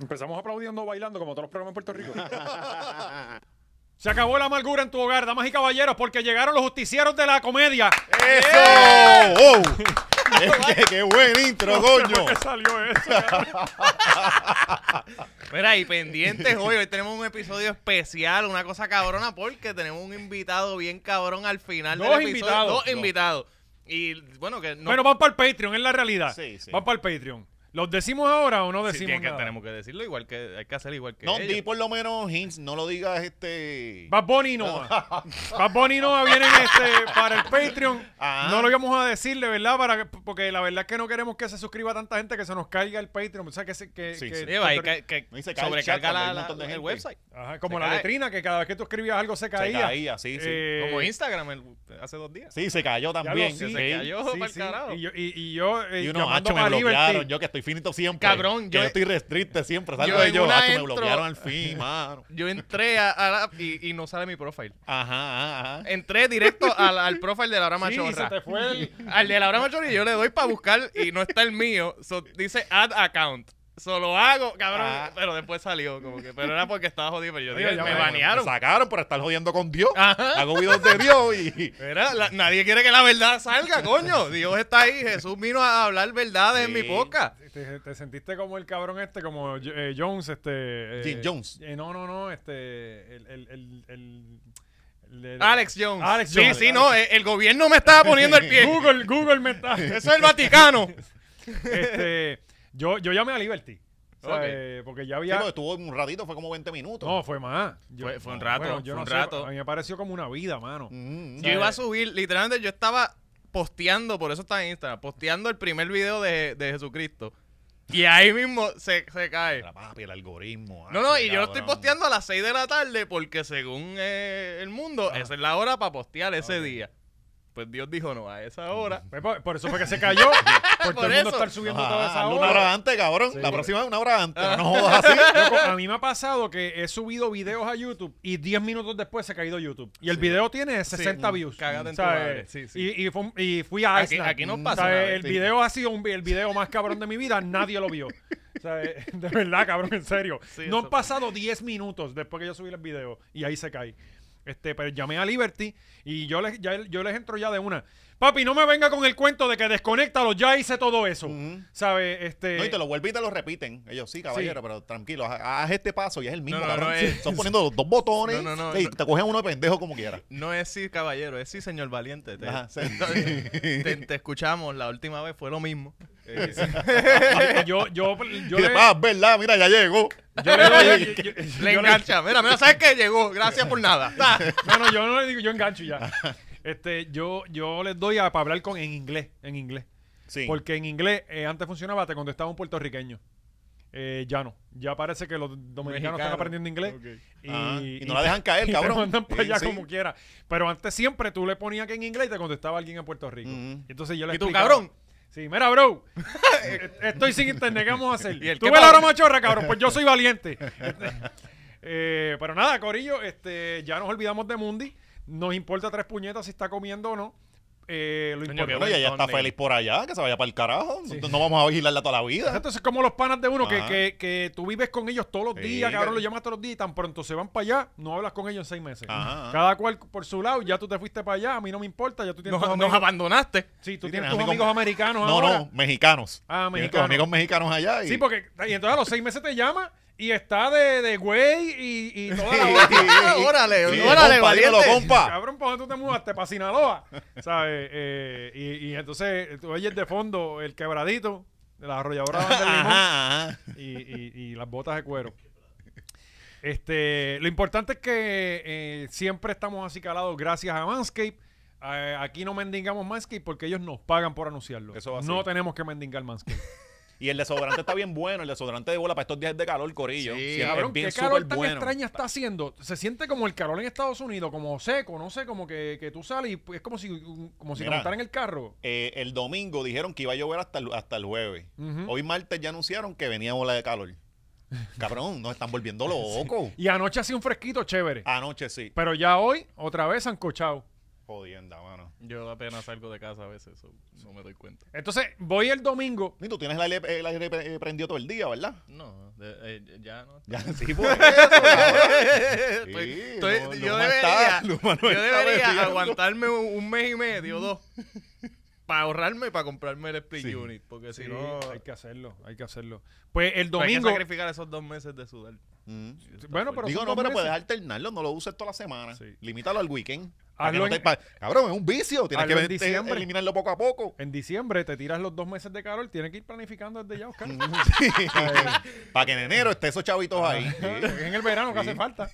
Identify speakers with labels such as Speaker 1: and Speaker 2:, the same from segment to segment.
Speaker 1: Empezamos aplaudiendo, bailando, como todos los programas en Puerto Rico. Se acabó la amargura en tu hogar, damas y caballeros, porque llegaron los justicieros de la comedia.
Speaker 2: ¡Eso! ¡Wow! ¡Qué, qué buen intro, coño!
Speaker 1: ¿Por qué salió eso?
Speaker 3: Mira, y Pues pendientes hoy, hoy tenemos un episodio especial, una cosa cabrona, porque tenemos un invitado bien cabrón al final
Speaker 1: Dos
Speaker 3: del episodio.
Speaker 1: invitados.
Speaker 3: Dos
Speaker 1: Dos.
Speaker 3: invitados. Y bueno, que no...
Speaker 1: Bueno, van para el Patreon, es la realidad.
Speaker 2: Sí, sí.
Speaker 1: Van para el Patreon. ¿Los decimos ahora o no
Speaker 3: Sí,
Speaker 1: decimos
Speaker 3: tiene que,
Speaker 1: nada?
Speaker 3: tenemos que decirlo igual que hay que hacer igual que
Speaker 2: No,
Speaker 3: ellos.
Speaker 2: di por lo menos hints, no lo digas este...
Speaker 1: Bad Bunny y Noah. Bad Bunny y Noah vienen este, para el Patreon.
Speaker 2: Ah.
Speaker 1: No lo íbamos a decir, de verdad, para, porque la verdad es que no queremos que se suscriba tanta gente que se nos caiga el Patreon. O sea, que, se- que,
Speaker 2: Sí,
Speaker 1: que-
Speaker 2: sí.
Speaker 3: Sí, va, y que, que
Speaker 2: No, y se cae el chat
Speaker 3: sobrecarga
Speaker 2: cuando hay
Speaker 3: la,
Speaker 2: un montón de
Speaker 3: la- el
Speaker 2: gente.
Speaker 3: website.
Speaker 1: Ajá, como
Speaker 3: Se
Speaker 1: la
Speaker 3: cae.
Speaker 1: letrina, que cada vez que tú escribías algo se caía.
Speaker 2: caía, sí, sí.
Speaker 1: Eh,
Speaker 3: Como Instagram el- hace dos días.
Speaker 2: Sí, se cayó
Speaker 1: ya lo
Speaker 2: también.
Speaker 1: sé,
Speaker 2: sí.
Speaker 3: se cayó.
Speaker 1: sí,
Speaker 3: pa'l
Speaker 1: sí.
Speaker 3: carajo.
Speaker 1: Y yo, y, y yo eh,
Speaker 2: Y uno,
Speaker 1: llamando
Speaker 2: hacho, me
Speaker 1: para
Speaker 2: bloquearon.
Speaker 1: Liberty.
Speaker 2: Yo que estoy finito siempre.
Speaker 3: Cabrón,
Speaker 2: Que
Speaker 3: yo-
Speaker 2: yo estoy restricte siempre. Salgo
Speaker 3: Yo
Speaker 2: de
Speaker 3: en
Speaker 2: yo,
Speaker 3: una
Speaker 2: hacho, me
Speaker 3: entro-
Speaker 2: bloquearon al fin, mano.
Speaker 3: Yo entré a, a la app y, y no sale mi profile.
Speaker 2: Ajá, ajá, ajá.
Speaker 3: Entré directo al, al profile de Laura
Speaker 1: Sí, se
Speaker 3: Machorra.
Speaker 1: te fue el...
Speaker 3: Al de Laura Machorra y yo le doy para buscar y no está el mío. So, dice add account. Solo hago, cabrón.
Speaker 2: Ah.
Speaker 3: Pero después salió. Como que, pero era porque estaba jodido. Pero yo
Speaker 1: Oye,
Speaker 3: dije,
Speaker 1: ya
Speaker 3: me
Speaker 1: me-
Speaker 3: banearon.
Speaker 2: Me sacaron por estar jodiendo con Dios.
Speaker 3: Ajá.
Speaker 2: Hago videos de Dios y...
Speaker 3: Mira, la- nadie quiere que la verdad salga, coño. Dios está ahí. Jesús vino a hablar verdades en mi
Speaker 2: Sí.
Speaker 3: boca.
Speaker 1: Te, te sentiste como el cabrón este, como eh, Jones, este... eh,
Speaker 2: Jim Jones.
Speaker 1: eh, no, no, no, este... El, el, el, el- el- el-
Speaker 3: Alex Jones.
Speaker 1: Alex
Speaker 3: sí,
Speaker 1: Jones.
Speaker 3: sí, no. e, El, el gobierno me estaba poniendo el pie.
Speaker 1: Google, Google me está...
Speaker 3: Eso es el Vaticano.
Speaker 1: este, yo, yo llamé a Liberty. o sea,
Speaker 3: Ok.
Speaker 1: eh, Porque ya
Speaker 2: Sí, pues,
Speaker 1: había...
Speaker 2: porque estuvo un ratito, fue como 20 minutos.
Speaker 1: no, fue más.
Speaker 3: Fue- fue un rato,
Speaker 1: yo
Speaker 3: fue
Speaker 1: no
Speaker 3: un
Speaker 1: sé,
Speaker 3: rato.
Speaker 1: A mí me pareció como una vida, mano.
Speaker 2: Mm, mm.
Speaker 3: Yo iba a subir, literalmente yo estaba posteando, por eso está en Instagram, posteando el primer video de, de Jesucristo. Y ahí mismo se, se cae.
Speaker 2: La papi, el algoritmo.
Speaker 3: No, no,
Speaker 2: hacho,
Speaker 3: y yo lo estoy
Speaker 2: cabrón.
Speaker 3: posteando a las 6 de la tarde porque según eh, el mundo, esa es la hora para postear ese
Speaker 1: Ok.
Speaker 3: día. Pues Dios dijo, no, a esa hora.
Speaker 1: Pues por, por eso fue que se cayó. por todo el
Speaker 3: Por
Speaker 1: mundo
Speaker 3: eso.
Speaker 1: estar subiendo
Speaker 2: Ajá,
Speaker 1: toda esa
Speaker 2: hazlo
Speaker 1: hora.
Speaker 2: una hora antes, cabrón.
Speaker 1: Sí. Ah.
Speaker 2: La próxima es una hora antes. No nos jodas así.
Speaker 1: Loco, a mí me ha pasado que he subido videos a YouTube y 10 minutos después se ha caído YouTube. Y el video tiene 60
Speaker 3: Sí,
Speaker 1: views.
Speaker 3: cágate en tu
Speaker 1: ¿sabes?
Speaker 3: madre. Sí, sí.
Speaker 1: Y, y fue un- y fui a
Speaker 3: Aquí-
Speaker 1: Iceland.
Speaker 3: aquí nos pasa
Speaker 1: ¿Sabes?
Speaker 3: una vez,
Speaker 1: El
Speaker 2: sí.
Speaker 1: video ha sido un vi- el video más cabrón de mi vida. Nadie lo vio. ¿Sabes? De verdad, cabrón, en serio.
Speaker 3: Sí,
Speaker 1: no
Speaker 3: eso-
Speaker 1: han pasado 10 minutos después que yo subí el video y ahí se cae. Este, pero llamé a Liberty y yo les, ya- yo les entro ya de una. Papi, no me venga con el cuento de que desconéctalo, ya hice todo eso.
Speaker 2: Ujú.
Speaker 1: ¿Sabes? Este,
Speaker 2: No, y te lo vuelven y te lo repiten. Ellos, sí, caballero,
Speaker 1: Sí.
Speaker 2: pero tranquilo, haz, haz este paso y es el mismo,
Speaker 3: No, no,
Speaker 2: cabrón.
Speaker 3: no,
Speaker 1: eh.
Speaker 3: es-
Speaker 2: Estás poniendo los dos botones
Speaker 3: No, no, no,
Speaker 2: y
Speaker 3: no.
Speaker 2: te cogen uno de pendejo como quieras.
Speaker 3: No es sí, caballero, es sí, señor valiente. Te,
Speaker 2: Ajá, sí.
Speaker 3: te- te escuchamos la última vez, fue lo mismo. Eh,
Speaker 1: yo, yo, yo
Speaker 2: y
Speaker 1: le-
Speaker 2: de ah, verdad, mira, ya llegó.
Speaker 1: Yo le doy. yo- yo-
Speaker 3: Le
Speaker 1: yo le-
Speaker 3: engancha. Mira, mira, ¿sabes qué? Llegó. Gracias por nada.
Speaker 1: no, no, yo no le digo, yo engancho y ya. Este, yo, yo les doy a para hablar con en inglés, en inglés.
Speaker 2: Sí.
Speaker 1: Porque en inglés eh, antes funcionaba, te contestaba un puertorriqueño. Eh, ya no. Ya parece que los dominicanos están
Speaker 3: Mexicano.
Speaker 1: aprendiendo inglés. Y,
Speaker 2: Ajá. Ah, Y no
Speaker 1: y
Speaker 2: la
Speaker 1: te-
Speaker 2: dejan caer,
Speaker 1: y te
Speaker 2: cabrón.
Speaker 1: mandan para
Speaker 2: Sí,
Speaker 1: allá
Speaker 2: sí.
Speaker 1: como quiera. Pero antes siempre tú le ponías que en inglés y te contestaba alguien en Puerto Rico.
Speaker 2: Ujú.
Speaker 1: Entonces yo le
Speaker 3: ¿Y tú,
Speaker 1: explicaba-
Speaker 3: cabrón?
Speaker 1: Sí, mira, bro. eh, Estoy sin internet, ¿qué vamos a hacer?
Speaker 3: ¿Y el
Speaker 1: ¿Tú
Speaker 3: qué
Speaker 1: ves la
Speaker 3: pasa?
Speaker 1: hora machorra, cabrón? Pues yo soy valiente. Este, eh, pero nada, Corillo, este, ya nos olvidamos de Mundi. Nos importa tres puñetas si está comiendo o no. Eh, lo
Speaker 3: Coño,
Speaker 1: importante-
Speaker 3: qué
Speaker 2: Bueno, y ella está
Speaker 3: Montón de-
Speaker 2: feliz por allá, que se vaya para el carajo. No- No vamos a vigilarla toda la vida.
Speaker 1: Exacto, eso es como los panas de uno que,
Speaker 2: Ajá.
Speaker 1: que- que tú vives con ellos todos los
Speaker 2: Sí,
Speaker 1: días, cabrón,
Speaker 2: que-
Speaker 1: los llamas todos los días y tan pronto se van para allá, no hablas con ellos en seis meses.
Speaker 2: Ajá, ajá.
Speaker 1: Cada cual por su lado, ya tú te fuiste para allá, a mí no me importa, ya tú tienes tus
Speaker 3: Nos, nos
Speaker 1: amigos,
Speaker 3: abandonaste.
Speaker 1: sí, tú tienes
Speaker 2: Sí, tienes
Speaker 1: tus
Speaker 2: amigos-
Speaker 1: amigos americanos
Speaker 2: No,
Speaker 1: ahora.
Speaker 2: no, mexicanos.
Speaker 1: Ah,
Speaker 2: Tienes tus
Speaker 1: mexicanos.
Speaker 2: amigos mexicanos allá. Y...
Speaker 1: Sí, porque y entonces a los seis meses te llama y está de, de güey y, y toda la
Speaker 2: Sí, Ah.
Speaker 1: hora.
Speaker 2: sí, sí.
Speaker 3: Órale,
Speaker 2: Sí,
Speaker 3: órale,
Speaker 2: compa, dímelo,
Speaker 3: valiente.
Speaker 2: compa.
Speaker 1: Cabrón, ¿por dónde tú te mudaste? Para Sinaloa. ¿Sabes? Eh, y, y entonces tú oyes de fondo el quebradito, la arrolladora de Banda del Limón.
Speaker 2: Ajá, ajá.
Speaker 1: y, y- y las botas de cuero. Este, lo importante es que eh, siempre estamos acicalados gracias a Manscape. Eh, aquí no mendigamos Manscape porque ellos nos pagan por anunciarlo.
Speaker 2: Eso va así.
Speaker 1: no tenemos que mendigar Manscape.
Speaker 2: Y el desodorante está bien bueno, el desodorante de bola para estos días de calor, corillo.
Speaker 3: Sí,
Speaker 2: Siempre
Speaker 1: Cabrón,
Speaker 2: es bien
Speaker 1: qué calor
Speaker 2: súper
Speaker 1: tan
Speaker 2: bueno.
Speaker 1: extraña está haciendo. Se siente como el calor en Estados Unidos, como seco, no sé, como que, que tú sales y es como si, como si te
Speaker 2: Mira.
Speaker 1: montaran en el carro.
Speaker 2: Eh, el domingo dijeron que iba a llover hasta el, hasta el jueves.
Speaker 1: Ujú.
Speaker 2: Hoy martes ya anunciaron que venía bola de calor. Cabrón, nos están volviendo locos.
Speaker 1: Y anoche hacía un fresquito chévere.
Speaker 2: Anoche sí.
Speaker 1: Pero ya hoy, otra vez han cochado.
Speaker 2: Jodienda, mano.
Speaker 3: Yo apenas salgo de casa a veces, so, no me doy cuenta.
Speaker 1: Entonces, voy el domingo.
Speaker 2: Y tú tienes el aire, el aire pre- eh, prendido todo el día, ¿verdad?
Speaker 3: No, de- eh, ya no.
Speaker 2: Ya, sí, por eso, cabrón.
Speaker 3: Estoy-
Speaker 2: Sí,
Speaker 3: estoy-
Speaker 2: no,
Speaker 3: yo
Speaker 2: Luma
Speaker 3: debería,
Speaker 2: está- Luma no
Speaker 3: yo
Speaker 2: está
Speaker 3: debería
Speaker 2: bebiendo.
Speaker 3: aguantarme un, un mes y medio, dos, para ahorrarme y para comprarme el split
Speaker 2: Sí.
Speaker 3: unit, porque si
Speaker 1: Sí,
Speaker 3: no,
Speaker 1: hay que hacerlo, hay que hacerlo. Pues el
Speaker 3: hay que
Speaker 1: domingo.
Speaker 3: sacrificar esos dos meses de sudar.
Speaker 2: Mm.
Speaker 1: Bueno, pero
Speaker 2: Digo,
Speaker 1: son
Speaker 2: no,
Speaker 1: dos
Speaker 2: pero puedes
Speaker 1: meses.
Speaker 2: alternarlo, no lo uses toda la semana.
Speaker 1: Sí.
Speaker 2: Limítalo al weekend. Para que
Speaker 1: Hazlo
Speaker 2: no te-
Speaker 1: en-
Speaker 2: pa- Cabrón, es un vicio. Tienes
Speaker 1: Hazlo en
Speaker 2: que eh,
Speaker 1: diciembre.
Speaker 2: eliminarlo poco a poco.
Speaker 1: En diciembre te tiras los dos meses de Carol, tienes que ir planificando desde ya, Oscar.
Speaker 2: Para que en enero esté esos chavitos ahí. Sí.
Speaker 1: Es en el verano que hace falta.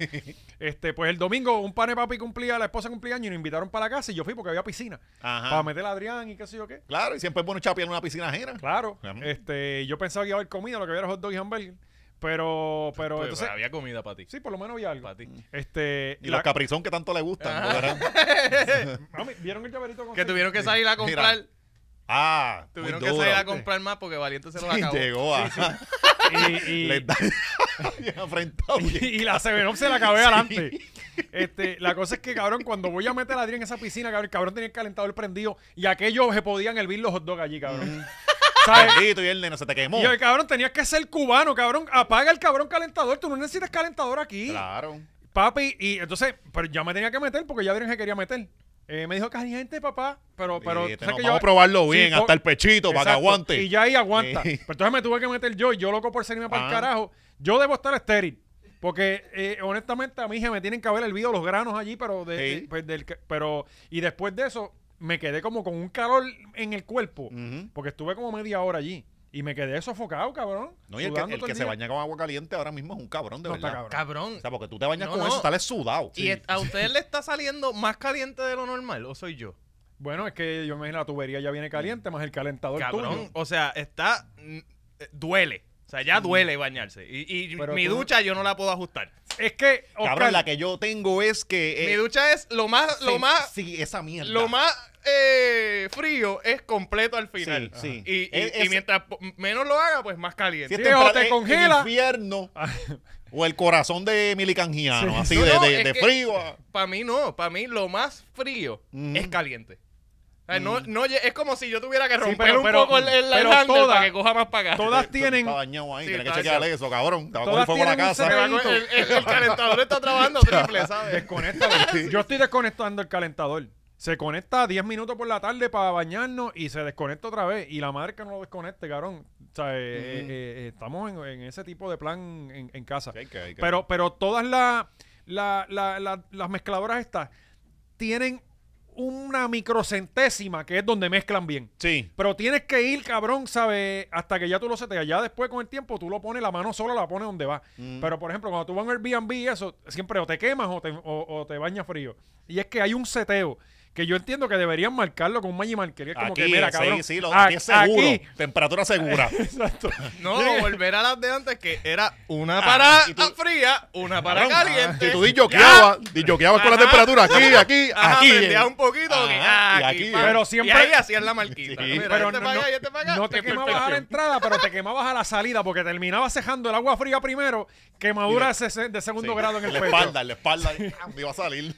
Speaker 1: Este, pues el domingo un pane papi cumplía, la esposa cumplía años y nos invitaron para la casa y yo fui porque había piscina.
Speaker 2: Ajá.
Speaker 1: Para meter a Adrián y qué sé yo qué.
Speaker 2: Claro, y siempre es bueno chapear en una piscina ajena.
Speaker 1: Claro.
Speaker 2: Ajá.
Speaker 1: Este, yo pensaba que iba a haber comida, lo que había era hot dog y hamburger. Pero, pero
Speaker 3: Pues,
Speaker 1: entonces,
Speaker 3: había comida para ti.
Speaker 1: sí, por lo menos había algo.
Speaker 3: Para ti.
Speaker 1: Este,
Speaker 2: Y
Speaker 1: la-
Speaker 2: los caprizón que tanto le gustan.
Speaker 3: Ajá.
Speaker 2: porque eran-
Speaker 1: Mami, ¿vieron el llaverito con
Speaker 3: Que
Speaker 1: seis?
Speaker 3: tuvieron que salir a comprar,
Speaker 2: Ah, muy
Speaker 3: tuvieron que
Speaker 2: duro.
Speaker 3: salir a comprar más porque Valiente se lo
Speaker 2: Sí,
Speaker 3: acabó.
Speaker 2: Llegó a...
Speaker 1: Y, y-
Speaker 2: Les da... bien afrentado. bien.
Speaker 1: y la Seven Up se la acabé adelante. Este, la cosa es que, cabrón, cuando voy a meter a Adrián en esa piscina, cabrón, el cabrón tenía el calentador prendido y aquellos se podían hervir los hot dogs allí, cabrón. ¿Sabes?
Speaker 2: Bendito, y el nene se te quemó.
Speaker 1: Y el cabrón tenías que ser cubano, cabrón. Apaga el cabrón calentador. Tú no necesitas calentador aquí.
Speaker 2: Claro.
Speaker 1: Papi, y entonces, pero yo me tenía que meter porque ya Adrián se quería meter. Eh, me dijo, caliente, papá. Pero, pero.
Speaker 2: Y
Speaker 1: tú
Speaker 2: este,
Speaker 1: sabes
Speaker 2: no,
Speaker 1: que yo-
Speaker 2: vamos a probarlo
Speaker 1: Sí,
Speaker 2: bien,
Speaker 1: po-
Speaker 2: hasta el pechito, para que
Speaker 1: Exacto.
Speaker 2: aguante.
Speaker 1: Y ya ahí aguanta.
Speaker 2: Sí.
Speaker 1: Pero entonces me tuve que meter yo, y yo loco por salirme para el
Speaker 2: Ah.
Speaker 1: carajo. Yo debo estar estéril. Porque eh, honestamente a mí se me tienen que haber hervido los granos allí, pero de,
Speaker 2: Sí.
Speaker 1: de- pues, del que- pero y después de eso me quedé como con un calor en el cuerpo,
Speaker 2: Ujú.
Speaker 1: porque estuve como media hora allí y me quedé sofocado, cabrón.
Speaker 2: No, y el que,
Speaker 1: sudando
Speaker 2: el
Speaker 1: todo
Speaker 2: que
Speaker 1: el
Speaker 2: se
Speaker 1: día.
Speaker 2: baña con agua caliente ahora mismo es un cabrón, de
Speaker 1: No está
Speaker 2: verdad.
Speaker 1: cabrón.
Speaker 3: Cabrón.
Speaker 2: O sea, porque tú te bañas
Speaker 3: No,
Speaker 2: con
Speaker 3: no.
Speaker 2: eso y sales sudado.
Speaker 3: ¿Y es- a ustedes le está saliendo más caliente de lo normal o soy yo?
Speaker 1: Bueno, es que yo me imagino la tubería ya viene
Speaker 2: Mm.
Speaker 1: caliente más el calentador
Speaker 3: Cabrón,
Speaker 1: tuyo.
Speaker 3: o sea, está. mm, eh, Duele. O sea, ya duele bañarse. Y, y
Speaker 1: Pero
Speaker 3: mi
Speaker 1: tú no-
Speaker 3: ducha yo no la puedo ajustar.
Speaker 1: Es que Oscar,
Speaker 2: Cabrón, la que yo tengo es que...
Speaker 3: mi
Speaker 2: eh,
Speaker 3: ducha es lo más, lo
Speaker 2: sí,
Speaker 3: más,
Speaker 2: Sí, esa mierda.
Speaker 3: lo más eh, frío es completo al final.
Speaker 2: Sí, sí.
Speaker 3: Y, y-
Speaker 2: Es-
Speaker 3: y
Speaker 2: es-
Speaker 3: mientras po- menos lo haga, pues más
Speaker 2: Si
Speaker 3: caliente.
Speaker 2: es
Speaker 1: Sí,
Speaker 2: temprano-
Speaker 1: o te
Speaker 2: es el
Speaker 1: congela.
Speaker 2: infierno. o el corazón de Milicangiano, así
Speaker 3: No,
Speaker 2: de,
Speaker 3: no,
Speaker 2: de-
Speaker 3: es
Speaker 2: de
Speaker 3: que-
Speaker 2: frío. ah. a-
Speaker 3: Para mí no, para mí lo más frío
Speaker 2: Ujú. Mm.
Speaker 3: es caliente. O sea, no, no, lle- es como si yo tuviera que
Speaker 1: Sí,
Speaker 3: romper
Speaker 1: pero-
Speaker 3: un
Speaker 1: pero-
Speaker 3: poco el, el
Speaker 1: pero
Speaker 3: handle
Speaker 1: todas-
Speaker 3: para que coja más para acá.
Speaker 1: todas tienen
Speaker 2: Está bañado ahí,
Speaker 3: Sí,
Speaker 2: tienes que
Speaker 3: está
Speaker 2: chequearle
Speaker 3: bañado.
Speaker 2: eso, cabrón. Te va a
Speaker 1: Todas
Speaker 2: coger fuego a la
Speaker 1: tienen un
Speaker 2: casa.
Speaker 3: Que va con- el, el- el calentador está trabajando triple, ¿sabes?
Speaker 1: Desconecta. Yo estoy desconectando el calentador. Se conecta 10 minutos por la tarde para bañarnos y se desconecta otra vez. Y la madre que no lo desconecte, cabrón. O sea, eh, eh, eh, estamos en, en ese tipo de plan en, en casa.
Speaker 2: Sí, hay que- hay que-
Speaker 1: Pero, pero todas la- la- la- la- las mezcladoras estas tienen una microcentésima que es donde mezclan bien.
Speaker 2: Sí.
Speaker 1: Pero tienes que ir, cabrón, ¿sabes? Hasta que ya tú lo seteas. Ya después, con el tiempo, tú lo pones, la mano sola la pones donde va.
Speaker 2: Mm.
Speaker 1: Pero, por ejemplo, cuando tú vas a un Airbnb y eso, siempre o te quemas o te, o- o te bañas frío. Y es que hay un seteo que yo entiendo que deberían marcarlo con un Magic Marker. Es como
Speaker 2: Aquí,
Speaker 1: que, mira,
Speaker 2: sí,
Speaker 1: cabrón.
Speaker 2: sí, lo,
Speaker 1: a-
Speaker 2: aquí es seguro.
Speaker 1: aquí-
Speaker 2: Temperatura segura.
Speaker 1: Exacto.
Speaker 3: No,
Speaker 1: Sí.
Speaker 3: volver a las de antes que era una
Speaker 2: Ah,
Speaker 3: para
Speaker 2: y tú-
Speaker 3: fría, una para
Speaker 2: Cabrón, ah,
Speaker 3: caliente.
Speaker 2: Y tú disyoqueabas, disyoqueabas con la
Speaker 3: Ajá.
Speaker 2: temperatura aquí, aquí,
Speaker 3: Ajá,
Speaker 2: aquí.
Speaker 3: prendías
Speaker 2: eh.
Speaker 3: un poquito.
Speaker 2: Ajá,
Speaker 3: ok,
Speaker 2: y
Speaker 3: ah, aquí,
Speaker 2: aquí, eh.
Speaker 3: pa.
Speaker 1: pero siempre-
Speaker 3: Y ahí hacían la marquita.
Speaker 2: Sí.
Speaker 3: Mira,
Speaker 1: Pero no,
Speaker 3: este para
Speaker 1: no-
Speaker 3: allá y este para acá.
Speaker 1: no te
Speaker 3: Es
Speaker 1: quemabas a la
Speaker 3: perfección.
Speaker 1: entrada, pero te quemabas a la salida porque terminaba cejando el agua fría primero, quemadura de, sesen- de segundo
Speaker 2: Sí,
Speaker 1: grado en el
Speaker 2: la
Speaker 1: pecho.
Speaker 2: espalda, en la espalda. ah, Me iba a salir.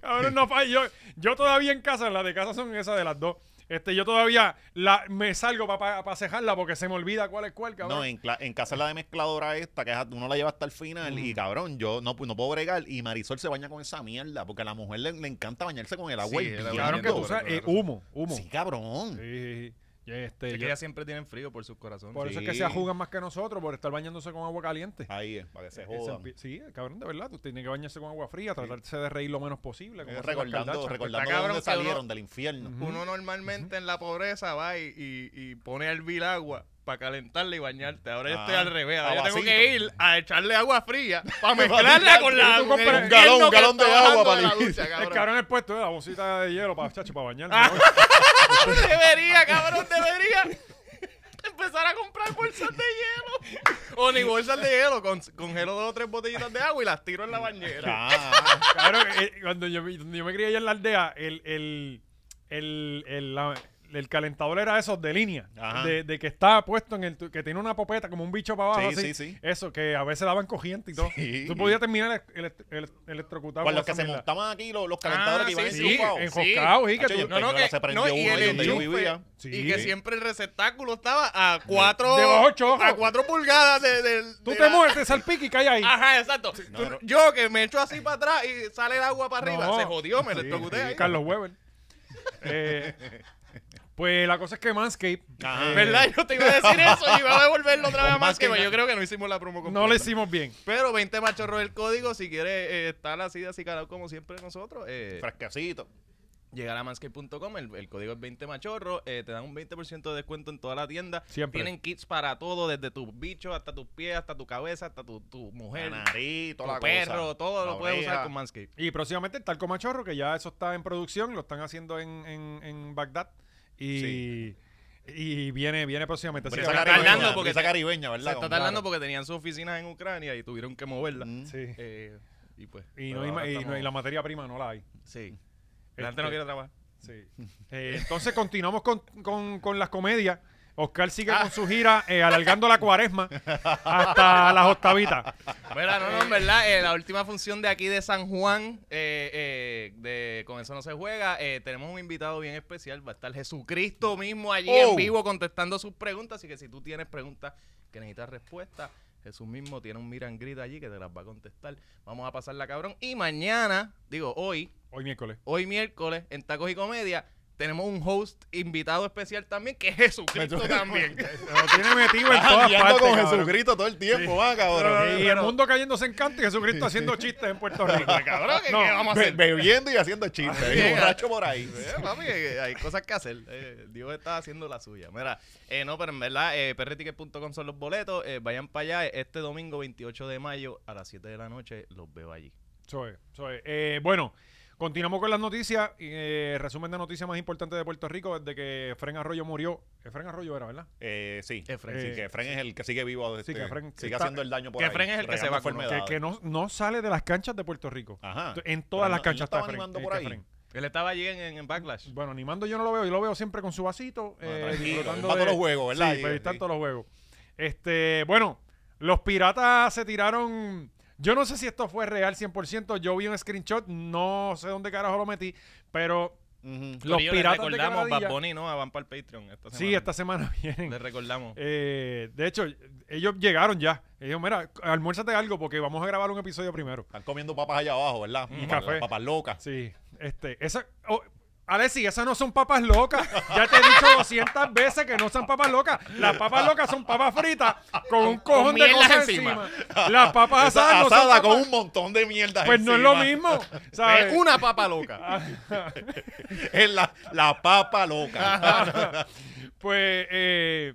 Speaker 1: Cabrón, no falla. Yo, yo todavía en casa, las de casa son esas de las dos. Este, yo todavía la, me salgo para cejarla porque se me olvida cuál es cuál, cabrón.
Speaker 2: No, en, cla- en casa la de mezcladora esta, que es- uno la lleva hasta el final
Speaker 3: Mm.
Speaker 2: y cabrón, yo no, pu- no puedo bregar y Marisol se baña con esa mierda porque a la mujer le, le encanta bañarse con el agua
Speaker 3: Sí,
Speaker 2: hirviendo.
Speaker 3: el agua
Speaker 1: cabrón, que tú sabes, eh, humo, humo.
Speaker 2: Sí, cabrón.
Speaker 1: Sí, sí, sí. Y este,
Speaker 3: Es que
Speaker 1: yo-
Speaker 3: ellas siempre tienen frío por sus corazones.
Speaker 1: por eso es que
Speaker 2: sí.
Speaker 1: se ajugan más que nosotros por estar bañándose con agua caliente.
Speaker 2: Ahí es, para que se
Speaker 1: Eh, se
Speaker 2: jodan.
Speaker 1: empie- sí, cabrón, de verdad, tú tienes que bañarse con agua fría, tratarse de reír lo menos posible. como
Speaker 2: Eh,
Speaker 1: hacen las
Speaker 2: Recordando,
Speaker 1: Kardashian.
Speaker 2: recordando de
Speaker 3: cabrón
Speaker 2: dónde
Speaker 3: que uno-
Speaker 2: salieron, del infierno.
Speaker 3: Uno normalmente en la pobreza va y, y, y pone a hervir agua para calentarle y bañarte. Ahora yo
Speaker 2: Ah,
Speaker 3: estoy al revés.
Speaker 2: a
Speaker 3: Ahora yo tengo
Speaker 2: vasito.
Speaker 3: que ir a echarle agua fría para mezclarla con la
Speaker 1: Tú
Speaker 3: con el
Speaker 1: compras un
Speaker 3: invierno
Speaker 2: galón, un
Speaker 3: que
Speaker 2: galón
Speaker 3: está
Speaker 2: de agua
Speaker 3: bajando
Speaker 2: para
Speaker 3: de la
Speaker 2: limpiar.
Speaker 3: ducha,
Speaker 1: El cabrón en el puesto de la bolsita de hielo para, chacho, para bañarme.
Speaker 3: Ah.
Speaker 1: hoy.
Speaker 3: Debería, cabrón, debería empezar a comprar bolsas de hielo. O ni bolsas de hielo, con, congelo dos o tres botellitas de agua y las tiro en la bañera.
Speaker 2: Ah,
Speaker 1: Claro, eh, cuando yo, me- cuando yo me crié allá en la aldea, el, el, el- el- la, el calentador era esos de línea,
Speaker 2: Ajá.
Speaker 1: de, de que está puesto en el, tu- que tiene una popeta como un bicho para abajo,
Speaker 2: Sí,
Speaker 1: así.
Speaker 2: sí, sí.
Speaker 1: Eso, que a veces daban corriente y todo.
Speaker 2: Sí.
Speaker 1: Tú podías terminar el, el, el- electrocutado.
Speaker 2: Con los
Speaker 1: esa
Speaker 2: que se
Speaker 1: mierda.
Speaker 2: montaban aquí, los, los calentadores
Speaker 3: Ah,
Speaker 2: que iban
Speaker 3: sí,
Speaker 1: Sí,
Speaker 2: enchufados.
Speaker 1: enjoscado, sí, que
Speaker 2: Hacho,
Speaker 1: tú-
Speaker 2: yo-
Speaker 3: No, no,
Speaker 2: Peñuela
Speaker 3: que,
Speaker 2: se prendió
Speaker 3: no, y
Speaker 2: uno
Speaker 3: el
Speaker 2: ahí donde yo
Speaker 3: enchufe,
Speaker 2: vivía.
Speaker 1: Sí.
Speaker 3: Y que siempre el receptáculo estaba a cuatro,
Speaker 1: Debajo del chojo.
Speaker 3: a cuatro pulgadas de, del-
Speaker 1: Tú
Speaker 3: de
Speaker 1: te
Speaker 3: la-
Speaker 1: mueves, te salpica y cae ahí.
Speaker 3: Ajá, exacto. Tú-
Speaker 2: pero-
Speaker 3: Yo que me echo así para atrás y sale el agua para arriba.
Speaker 1: No.
Speaker 3: Se jodió, me
Speaker 1: Sí,
Speaker 3: electrocuté
Speaker 1: sí,
Speaker 3: ahí.
Speaker 1: Carlos Weber. Eh, pues la cosa es que Manscape
Speaker 2: Ajá.
Speaker 3: ¿Verdad? Yo te iba a decir eso y iba a devolverlo otra vez a
Speaker 2: Con más
Speaker 3: más que
Speaker 2: que-
Speaker 3: yo creo que no hicimos la promo completa.
Speaker 1: no le hicimos bien.
Speaker 3: Pero 20 machorros del código, si quieres eh, estar así de acicalado como siempre nosotros, eh,
Speaker 2: Frascacito.
Speaker 3: llegar a manscape.com, el, el código es 20 machorros, eh, te dan un 20% de descuento en toda la tienda.
Speaker 1: Siempre.
Speaker 3: Tienen kits para todo, desde tus bichos hasta tus pies, hasta tu cabeza, hasta tu, tu mujer,
Speaker 2: Canarito,
Speaker 3: tu
Speaker 2: la
Speaker 3: perro,
Speaker 2: cosa.
Speaker 3: todo
Speaker 2: La
Speaker 3: lo puedes
Speaker 2: oreja.
Speaker 3: usar con Manscape.
Speaker 1: Y próximamente el talco machorro, que ya eso está en producción, lo están haciendo en, en, en Bagdad. Y, y viene, viene próximamente. Así
Speaker 2: Pero
Speaker 1: que-
Speaker 2: esa
Speaker 3: está tardando
Speaker 2: caribeña,
Speaker 3: porque-
Speaker 2: esa caribeña,
Speaker 3: Se
Speaker 2: ¿verdad?
Speaker 3: está
Speaker 2: Con-
Speaker 3: tardando porque tenían sus oficinas en Ucrania y tuvieron que moverla.
Speaker 2: Mm.
Speaker 1: Sí.
Speaker 3: Eh, y pues.
Speaker 1: Y,
Speaker 3: pero
Speaker 1: no hay ma-
Speaker 3: ahora
Speaker 1: y no-
Speaker 3: estamos-
Speaker 1: y la materia prima no la hay.
Speaker 3: Sí. La gente no
Speaker 1: Este,
Speaker 3: quiere trabajar.
Speaker 1: Sí. Eh, entonces continuamos con, con- con las comedias. Oscar sigue
Speaker 3: Ah.
Speaker 1: con su gira eh, alargando la cuaresma hasta las octavitas.
Speaker 3: Mira, no, no, en verdad, eh, la última función de aquí de San Juan, eh, eh, de Con eso no se juega, eh, tenemos un invitado bien especial, va a estar Jesucristo mismo allí
Speaker 2: Oh.
Speaker 3: en vivo contestando sus preguntas, así que si tú tienes preguntas que necesitas respuesta, Jesús mismo tiene un mirangrita allí que te las va a contestar. Vamos a pasarla cabrón. Y mañana, digo hoy,
Speaker 1: Hoy miércoles.
Speaker 3: hoy miércoles en Tacos y Comedia, tenemos un host invitado especial también, que es Jesucristo también.
Speaker 1: Lo tiene metido
Speaker 3: Ah,
Speaker 1: en todas
Speaker 2: Jangueando
Speaker 1: partes.
Speaker 2: con
Speaker 1: cabrón.
Speaker 2: Jesucristo todo el tiempo, va,
Speaker 1: Sí,
Speaker 2: cabrón.
Speaker 1: y el mundo cayéndose en canto y Jesucristo haciendo chistes en Puerto Rico.
Speaker 3: cabrón, ¿qué,
Speaker 1: No,
Speaker 3: qué vamos a
Speaker 2: Be-
Speaker 3: hacer?
Speaker 2: bebiendo y haciendo chistes.
Speaker 3: Ay,
Speaker 2: y borracho por ahí.
Speaker 3: Eh, papi, eh, hay cosas que hacer. Eh, Dios está haciendo la suya. Mira, eh, no, pero en verdad, eh, prticket.com son los boletos. Eh, vayan para allá. eh, Este domingo 28 de mayo a las 7 de la noche los veo allí.
Speaker 1: Eso es, eso es. Eh, bueno, continuamos con las noticias. Eh, resumen de noticias más importantes de Puerto Rico desde que Fren Arroyo murió. Eh, Fren Arroyo era, ¿verdad?
Speaker 2: Eh, sí.
Speaker 3: Efren,
Speaker 2: Sí,
Speaker 1: Eh,
Speaker 2: que Fren es el que sigue vivo. este,
Speaker 1: que Fren- que
Speaker 2: sigue
Speaker 1: está-
Speaker 2: haciendo el daño por
Speaker 3: que
Speaker 2: ahí.
Speaker 3: Fren es el que se
Speaker 2: regando
Speaker 3: vacunó.
Speaker 1: Que,
Speaker 2: enfermedades.
Speaker 1: que no, no sale de las canchas de Puerto Rico.
Speaker 2: Ajá.
Speaker 1: En todas
Speaker 2: Ah, Pero
Speaker 1: las
Speaker 2: no-
Speaker 1: canchas
Speaker 2: no
Speaker 1: está
Speaker 2: estaba
Speaker 1: Fren,
Speaker 2: animando
Speaker 1: eh,
Speaker 2: por
Speaker 1: que
Speaker 2: ahí.
Speaker 1: Fren.
Speaker 3: Él estaba allí en, en Backlash.
Speaker 1: Bueno, animando yo no lo veo. Yo lo veo siempre con su vasito.
Speaker 2: Bueno,
Speaker 1: eh,
Speaker 2: Ah, tranquilo,
Speaker 1: disfrutando
Speaker 2: va a todos
Speaker 1: de-
Speaker 2: los juegos, ¿verdad?
Speaker 1: Sí,
Speaker 2: Y-
Speaker 1: pero están
Speaker 2: y-
Speaker 1: todos los juegos. Este, bueno, los piratas se tiraron. Yo no sé si esto fue real 100%. Yo vi un screenshot. No sé dónde carajo lo metí. Pero
Speaker 2: Ujú.
Speaker 3: Corillo,
Speaker 1: los
Speaker 3: le
Speaker 1: piratas de
Speaker 3: recordamos,
Speaker 1: Quebradilla-
Speaker 3: Bad Bunny, ¿no? A Van para el Patreon. Esta
Speaker 1: sí,
Speaker 3: semana.
Speaker 1: esta semana vienen.
Speaker 3: Le recordamos.
Speaker 1: Eh, de hecho, ellos llegaron ya. Ellos, mira, almuérzate algo porque vamos a grabar un episodio primero.
Speaker 2: Están comiendo papas allá abajo, ¿verdad?
Speaker 1: Y
Speaker 2: Papas-
Speaker 1: café.
Speaker 2: Papas locas.
Speaker 1: Sí, este, esa. oh, Alexi, esas no son papas locas. Ya te he dicho 200 veces que no son papas locas. Las papas locas son papas fritas con un
Speaker 3: con
Speaker 1: cojón de
Speaker 3: mierda
Speaker 1: cosas
Speaker 3: encima.
Speaker 1: encima. Las papas
Speaker 2: Esa
Speaker 1: asadas no son
Speaker 2: asada con
Speaker 1: papas-
Speaker 2: un montón de mierda.
Speaker 1: Pues no es lo
Speaker 2: encima.
Speaker 1: mismo.
Speaker 3: Es
Speaker 1: ¿sabes? Ah,
Speaker 3: una papa loca.
Speaker 2: Es la, la papa loca.
Speaker 1: Pues eh,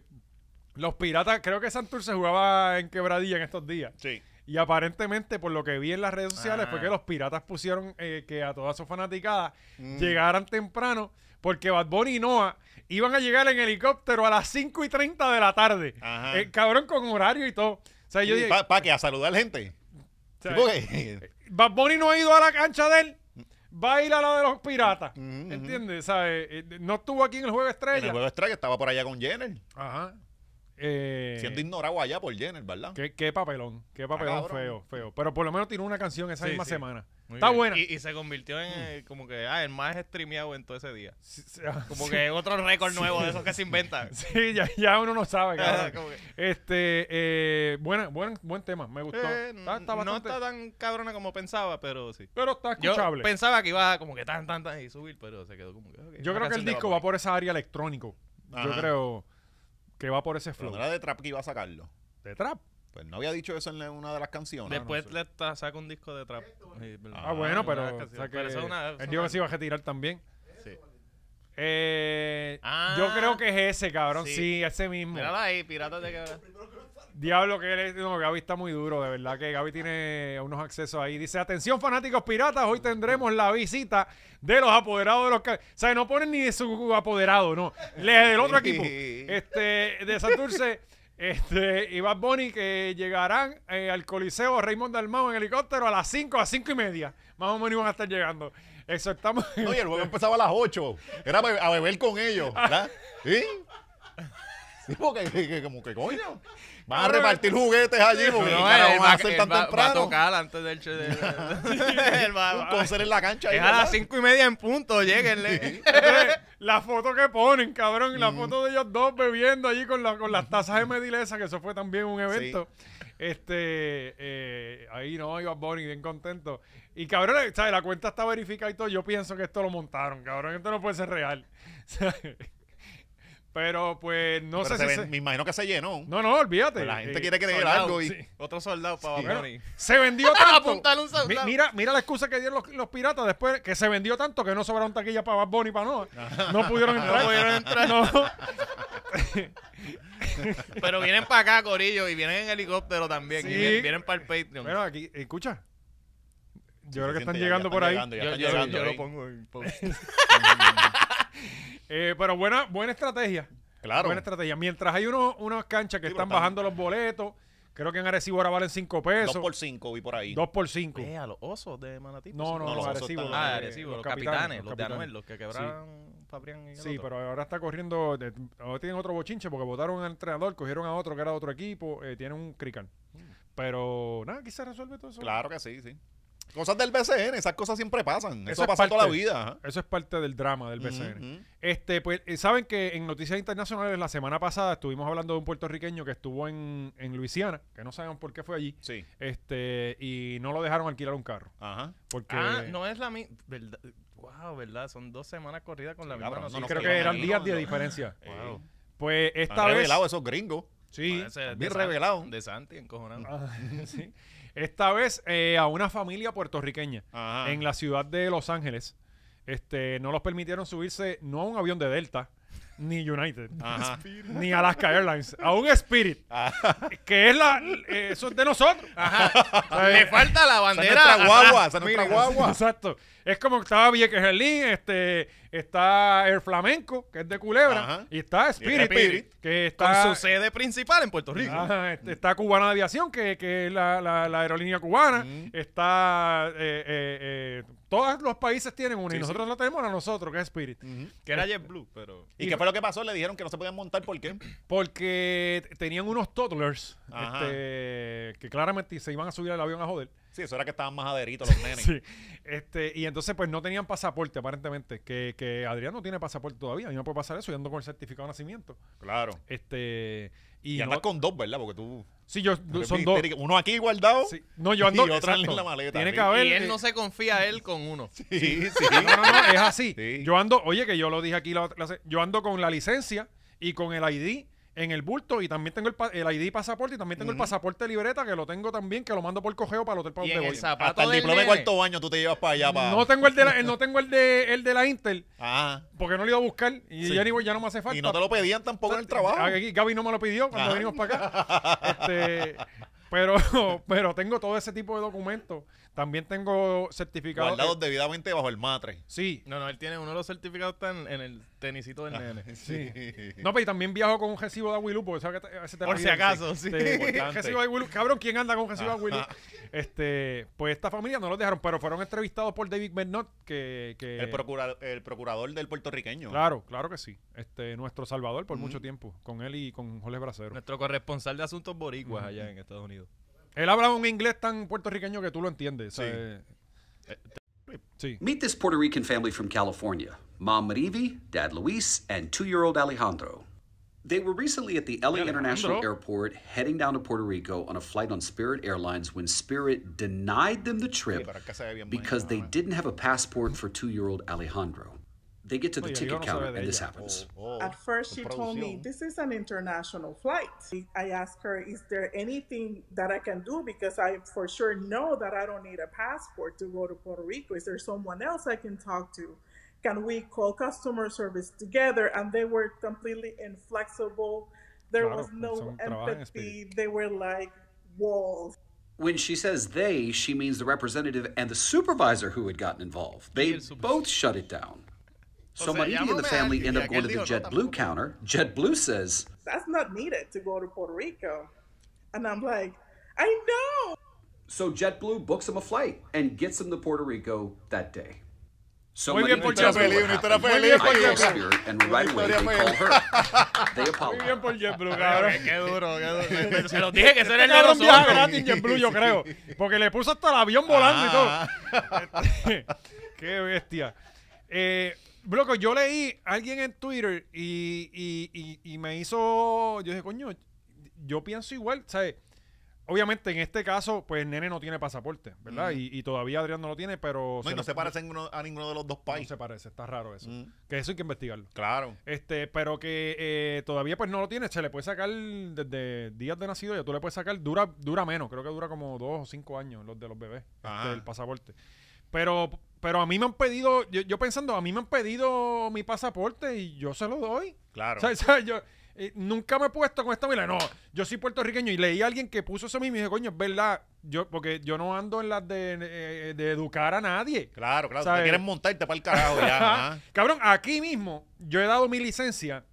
Speaker 1: los piratas, creo que Santurce jugaba en quebradilla en estos días.
Speaker 2: Sí.
Speaker 1: Y aparentemente, por lo que vi en las redes sociales,
Speaker 3: Ah.
Speaker 1: fue que los piratas pusieron eh, que a todas sus fanaticadas
Speaker 2: Mm.
Speaker 1: llegaran temprano, porque Bad Bunny y Noah iban a llegar en helicóptero a las 5 y 30 de la tarde.
Speaker 2: Ajá.
Speaker 1: Eh, cabrón, con horario y todo. O sea, yo dije,
Speaker 2: ¿Para qué? ¿A saludar gente?
Speaker 1: o
Speaker 2: Sí,
Speaker 1: sea,
Speaker 2: porque-
Speaker 1: Bad Bunny no ha ido a la cancha de él, va a ir a la de los piratas.
Speaker 2: Mm,
Speaker 1: ¿Entiendes? ¿Sabes? Eh, no estuvo aquí en el Juego
Speaker 2: En el
Speaker 1: Estrella.
Speaker 2: juego extra que estaba por allá con Jenner.
Speaker 1: Ajá. Eh,
Speaker 2: Siendo ignorado allá por Jenner, ¿verdad?
Speaker 1: qué, qué papelón, qué papelón
Speaker 2: cabrón.
Speaker 1: feo, feo. Pero por lo menos tiró una canción esa
Speaker 3: Sí,
Speaker 1: misma
Speaker 3: sí.
Speaker 1: semana.
Speaker 3: Muy
Speaker 1: Está
Speaker 3: bien.
Speaker 1: buena.
Speaker 3: Y, y se convirtió en eh, como que, ah, el más streameado en todo ese día.
Speaker 1: Sí, sí, ah,
Speaker 3: Como
Speaker 1: sí.
Speaker 3: que otro récord nuevo de esos que se inventan.
Speaker 1: Sí, ya, ya uno no sabe. cabrón.
Speaker 3: Como que-
Speaker 1: Este, eh, buena, buen, buen tema, me gustó.
Speaker 3: Eh,
Speaker 1: Está- está
Speaker 3: no
Speaker 1: bastante-
Speaker 3: está tan cabrona como pensaba, pero sí.
Speaker 1: pero está
Speaker 3: Yo
Speaker 1: escuchable. Yo,
Speaker 3: pensaba que iba como que tan, tan, tan y subir, pero se quedó como que. ok, una
Speaker 1: creo que
Speaker 3: canción
Speaker 1: el
Speaker 3: de
Speaker 1: disco
Speaker 3: Bad
Speaker 1: va por esa área electrónico. Yo
Speaker 2: Ajá.
Speaker 1: creo que va por ese
Speaker 2: Pero
Speaker 1: flow.
Speaker 2: no era de trap que iba a sacarlo.
Speaker 1: De trap.
Speaker 2: Pues no había dicho eso en la- una de las canciones.
Speaker 3: Bunny. Después
Speaker 1: no
Speaker 3: le ta- saca un disco de trap. Sí, verdad.
Speaker 1: Ah, bueno,
Speaker 3: Una
Speaker 1: pero.
Speaker 3: canción,
Speaker 1: o sea que
Speaker 3: pero eso es una- eso
Speaker 1: él
Speaker 3: es
Speaker 1: dijo
Speaker 3: una-
Speaker 1: que se iba a retirar también.
Speaker 3: sí.
Speaker 1: Eh,
Speaker 3: Ah.
Speaker 1: yo creo que es ese, cabrón. Sí,
Speaker 3: Sí.
Speaker 1: ese mismo.
Speaker 3: Mírala ahí, piratas de quebra.
Speaker 1: Diablo, que él es- no, Gaby está muy duro, de verdad que Gaby tiene unos accesos ahí. Dice, atención fanáticos piratas, hoy tendremos la visita de los apoderados de los... ca-". O sea, no ponen ni de su apoderado, no. Les del otro equipo. Este, de Santurce, este, y Bad Bunny que llegarán eh, al Coliseo Raymond Dalmau en helicóptero a las 5, a 5 y media. Más o menos iban a estar llegando. exhortamos.
Speaker 2: No, y el juego empezaba a las 8. Era be- a beber con ellos, ¿verdad? ¿Sí? Sí, porque que- que- como que coño. Van a repartir juguetes allí, porque
Speaker 3: No,
Speaker 2: no,
Speaker 3: él
Speaker 2: van a
Speaker 3: va-
Speaker 2: hacer
Speaker 3: él
Speaker 2: tan
Speaker 3: va- Va a
Speaker 2: temprano.
Speaker 3: tocar antes del show. de- él va-
Speaker 2: Un
Speaker 3: va-
Speaker 2: concert en la cancha. ahí,
Speaker 3: Es a las
Speaker 2: ¿verdad?
Speaker 3: cinco y media en punto, lleguenle.
Speaker 1: Entonces, la foto que ponen, cabrón, la foto de ellos dos bebiendo allí con, la- con las tazas de Medilesa, que eso fue también un evento. Este, eh, ahí no, iba Bonnie bien contento. Y cabrón, eh, ¿sabes? la cuenta está verificada y todo. Yo pienso que esto lo montaron, cabrón. Esto no puede ser real. ¿sabes? Pero pues no sé
Speaker 2: Pero se
Speaker 1: si. se-
Speaker 2: ven- Me imagino que se llenó.
Speaker 1: No, no, olvídate.
Speaker 2: Pues la gente
Speaker 1: Eh,
Speaker 2: quiere creer
Speaker 3: soldado,
Speaker 2: algo y.
Speaker 1: sí.
Speaker 3: Otro soldado para
Speaker 2: Sí.
Speaker 3: Bad Bunny.
Speaker 1: Bueno, se vendió tanto.
Speaker 3: Apuntarle un
Speaker 1: Mi-
Speaker 3: soldado.
Speaker 1: mira, mira la excusa que dieron los, los piratas después, que se vendió tanto que no sobraron taquilla para Bad Bunny y para Noah. No pudieron entrar. No pudieron entrar.
Speaker 3: Pero vienen para acá, Corillo, y vienen en helicóptero también.
Speaker 1: Sí.
Speaker 3: Y vienen, para el Patreon.
Speaker 1: Bueno, aquí, escucha. Yo creo que
Speaker 2: Se
Speaker 1: están
Speaker 2: siente, ya-
Speaker 1: llegando
Speaker 2: ya
Speaker 1: por
Speaker 2: están
Speaker 1: ahí.
Speaker 2: llegando, ya
Speaker 3: yo,
Speaker 2: están
Speaker 3: yo-
Speaker 2: llegando
Speaker 3: yo lo
Speaker 2: ahí.
Speaker 3: pongo en post.
Speaker 1: Eh, pero buena, buena estrategia.
Speaker 2: Claro.
Speaker 1: Buena estrategia. Mientras hay uno- unas canchas que
Speaker 2: Sí, pero
Speaker 1: están
Speaker 2: están-
Speaker 1: bajando los boletos, creo que en Arecibo ahora valen 5 pesos.
Speaker 2: 2 por 5 vi por ahí.
Speaker 1: 2 por 5.
Speaker 3: Vea, los osos de Manatí.
Speaker 1: No, no,
Speaker 2: No,
Speaker 1: pues, los Eh,
Speaker 2: los osos
Speaker 1: Arecibo.
Speaker 2: están-
Speaker 1: de-
Speaker 3: Ah, agresivo, Eh, los, capitanes, los de Anuel, los que quebraron Fabrián y el
Speaker 1: Sí,
Speaker 3: otro.
Speaker 1: pero ahora está corriendo. de- ahora tienen otro bochinche porque votaron al entrenador, cogieron a otro que era de otro equipo, eh, tienen un crican. Pero nada, aquí se resuelve todo eso.
Speaker 2: Mm. Claro que sí, sí. Cosas del BCN, esas cosas siempre pasan.
Speaker 1: Eso
Speaker 2: Eso
Speaker 1: es
Speaker 2: pasa toda la
Speaker 1: parte.
Speaker 2: vida. ajá.
Speaker 1: Eso es parte del drama del BCN.
Speaker 2: Ujú, ujú.
Speaker 1: Este, pues, eh, saben que en Noticias Internacionales la semana pasada estuvimos hablando de un puertorriqueño que estuvo en, en Luisiana, que no sabemos por qué fue allí,
Speaker 2: Sí.
Speaker 1: este, y no lo dejaron alquilar un carro.
Speaker 2: Ajá.
Speaker 1: Porque
Speaker 3: Ah, no es la misma. ¿Verdad? Wow, ¿verdad? Son dos semanas corridas con la misma
Speaker 2: cabrón,
Speaker 3: noticia.
Speaker 2: no nos
Speaker 1: creo que
Speaker 2: quedan
Speaker 1: eran
Speaker 2: ahí,
Speaker 1: días
Speaker 2: no,
Speaker 1: de
Speaker 2: no. Eh,
Speaker 1: diferencia.
Speaker 3: Wow.
Speaker 1: Pues
Speaker 2: Han
Speaker 1: esta vez.
Speaker 2: revelado esos gringos.
Speaker 1: Sí.
Speaker 3: Parece de
Speaker 2: bien
Speaker 3: Santi-
Speaker 2: revelado.
Speaker 3: De Santi, encojonado.
Speaker 1: Ah, sí. Esta vez eh, a una familia puertorriqueña
Speaker 2: Ajá.
Speaker 1: en la ciudad de Los Ángeles. Este, no los permitieron subirse no a un avión de Delta, ni United,
Speaker 2: Ajá.
Speaker 1: ni Alaska Airlines, a un Spirit.
Speaker 2: Ajá.
Speaker 1: que es la eh, eso es de nosotros
Speaker 3: Ajá. Ah,
Speaker 1: eh,
Speaker 3: Le falta la
Speaker 2: Esa es
Speaker 3: bandera.
Speaker 2: nuestra guagua, esa es
Speaker 1: Mira,
Speaker 2: nuestra guagua.
Speaker 1: exacto es como que estaba Vieques Berlín este está el flamenco que es de Culebra
Speaker 2: Ajá.
Speaker 1: y está Spirit,
Speaker 2: Spirit.
Speaker 1: que
Speaker 3: Con
Speaker 1: está
Speaker 3: su sede principal en Puerto Rico.
Speaker 1: Ajá, este, está Cubana de Aviación que, que es la, la- la aerolínea cubana
Speaker 2: Mm.
Speaker 1: está eh, eh, eh, todos los países tienen una y
Speaker 2: Sí,
Speaker 1: nosotros la tenemos a nosotros que es Spirit
Speaker 2: Ujú.
Speaker 3: Que era JetBlue, pero.
Speaker 2: ¿Y qué fue lo que pasó? Le dijeron que no se podían montar, ¿por qué?
Speaker 1: porque t- tenían unos toddlers
Speaker 2: Ajá.
Speaker 1: este, que claramente se iban a subir al avión a joder
Speaker 2: Sí, eso era que estaban más aderitos los nenes.
Speaker 1: Sí. Este, y entonces, pues no tenían pasaporte, aparentemente. Que, que Adrián no tiene pasaporte todavía. A mí no puede pasar eso. Yo ando con el certificado de nacimiento.
Speaker 2: Claro.
Speaker 1: Este.
Speaker 2: Y,
Speaker 1: Y, no-
Speaker 2: andas con dos, ¿verdad? Porque tú...
Speaker 1: Sí, yo.
Speaker 2: porque
Speaker 1: Son
Speaker 2: tú
Speaker 1: dos.
Speaker 2: tienes que- Uno aquí guardado.
Speaker 1: Sí. No, yo ando.
Speaker 2: y otra en
Speaker 1: exacto.
Speaker 2: la maleta,
Speaker 1: Tiene
Speaker 2: sí.
Speaker 1: que haber.
Speaker 3: y él no
Speaker 1: eh,
Speaker 3: se confía él con uno.
Speaker 2: Sí, sí.
Speaker 1: no, no, no, es así.
Speaker 2: Sí.
Speaker 1: Yo ando. Oye, que yo lo dije aquí la otra. la se- yo ando con la licencia y con el ID en el bulto y también tengo el, pa- el ID y pasaporte y también tengo el
Speaker 2: Ujú.
Speaker 1: pasaporte libreta que lo tengo también que lo mando por cogeo para el hotel para
Speaker 3: Y
Speaker 1: donde
Speaker 3: en
Speaker 1: voy.
Speaker 3: el zapato.
Speaker 2: Hasta el
Speaker 3: del
Speaker 2: diploma de
Speaker 3: nene.
Speaker 2: cuarto año tú te llevas para allá. Para...
Speaker 1: No tengo el de la, eh, no tengo el de el de la Intel
Speaker 2: Ajá.
Speaker 1: porque no lo iba a buscar y
Speaker 2: Sí.
Speaker 1: ya, ni- ya no me hace falta.
Speaker 2: Ah, Y no te lo pedían tampoco en el trabajo.
Speaker 1: Aquí Gaby no me lo pidió cuando
Speaker 2: Ajá.
Speaker 1: venimos para acá. Este, pero, pero tengo todo ese tipo de documentos. También tengo certificados.
Speaker 2: Guardados debidamente bajo el matre.
Speaker 1: Sí.
Speaker 3: No, no, él tiene uno de los certificados está en, en el tenisito
Speaker 2: Ah.
Speaker 3: del nene.
Speaker 1: Sí. No, pero y también viajo con un recibo de Aguilú, porque sabes que te- a veces te
Speaker 3: Por si
Speaker 1: piden,
Speaker 3: acaso, sí.
Speaker 1: Te-
Speaker 2: Importante.
Speaker 1: recibo de Aguilú. Cabrón, ¿quién anda con un recibo de Aguilú?
Speaker 2: Ajá.
Speaker 1: Este, pues esta familia no los dejaron, pero fueron entrevistados por David Bernot, que, que-
Speaker 2: El, procura- el procurador del puertorriqueño.
Speaker 1: Eh. Claro, claro que sí. Este, nuestro Salvador por
Speaker 2: Mm.
Speaker 1: mucho tiempo, con él y con Jorge Bracero.
Speaker 3: Nuestro corresponsal de asuntos boricuas allá en Estados Unidos.
Speaker 1: Él habla un inglés tan puertorriqueño que tú lo entiendes. o sea,
Speaker 2: Sí.
Speaker 1: eh, Sí.
Speaker 4: Meet this Puerto Rican family from California Mom Marivi, Dad Luis, and two year old Alejandro. They were recently at the LA International Airport heading down to Puerto Rico on a flight on Spirit Airlines when Spirit denied them the trip
Speaker 2: pero es que se ve bien
Speaker 4: because
Speaker 2: bonito,
Speaker 4: they
Speaker 2: mamá.
Speaker 4: didn't have a passport for two year old Alejandro. They get to
Speaker 1: Oye,
Speaker 4: the
Speaker 1: yo
Speaker 4: ticket
Speaker 1: no
Speaker 4: counter
Speaker 1: sabe de
Speaker 4: and this
Speaker 1: ella.
Speaker 4: happens.
Speaker 2: Oh, oh,
Speaker 5: At first, she told me,
Speaker 2: producción.
Speaker 5: This is an international flight. I asked her, Is there anything that I can do? Because I for sure know that I don't need a passport to go to Puerto Rico. Is there someone else I can talk to? Can we call customer service together? And they were completely inflexible. There
Speaker 1: Claro,
Speaker 5: was no
Speaker 1: son- trabajan en
Speaker 5: empathy. They were like walls.
Speaker 4: When she says they, she means the representative and the supervisor who had gotten involved. They both shut it down. So
Speaker 3: sea,
Speaker 4: Marivi and the
Speaker 3: llámame
Speaker 4: family
Speaker 3: al-
Speaker 4: end
Speaker 3: y
Speaker 4: up going
Speaker 3: aquel
Speaker 4: to the
Speaker 3: dijo, "No,
Speaker 4: JetBlue
Speaker 3: tampoco".
Speaker 4: counter. JetBlue says,
Speaker 5: That's not needed to go to Puerto Rico. And I'm like, I know.
Speaker 4: so JetBlue books him a flight and gets him to Puerto Rico that day. So
Speaker 1: Muy
Speaker 4: many
Speaker 1: bien por
Speaker 4: tells me
Speaker 1: JetBlue,
Speaker 2: una
Speaker 4: what
Speaker 2: historia
Speaker 4: happened.
Speaker 2: feliz,
Speaker 4: I
Speaker 2: oye.
Speaker 4: call Spirit, and right away
Speaker 2: historia
Speaker 4: they call her. They
Speaker 1: Muy bien
Speaker 4: apologize.
Speaker 1: por JetBlue, cabrón.
Speaker 3: Qué duro, qué duro. Se los dije que ese era el
Speaker 1: Este Cabrón,
Speaker 3: negro
Speaker 1: viaja
Speaker 3: solo.
Speaker 1: gratis en JetBlue, yo creo. Porque le puso hasta el avión volando
Speaker 2: Ah.
Speaker 1: y todo. Qué bestia. Eh, loco, yo leí a alguien en Twitter y, y- y- y me hizo. Yo dije, coño, yo pienso igual, ¿sabes? Obviamente, en este caso, pues Nene no tiene pasaporte, ¿verdad? y, y todavía Adrián no lo tiene, pero.
Speaker 2: No, y
Speaker 1: lo-
Speaker 2: no se parecen uno- a ninguno de los dos
Speaker 1: No
Speaker 2: países.
Speaker 1: se parece, está raro eso.
Speaker 2: Mm.
Speaker 1: Que eso hay que investigarlo.
Speaker 2: Claro.
Speaker 1: Este, pero que eh, todavía pues no lo tiene, se le puede sacar desde días de nacido, ya tú le puedes sacar, dura, dura menos, creo que dura como dos o cinco años los de los bebés, este,
Speaker 2: Ajá.
Speaker 1: el pasaporte. Pero, pero a mí me han pedido, yo, yo pensando, a mí me han pedido mi pasaporte y yo se lo doy.
Speaker 2: Claro.
Speaker 1: O sea, o sea, yo eh, nunca me he puesto con esta mira, no, yo soy puertorriqueño y leí a alguien que puso eso mismo y dije, coño, es verdad, yo, porque yo no ando en las de, eh, de educar a nadie.
Speaker 2: Claro, claro.
Speaker 1: ¿Sabes?
Speaker 2: Te quieren montarte para el carajo ya.
Speaker 1: Ajá.
Speaker 2: ajá.
Speaker 1: Cabrón, aquí mismo yo he dado mi licencia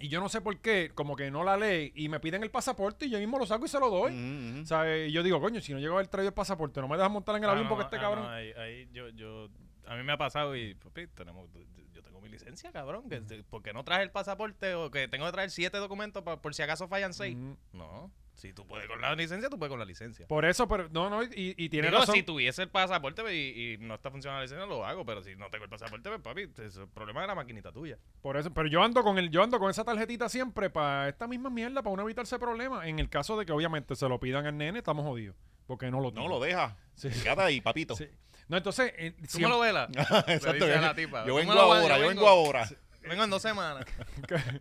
Speaker 1: y yo no sé por qué, como que no la ley y me piden el pasaporte y yo mismo lo saco y se lo doy.
Speaker 2: Mm, mm.
Speaker 1: ¿Sabes? Y yo digo, coño, si no llego a haber traído el pasaporte, no me dejas montar en el
Speaker 3: Ah,
Speaker 1: avión
Speaker 3: no,
Speaker 1: porque este
Speaker 3: ah,
Speaker 1: cabrón.
Speaker 3: no, ahí, ahí yo, yo, a mí me ha pasado y, papi, tenemos, yo tengo mi licencia, cabrón. que- de- ¿Por qué no traes el pasaporte o que tengo que traer siete documentos pa- por si acaso fallan seis?
Speaker 2: Mm.
Speaker 1: Ujú.
Speaker 3: No, si tú puedes con la licencia, tú puedes con la licencia.
Speaker 1: Por eso, pero no, no, y, y tiene
Speaker 3: Digo,
Speaker 1: razón.
Speaker 3: si tuviese el pasaporte y, y no está funcionando la licencia, lo hago, pero si no tengo el pasaporte, pues, papi, ese es el problema de la maquinita tuya.
Speaker 1: Por eso, pero yo ando con el, yo ando con esa tarjetita siempre para esta misma mierda, para uno evitarse problemas. En el caso de que obviamente se lo pidan al nene, estamos jodidos. Porque no lo
Speaker 2: No
Speaker 1: tiene.
Speaker 2: lo deja.
Speaker 1: Sí.
Speaker 2: Quédate ahí, papito.
Speaker 1: Sí. No, entonces, eh,
Speaker 3: ¿Tú me
Speaker 1: siempre-
Speaker 3: lo velas? Le
Speaker 2: Exacto.
Speaker 3: dice a
Speaker 2: Yo,
Speaker 3: la tipa,
Speaker 2: yo
Speaker 3: "Tú me
Speaker 2: vengo
Speaker 3: lo velas,
Speaker 2: ahora, yo vengo ahora.
Speaker 3: Vengo en dos semanas.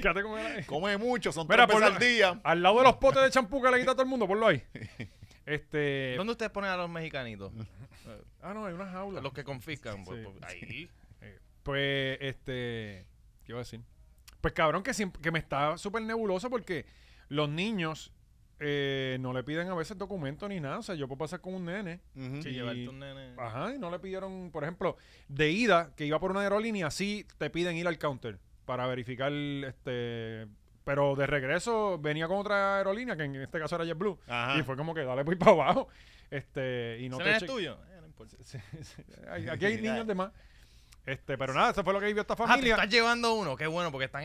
Speaker 1: Quédate con él ahí.
Speaker 2: Come mucho, son
Speaker 1: Mira,
Speaker 2: tres veces
Speaker 1: ponlo-
Speaker 2: al día.
Speaker 1: Al lado de los potes de champú que le quita a todo el mundo, ponlo ahí. Este.
Speaker 3: ¿Dónde ustedes ponen a los mexicanitos?
Speaker 1: Ah, no, hay una jaula.
Speaker 3: Los que confiscan. pues, pues, ahí.
Speaker 1: Eh, Pues, este. ¿Qué iba a decir? Pues cabrón, que, siem- que me está súper nebuloso porque los niños eh, no le piden a veces documentos ni nada. O sea, yo puedo pasar con un nene.
Speaker 2: Ujú.
Speaker 3: Sí,
Speaker 1: Y-
Speaker 3: llevarte un nene.
Speaker 1: Ajá, y no le pidieron, por ejemplo, de ida, que iba por una aerolínea, sí te piden ir al counter para verificar este. Pero de regreso venía con otra aerolínea, que en este caso era JetBlue.
Speaker 2: Ajá.
Speaker 1: Y fue como que dale pues para abajo. Este, y no
Speaker 3: ¿Ese
Speaker 1: te
Speaker 3: nene es
Speaker 1: che-
Speaker 3: tuyo? Eh, no importa.
Speaker 1: Sí, sí. Hay- Aquí hay niños de más. Este, pero nada, eso fue lo que vivió esta
Speaker 3: Ah, te
Speaker 1: familia.
Speaker 3: estás llevando uno. Qué bueno, porque están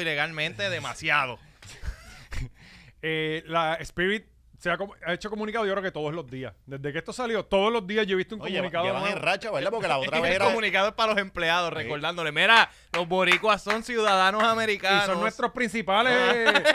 Speaker 3: ilegalmente demasiado.
Speaker 1: Eh, la Spirit se ha, com- ha hecho comunicado, yo creo que todos los días. Desde que esto salió, todos los días yo he visto un
Speaker 2: Oye,
Speaker 1: comunicado.
Speaker 2: llevan
Speaker 1: nuevo.
Speaker 2: en racha, ¿verdad? Porque la
Speaker 3: Es
Speaker 2: otra
Speaker 3: que
Speaker 2: vez
Speaker 3: el
Speaker 2: era...
Speaker 3: comunicado es para los empleados, recordándole, mira, los boricuas son ciudadanos
Speaker 1: y
Speaker 3: americanos.
Speaker 1: son nuestros principales.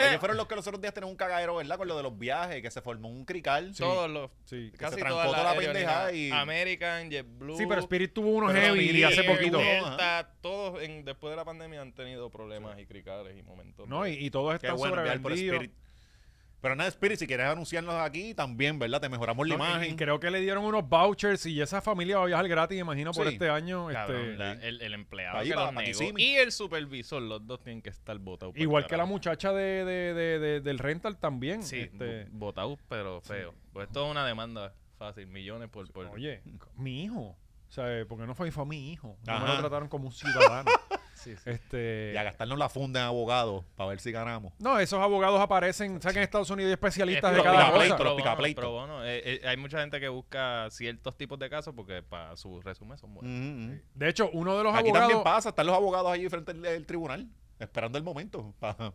Speaker 2: Ellos fueron los que los otros días tenían un cagadero, ¿verdad? Con lo de los viajes, que se formó un crical.
Speaker 3: Todos los...
Speaker 1: Sí.
Speaker 2: Que
Speaker 3: Casi
Speaker 2: se
Speaker 3: todas
Speaker 2: trancó
Speaker 3: las
Speaker 2: toda la pendeja
Speaker 3: aerolíneas.
Speaker 2: y-
Speaker 3: American, JetBlue.
Speaker 1: Sí, pero Spirit tuvo unos
Speaker 2: Pero
Speaker 1: heavy
Speaker 2: Spirit,
Speaker 1: y hace
Speaker 2: eh,
Speaker 1: poquito.
Speaker 2: uno-
Speaker 3: Delta, todos en- después de la pandemia han tenido problemas y cricales y momentos.
Speaker 1: No,
Speaker 3: de-
Speaker 1: y, y todos
Speaker 2: Qué
Speaker 1: están
Speaker 2: bueno enviar por
Speaker 1: sobrevendidos.
Speaker 2: Spirit. Pero nada, Spirit, si quieres anunciarnos aquí, también, ¿verdad? Te mejoramos la
Speaker 1: No, y-
Speaker 2: imagen.
Speaker 1: y creo que le dieron unos vouchers y esa familia va a viajar gratis, imagino, por
Speaker 2: Sí.
Speaker 1: este año.
Speaker 3: Cabrón,
Speaker 1: este,
Speaker 3: la- el, el empleado
Speaker 2: Ahí
Speaker 3: que
Speaker 2: va,
Speaker 3: los negó
Speaker 2: Patisimi.
Speaker 3: y el supervisor, los dos tienen que estar votados.
Speaker 1: igual que la muchacha de, de- de- de- del rental también.
Speaker 3: Sí,
Speaker 1: este,
Speaker 3: bo- votados, pero feo. Pues esto es una demanda fácil, millones por... por...
Speaker 1: Oye, mi hijo. O sea, eh, porque no fue, fue mi hijo. No me
Speaker 2: Ajá.
Speaker 1: lo trataron como un ciudadano.
Speaker 3: Sí, sí.
Speaker 1: este,
Speaker 2: Y a gastarnos la funda en abogados para ver si ganamos.
Speaker 1: no, esos abogados aparecen, ¿sabes que en Estados Unidos hay especialistas
Speaker 3: Es
Speaker 1: de
Speaker 3: pro
Speaker 1: cada
Speaker 3: bono,
Speaker 1: cosa?
Speaker 2: Picapleito.
Speaker 3: pro
Speaker 2: Los
Speaker 3: bono,
Speaker 2: picapleitos.
Speaker 3: pro bono. Eh, eh, hay mucha gente que busca ciertos tipos de casos porque para su resumen son buenos.
Speaker 2: Mm, mm.
Speaker 1: De hecho, uno de los
Speaker 2: Aquí también
Speaker 1: abogados,
Speaker 2: pasa, están los abogados allí frente al, al tribunal, esperando el momento. pa-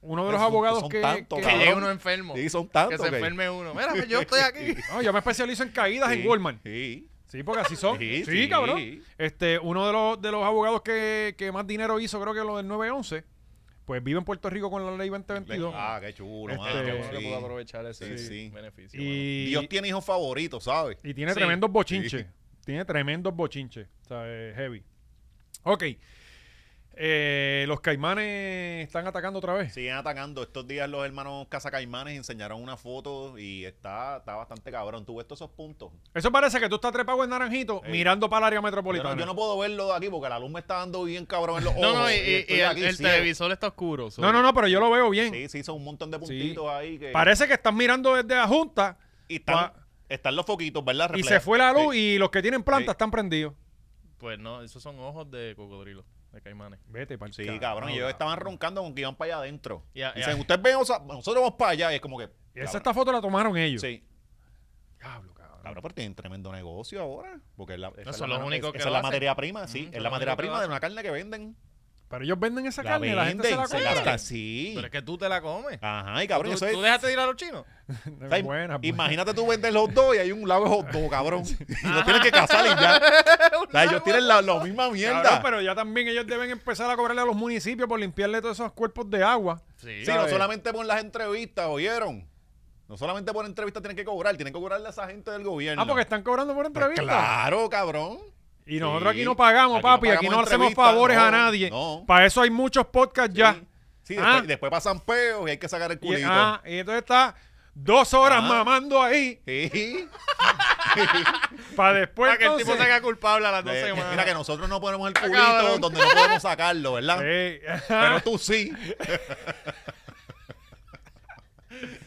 Speaker 1: uno de los
Speaker 2: Son-
Speaker 1: abogados
Speaker 2: son
Speaker 1: que,
Speaker 2: tantos,
Speaker 1: que-
Speaker 3: Que
Speaker 2: Mm, Cabrón.
Speaker 3: llegue uno enfermo.
Speaker 2: Sí, son
Speaker 3: que
Speaker 2: tantos.
Speaker 3: se
Speaker 2: que-
Speaker 3: enferme uno. Mira, pues yo estoy aquí.
Speaker 1: No, yo me especializo en caídas
Speaker 2: Sí,
Speaker 1: en Walmart.
Speaker 2: Sí.
Speaker 1: Sí, porque así son. Sí,
Speaker 2: Sí, sí.
Speaker 1: cabrón. Este, uno de los, de los abogados que, que más dinero hizo, creo que lo del 911, pues vive en Puerto Rico con la ley 2022.
Speaker 2: Ah, qué chulo,
Speaker 1: Este,
Speaker 2: mano,
Speaker 3: Qué
Speaker 1: Eh,
Speaker 3: bueno que
Speaker 2: sí.
Speaker 3: pudo aprovechar ese
Speaker 2: Sí, sí.
Speaker 3: beneficio. mano.
Speaker 1: y,
Speaker 2: Dios tiene hijos favoritos, ¿sabes?
Speaker 1: Y tiene
Speaker 3: Sí.
Speaker 1: tremendos bochinches. Tiene tremendos bochinches. O sea, eh, heavy. Ok. Eh, los caimanes están atacando otra vez.
Speaker 2: Siguen atacando. Estos días los hermanos Cazacaimanes enseñaron una foto y está, está bastante cabrón. Tú ves todos esos puntos.
Speaker 1: Eso parece que tú estás trepado en naranjito
Speaker 2: Ey.
Speaker 1: mirando para el área
Speaker 2: Yo
Speaker 1: metropolitana.
Speaker 2: no, yo no puedo verlo de aquí porque la luz me está dando bien cabrón en los ojos.
Speaker 3: No, no, y, y-
Speaker 2: estoy
Speaker 3: y el,
Speaker 2: aquí
Speaker 3: el
Speaker 2: ciego.
Speaker 3: televisor está oscuro. so-
Speaker 1: No, no, no, pero yo lo veo bien.
Speaker 2: Sí, sí, son un montón de puntitos ahí. Que,
Speaker 1: Parece que están mirando desde la junta
Speaker 2: y están,
Speaker 1: pa-
Speaker 2: están los foquitos, ¿verdad?
Speaker 1: y
Speaker 2: Refleja-
Speaker 1: se fue la luz
Speaker 2: Sí.
Speaker 1: y los que tienen planta
Speaker 2: Sí.
Speaker 1: están prendidos.
Speaker 3: Pues no, esos son ojos de cocodrilo, de caimanes.
Speaker 1: Vete, para
Speaker 2: Sí, cabrón. Y ellos estaban roncando con que iban para allá adentro.
Speaker 3: Ya,
Speaker 2: Dicen,
Speaker 3: ya.
Speaker 2: ustedes ven, o sea, nosotros vamos para allá. Y es como que.
Speaker 1: Esa
Speaker 2: cabrón.
Speaker 1: esta foto la tomaron ellos.
Speaker 2: Sí.
Speaker 1: Diablo, cabrón.
Speaker 2: Cabrón, pero tienen tremendo negocio ahora. Porque es la, esa
Speaker 3: No,
Speaker 2: es
Speaker 3: son
Speaker 2: la
Speaker 3: los
Speaker 2: ma-
Speaker 3: únicos
Speaker 2: es-
Speaker 3: que
Speaker 2: esa
Speaker 3: lo
Speaker 2: es la
Speaker 3: hacen.
Speaker 2: materia prima, sí.
Speaker 3: Ujú,
Speaker 2: es
Speaker 3: son
Speaker 2: la
Speaker 3: los
Speaker 2: materia
Speaker 3: únicos que lo
Speaker 2: prima de una carne que venden.
Speaker 1: Pero ellos venden esa
Speaker 2: La
Speaker 1: carne, la gente se
Speaker 2: venden,
Speaker 1: la
Speaker 2: se
Speaker 1: compra.
Speaker 2: gasta así.
Speaker 3: Pero es que tú te la comes.
Speaker 2: Ajá, y Ah, cabrón,
Speaker 3: ¿Tú,
Speaker 2: eso es.
Speaker 3: tú dejaste de ir a los chinos?
Speaker 1: Es
Speaker 2: o sea,
Speaker 1: buena, pues.
Speaker 2: imagínate tú vender los dos y hay un lago de hot dog, cabrón. y no tienen que casar y ya. O sea, ellos tienen la, la misma mierda.
Speaker 1: Cabrón, pero ya también ellos deben empezar a cobrarle a los municipios por limpiarle todos esos cuerpos de agua. Ah,
Speaker 3: Sí.
Speaker 2: Sí, no solamente por las entrevistas, ¿oyeron? No solamente por entrevistas tienen que cobrar, tienen que cobrarle a esa gente del gobierno.
Speaker 1: Ah, porque están cobrando por
Speaker 2: Pues
Speaker 1: entrevista.
Speaker 2: Claro, cabrón.
Speaker 1: Y nosotros
Speaker 2: Sí.
Speaker 1: aquí no pagamos,
Speaker 2: Aquí no
Speaker 1: papi. aquí
Speaker 2: pagamos
Speaker 1: no hacemos
Speaker 2: entrevistas,
Speaker 1: favores
Speaker 2: no,
Speaker 1: a nadie.
Speaker 2: no.
Speaker 1: Para eso hay muchos podcasts ya.
Speaker 2: Sí, Sí,
Speaker 1: Ah.
Speaker 2: después, después pasan peos y hay que sacar el
Speaker 1: Y,
Speaker 2: culito.
Speaker 1: ah, y entonces está dos horas mamando ahí
Speaker 2: Sí.
Speaker 1: para después.
Speaker 3: Para que el tipo
Speaker 1: entonces-
Speaker 3: salga culpable a las dos
Speaker 2: Eh,
Speaker 3: semanas.
Speaker 2: Mira que nosotros no ponemos el culito
Speaker 3: cabrón.
Speaker 2: donde no podemos sacarlo, ¿verdad?
Speaker 1: Ah, Sí.
Speaker 2: Pero tú sí.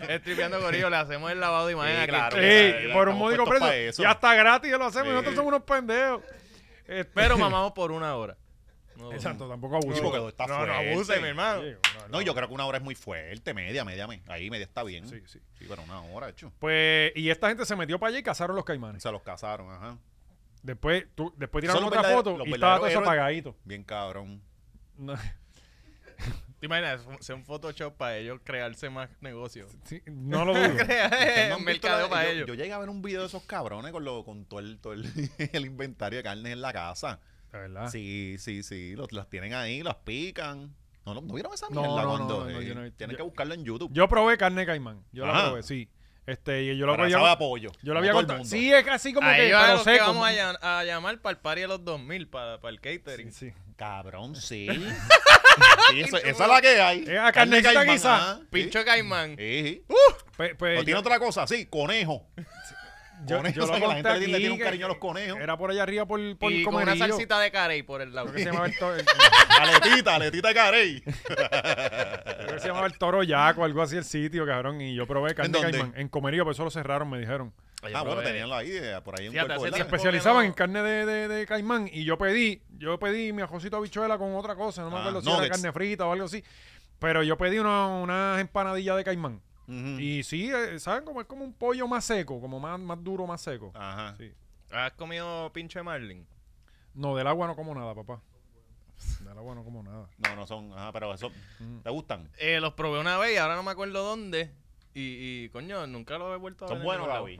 Speaker 3: Estripeando gorillo, le hacemos el lavado de imagen
Speaker 2: Sí,
Speaker 3: aquí.
Speaker 2: claro.
Speaker 1: Sí,
Speaker 2: Estamos
Speaker 1: por un módico
Speaker 2: puestos pa'
Speaker 1: precio.
Speaker 2: eso.
Speaker 1: Ya está gratis, ya lo hacemos.
Speaker 2: Sí.
Speaker 1: Nosotros somos unos pendejos. Este-
Speaker 3: Pero mamamos por una hora. No,
Speaker 1: Exacto, tampoco
Speaker 2: Sí, porque
Speaker 1: abuso.
Speaker 2: está
Speaker 3: No, no
Speaker 2: fuerte.
Speaker 3: abuse, mi hermano.
Speaker 1: Sí, no, no.
Speaker 2: No, yo creo que una hora es muy fuerte, media, media, me- ahí media está bien.
Speaker 1: Sí, sí.
Speaker 2: pero una hora, hecho.
Speaker 1: Pues, y esta gente se metió para allá y cazaron los caimanes.
Speaker 2: Se los casaron, ajá.
Speaker 1: Después, tú, después
Speaker 2: Son
Speaker 1: tiraron
Speaker 2: los
Speaker 1: otra
Speaker 2: verdaderos-
Speaker 1: foto
Speaker 2: los
Speaker 1: y estaba todo eso
Speaker 2: verdaderos
Speaker 1: apagadito.
Speaker 2: Bien cabrón.
Speaker 1: No,
Speaker 3: ¿Te imaginas? Es un Photoshop para ellos crearse más negocios.
Speaker 1: sí, no lo dudo.
Speaker 2: Ustedes
Speaker 3: Crear
Speaker 2: no
Speaker 3: un
Speaker 2: han visto la-
Speaker 3: mercadeo para
Speaker 2: yo,
Speaker 3: ellos.
Speaker 2: yo llegué a ver un video de esos cabrones con, lo, con todo, el, todo el, el inventario de carnes en la casa.
Speaker 1: La verdad.
Speaker 2: Sí, sí, sí. Los, las tienen ahí, las pican. No, no, ¿no vieron esa
Speaker 1: No, no,
Speaker 2: mierda
Speaker 1: no,
Speaker 2: cuando?
Speaker 1: no, no,
Speaker 2: eh?
Speaker 1: yo no he-
Speaker 2: tienen
Speaker 1: yo-
Speaker 2: que buscarlo en YouTube.
Speaker 1: Yo probé carne de caimán. Yo la
Speaker 2: Ajá.
Speaker 1: probé, sí. Este, y yo lo
Speaker 2: Para
Speaker 1: había,
Speaker 2: saber apoyo.
Speaker 1: yo lo había
Speaker 2: como todo el
Speaker 1: contado.
Speaker 2: mundo.
Speaker 1: Sí, es así como
Speaker 3: a
Speaker 1: que
Speaker 3: ellos a
Speaker 1: pero
Speaker 3: los que
Speaker 1: seco.
Speaker 3: vamos a, llam- a llamar para el party a los 2000, para, para el
Speaker 1: Sí,
Speaker 3: catering.
Speaker 1: sí.
Speaker 2: Cabrón, sí. Sí, eso- esa es la que hay.
Speaker 1: Eh, a carnecita
Speaker 2: caimán,
Speaker 1: guisa.
Speaker 2: ajá. Sí,
Speaker 3: Pincho de caimán.
Speaker 2: sí, sí.
Speaker 1: Pues-
Speaker 2: ¿No
Speaker 1: pues yo-
Speaker 2: tiene otra cosa? Sí, conejo.
Speaker 1: yo-
Speaker 2: conejos,
Speaker 1: yo lo
Speaker 2: o sea, que la gente
Speaker 1: conté
Speaker 2: le tiene
Speaker 1: aquí
Speaker 2: un
Speaker 1: que
Speaker 2: cariño a los conejos.
Speaker 1: Era por allá arriba por, por
Speaker 3: y con una
Speaker 1: Comerío.
Speaker 3: salsita de carey por el lado.
Speaker 1: Creo que se llamaba el toro, el-
Speaker 2: Aletita, aletita de carey.
Speaker 1: creo que se llamaba el toro Yaco, algo así el sitio, cabrón. Y yo probé carne de
Speaker 2: dónde?
Speaker 1: caimán. En Comerío, pero eso lo cerraron, me dijeron.
Speaker 2: Ah, bueno, teníanlo ahí, eh, por ahí en
Speaker 3: Fíjate,
Speaker 2: cuerpo,
Speaker 3: hace
Speaker 2: ¿verdad?
Speaker 3: tiempo-
Speaker 1: Especializaban
Speaker 3: no-
Speaker 1: en carne de, de- de caimán. Y yo pedí, yo pedí mi ajocito habichuela con otra cosa. No me
Speaker 2: Ah,
Speaker 1: acuerdo si era
Speaker 2: nuggets.
Speaker 1: carne frita o algo así. Pero yo pedí una, unas empanadillas de caimán.
Speaker 2: Ujú.
Speaker 3: Mm.
Speaker 1: Y sí, eh, ¿saben cómo es como un pollo más seco? Como más, más duro, más seco.
Speaker 3: Ah.
Speaker 2: Ajá.
Speaker 1: Sí.
Speaker 3: ¿Has comido pincho de marlin?
Speaker 1: No, del agua no como nada, papá. Del agua no como nada.
Speaker 2: No, no son. Ajá, pero eso. ¿Te gustan?
Speaker 3: Eh, los probé una vez y ahora no me acuerdo dónde. Y, y, coño, nunca los he vuelto a ver.
Speaker 2: Son
Speaker 3: en
Speaker 2: buenos,
Speaker 3: ningún
Speaker 2: Gaby.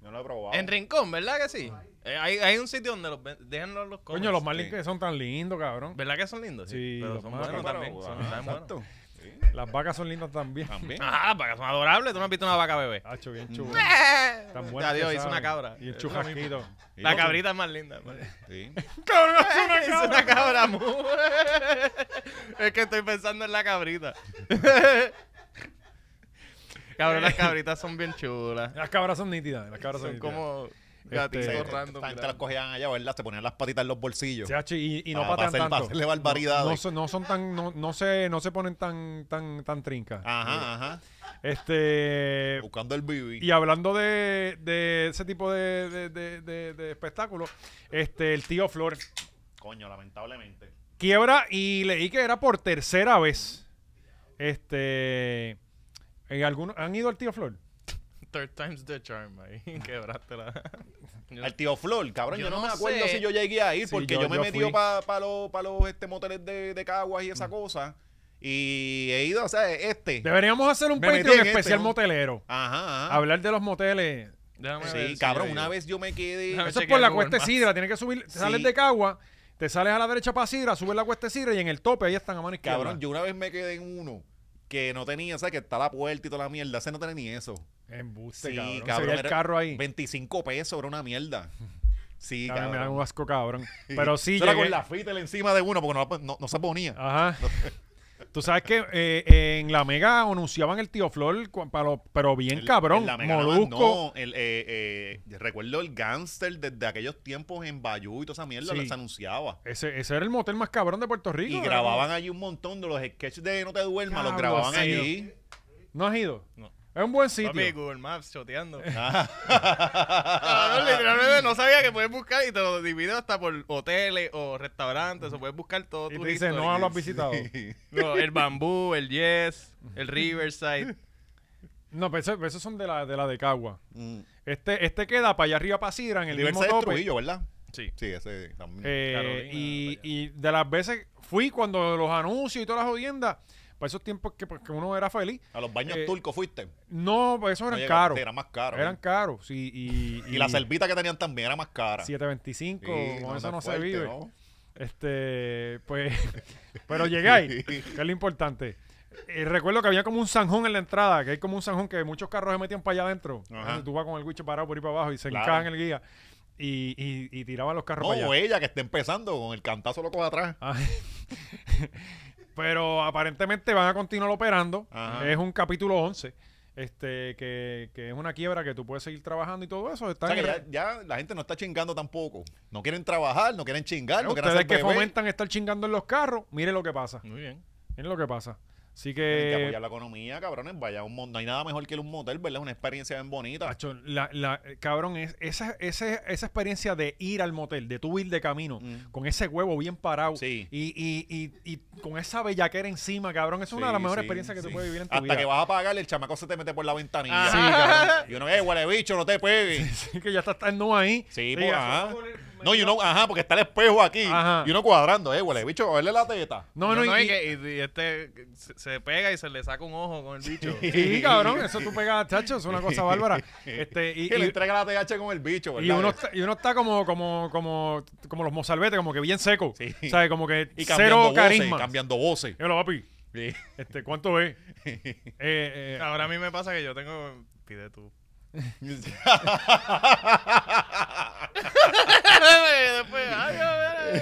Speaker 2: Yo no lo he probado.
Speaker 3: lado. En Rincón, ¿verdad que sí? Eh, hay, hay un sitio donde los ven- dejan los, los
Speaker 1: Coño, los
Speaker 3: más
Speaker 1: marlins que son tan lindos, cabrón.
Speaker 3: ¿Verdad que son lindos?
Speaker 1: Sí,
Speaker 3: pero
Speaker 1: los
Speaker 3: son
Speaker 1: más
Speaker 3: buenos
Speaker 1: caros,
Speaker 3: también. Son,
Speaker 2: Ajá,
Speaker 3: saben buenos.
Speaker 2: exacto. Sí,
Speaker 1: Las vacas son lindas también.
Speaker 2: también.
Speaker 3: Ajá, porque son adorables. Tú no has visto una vaca bebé.
Speaker 1: Hacho, bien chulo. Tan buenas
Speaker 3: Adiós,
Speaker 1: que
Speaker 3: Mm. hizo una
Speaker 1: saben.
Speaker 3: cabra.
Speaker 1: Y el
Speaker 3: Es lo
Speaker 1: chujasquito.
Speaker 2: Sí,
Speaker 3: La
Speaker 2: no,
Speaker 3: cabrita es más linda.
Speaker 2: Sí.
Speaker 3: Es una cabra mu. Es que estoy pensando en la cabrita. Cabrón, las cabritas son bien chulas.
Speaker 1: Las cabras son nítidas. Las cabras son,
Speaker 3: Son
Speaker 1: nítidas.
Speaker 3: como
Speaker 2: Sí,
Speaker 3: gatitos
Speaker 1: Este-
Speaker 2: Eh, esta
Speaker 3: random.
Speaker 2: gente las
Speaker 3: grandes.
Speaker 2: cogían allá, ¿verdad? Se ponían las patitas en los bolsillos.
Speaker 1: Sí, hacho, y, y no
Speaker 2: Ah, para
Speaker 1: patean
Speaker 2: hacer- para
Speaker 1: tanto.
Speaker 2: hacerle barbaridades.
Speaker 1: No, no son- no son tan, no, no se, no se ponen tan, tan, tan trincas.
Speaker 2: Ajá, ajá.
Speaker 1: Este.
Speaker 2: Buscando el bibi.
Speaker 1: Y hablando de, de ese tipo de, de, de- de- de espectáculos, este, el tío Flor
Speaker 2: Coño, lamentablemente.
Speaker 1: quiebra y leí que era por tercera vez. Este. ¿en alguno- ¿Han ido al tío Flor?
Speaker 3: Third time's the charm ahí. Quebraste la. Yo-
Speaker 2: Al tío Flor, cabrón, yo,
Speaker 3: Yo
Speaker 2: no,
Speaker 3: no
Speaker 2: me acuerdo
Speaker 3: sé.
Speaker 2: si yo llegué a ir
Speaker 1: Sí,
Speaker 2: porque
Speaker 1: yo-
Speaker 2: yo, me
Speaker 1: yo
Speaker 2: metí
Speaker 1: fui.
Speaker 2: para los, pa los este, moteles de, de Caguas y esa cosa. Y he ido, o sea, este.
Speaker 1: Deberíamos hacer un
Speaker 2: Me metí
Speaker 1: Patreon
Speaker 2: en este,
Speaker 1: especial
Speaker 2: ¿no?
Speaker 1: motelero.
Speaker 2: Ajá, ajá.
Speaker 1: Hablar de los moteles.
Speaker 3: Déjame ver
Speaker 2: Sí,
Speaker 3: si
Speaker 2: cabrón,
Speaker 3: yo
Speaker 2: una
Speaker 3: digo.
Speaker 2: vez yo me quedé.
Speaker 3: Déjame
Speaker 1: Eso es
Speaker 3: chequear
Speaker 1: por la
Speaker 3: Google
Speaker 1: cuesta de
Speaker 3: Maps.
Speaker 1: sidra. Tienes que subir, te
Speaker 2: Sí.
Speaker 1: sales de Cagua, te sales a la derecha para sidra, subes la cuesta de sidra y en el tope ahí están a mano izquierda.
Speaker 2: Cabrón, yo una vez me quedé en uno que no tenía, o sea, que está la puerta y toda la mierda. Ese no tenía ni eso.
Speaker 1: Embuste,
Speaker 2: Sí,
Speaker 1: cabrón. Se
Speaker 2: cabrón,
Speaker 1: veía el
Speaker 2: era
Speaker 1: carro ahí.
Speaker 2: 25 pesos, era una mierda. Sí,
Speaker 1: Cabrón,
Speaker 2: cabrón.
Speaker 1: me dan un asco, cabrón. Pero sí,
Speaker 2: Eso era
Speaker 1: llegué-
Speaker 2: con la fita encima de uno porque no, la- no- no se ponía.
Speaker 1: Ajá. Tú sabes que eh, en la Mega anunciaban el tío Flor, cu- pa' lo- pero bien
Speaker 2: El-
Speaker 1: cabrón.
Speaker 2: el la Mega nada más,
Speaker 1: Molusco.
Speaker 2: No, el, eh, eh, recuerdo el gangster desde aquellos tiempos en Bayou y toda esa mierda,
Speaker 1: Sí.
Speaker 2: se anunciaba.
Speaker 1: Ese, ese era el motel más cabrón de Puerto Rico.
Speaker 2: Y
Speaker 1: ¿verdad?
Speaker 2: grababan allí un montón de los sketches de No te duermas, los
Speaker 1: Diablo,
Speaker 2: grababan
Speaker 1: sí.
Speaker 2: allí.
Speaker 1: ¿No has ido?
Speaker 3: No.
Speaker 1: Es un buen sitio. Ah.
Speaker 3: Papi, Google Maps choteando. Cabrón,
Speaker 2: Ah.
Speaker 3: literalmente no sabía que puedes buscar y te lo divido hasta por hoteles o restaurantes. O puedes buscar todo
Speaker 1: y
Speaker 3: tu
Speaker 1: te dice,
Speaker 3: history.
Speaker 1: no lo has visitado.
Speaker 3: No, el bambú, el yes, el riverside.
Speaker 1: No, pero esos esos son de la de, la de Cagua.
Speaker 2: Mm.
Speaker 1: Este, este queda para allá arriba, para Sidra, en el
Speaker 2: Diversa
Speaker 1: mismo
Speaker 2: de
Speaker 1: tope.
Speaker 2: Trujillo, ¿verdad?
Speaker 3: Sí.
Speaker 2: Sí, ese también.
Speaker 1: Eh,
Speaker 3: Carolina,
Speaker 1: y,
Speaker 3: para allá.
Speaker 1: y de las veces fui cuando los anuncios y todas las jodiendas, para esos tiempos que, pues, que uno era feliz,
Speaker 2: a los baños
Speaker 1: eh,
Speaker 2: turcos fuiste. No
Speaker 1: no, pues, esos eran
Speaker 2: llegaste,
Speaker 1: caros.
Speaker 2: Era más caro.
Speaker 1: Eran caros. sí, y,
Speaker 2: y, la servita que tenían también era más cara.
Speaker 1: 725,
Speaker 2: Sí,
Speaker 1: con eso
Speaker 2: es
Speaker 1: no se
Speaker 2: fuerte,
Speaker 1: vive.
Speaker 2: ¿no?
Speaker 1: Este, pues, pero llegáis, que es lo importante. Eh, recuerdo que había como un zanjón en la entrada, que hay como un zanjón que muchos carros se metían para allá adentro.
Speaker 2: Ajá.
Speaker 1: Entonces Tú vas con el guicho parado por ahí para abajo y se
Speaker 2: Claro.
Speaker 1: hincaban el guía y, y- y tiraban los carros
Speaker 2: No,
Speaker 1: para
Speaker 2: o
Speaker 1: allá.
Speaker 2: ella que está empezando con el cantazo loco de atrás.
Speaker 1: Ah, pero aparentemente van a continuar operando.
Speaker 2: Ajá.
Speaker 1: Es un capítulo 11, este, que, que es una quiebra que tú puedes seguir trabajando y todo eso.
Speaker 2: O
Speaker 1: Están
Speaker 2: sea que
Speaker 1: en-
Speaker 2: ya, ya la gente no está chingando tampoco. No quieren trabajar, no quieren chingar, no quieren
Speaker 1: Eh, Ustedes
Speaker 2: hacer
Speaker 1: que
Speaker 2: bebé.
Speaker 1: fomentan estar chingando en los carros, mire lo que pasa.
Speaker 3: Muy bien.
Speaker 1: Miren lo que pasa. Así
Speaker 2: Tienen que
Speaker 1: que
Speaker 2: apoyar la economía, cabrones. Vaya, a un, mon- no hay nada mejor que ir a un motel, ¿verdad? Es una experiencia bien bonita.
Speaker 1: Tacho, la, la- eh, cabrón, es, esa, ese- esa experiencia de ir al motel, de tú ir de camino,
Speaker 2: Mm.
Speaker 1: con ese huevo bien parado
Speaker 2: Sí.
Speaker 1: y, y- y- y con esa bellaquera encima, cabrón, es una de las
Speaker 2: Sí,
Speaker 1: mejores
Speaker 2: sí,
Speaker 1: experiencias que tú
Speaker 2: sí.
Speaker 1: puedes vivir en tu
Speaker 2: Hasta
Speaker 1: vida. Ah.
Speaker 2: que vas a pagar, el chamaco se te mete por la ventanilla.
Speaker 3: Ajá.
Speaker 2: Y uno, eh, huele bicho, no te pegues.
Speaker 1: Así que ya está estando ahí.
Speaker 2: Sí,
Speaker 1: Y
Speaker 2: pues,
Speaker 1: eso,
Speaker 2: ajá.
Speaker 1: me-
Speaker 2: No, y uno, ajá, porque está el espejo aquí.
Speaker 1: Ajá.
Speaker 2: Y uno cuadrando, eh, huele bicho, verle la teta.
Speaker 1: No, no, y,
Speaker 3: y, que- y- y este se- se pega y se le saca un ojo con el bicho.
Speaker 1: y- sí, cabrón, eso tú pegas, chacho, es una cosa bárbara. Este, y,
Speaker 2: Que le
Speaker 1: y-
Speaker 2: entrega la TH con el bicho, ¿verdad?
Speaker 1: y uno, está- y uno está como, como, como, como los mozalbetes, como que bien seco.
Speaker 2: Sí.
Speaker 1: ¿Sabes? Como que
Speaker 2: Y cambiando
Speaker 1: cero
Speaker 2: voces,
Speaker 1: carisma.
Speaker 2: cambiando voces.
Speaker 1: Dímelo, papi.
Speaker 2: Sí.
Speaker 1: Este, ¿Cuánto es? Eh, eh,
Speaker 2: Ah.
Speaker 3: Ahora a mí me pasa que yo tengo. Pide tú. Después, ay, a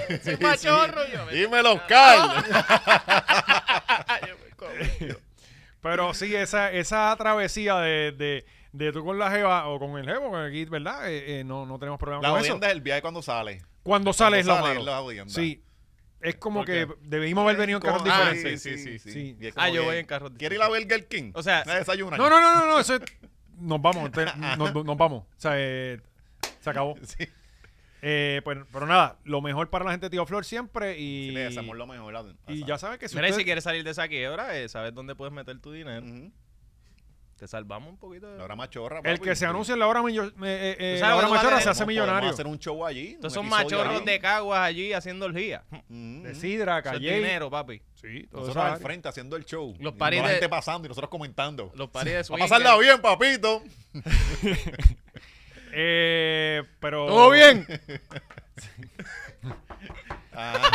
Speaker 3: ver, soy machorro yo. Ah.
Speaker 2: Dímelo, Oscar.
Speaker 3: Ay, yo me como.
Speaker 1: Pero sí, esa, esa travesía de, de, de tú con la jeva o con el jevo, que aquí, ¿verdad? Eh, eh, no, no tenemos problema
Speaker 2: La
Speaker 1: con eso.
Speaker 2: jodienda es el viaje cuando sale.
Speaker 1: Cuando sale es lo
Speaker 2: sale
Speaker 1: malo.
Speaker 2: es la jodienda.
Speaker 1: sí. Es como
Speaker 3: ¿Por
Speaker 1: que
Speaker 3: qué?
Speaker 1: debimos haber venido en carros
Speaker 2: Ah,
Speaker 1: diferentes.
Speaker 3: sí, sí,
Speaker 1: sí. Sí.
Speaker 2: Y es
Speaker 3: Ah,
Speaker 2: como
Speaker 3: yo
Speaker 2: que,
Speaker 3: voy en carros
Speaker 2: ¿Quiere ir a Burger King?
Speaker 3: O sea,
Speaker 2: Me desayunan.
Speaker 1: No, no, no, no, no, eso es... Nos vamos, te- nos, nos vamos. O sea, eh, se acabó.
Speaker 2: Sí.
Speaker 1: Eh, pues, pero nada, lo mejor para la gente de Tío Flor siempre y...
Speaker 2: Y le deseamos lo mejor. a- a
Speaker 1: y
Speaker 2: Sara.
Speaker 1: ya saben que si
Speaker 3: Mira, y si
Speaker 1: ustedes-
Speaker 3: quieres salir de esa quiebra, eh, sabes dónde puedes meter tu dinero.
Speaker 2: Ujú.
Speaker 3: Te salvamos un poquito.
Speaker 2: La
Speaker 3: De...
Speaker 2: hora machorra.
Speaker 1: el que se anuncia en la hora, millo- eh, eh, eh,
Speaker 3: ¿Tú sabes
Speaker 1: la hora
Speaker 3: cuándo va a
Speaker 1: machorra se
Speaker 3: tener-
Speaker 1: hace millonario.
Speaker 2: Vamos hacer un show allí. un
Speaker 3: Estos son
Speaker 2: episodio
Speaker 3: machorros
Speaker 2: allí.
Speaker 3: de caguas allí haciendo orgía.
Speaker 2: Ujú.
Speaker 1: De sidra,
Speaker 3: Eso es
Speaker 1: calle.
Speaker 3: dinero, papi.
Speaker 1: Sí, todo
Speaker 2: Nosotros
Speaker 1: eso.
Speaker 2: al frente haciendo el show.
Speaker 3: Los
Speaker 2: Y
Speaker 3: paris
Speaker 2: la
Speaker 3: de-
Speaker 2: gente pasando y nosotros comentando.
Speaker 3: Los paris de
Speaker 2: Va a
Speaker 3: swingers.
Speaker 2: pasarla bien, papito.
Speaker 1: Eh, pero...
Speaker 3: ¿Todo bien?
Speaker 2: Ah,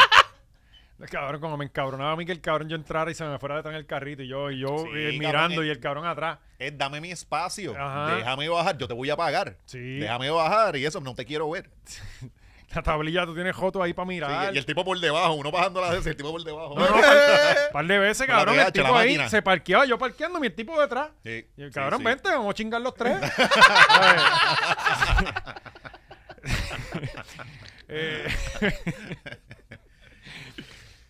Speaker 1: Cabrón, como me encabronaba a mí que el cabrón yo entrara y se me fuera detrás en el carrito y yo, y yo
Speaker 2: Sí,
Speaker 1: eh,
Speaker 2: cabrón,
Speaker 1: mirando
Speaker 2: eh.
Speaker 1: y el cabrón atrás.
Speaker 2: es dame mi espacio.
Speaker 1: Ajá.
Speaker 2: Déjame bajar. Yo te voy a pagar.
Speaker 1: Sí.
Speaker 2: Déjame bajar y eso, no te quiero ver.
Speaker 1: La tablilla, tú tienes joto ahí para mirar.
Speaker 2: Sí, y el tipo por debajo, uno bajando las veces, el tipo por debajo.
Speaker 1: No, no,
Speaker 3: eh,
Speaker 1: par, par de veces,
Speaker 2: Con la
Speaker 1: cabrón,
Speaker 2: TH,
Speaker 1: el tipo
Speaker 2: la
Speaker 1: ahí
Speaker 2: máquina.
Speaker 1: se parqueaba, yo parqueando y el tipo detrás.
Speaker 2: Sí,
Speaker 1: Y el
Speaker 2: sí,
Speaker 1: cabrón,
Speaker 2: sí.
Speaker 1: vente, vamos a chingar los tres. A ver. Eh,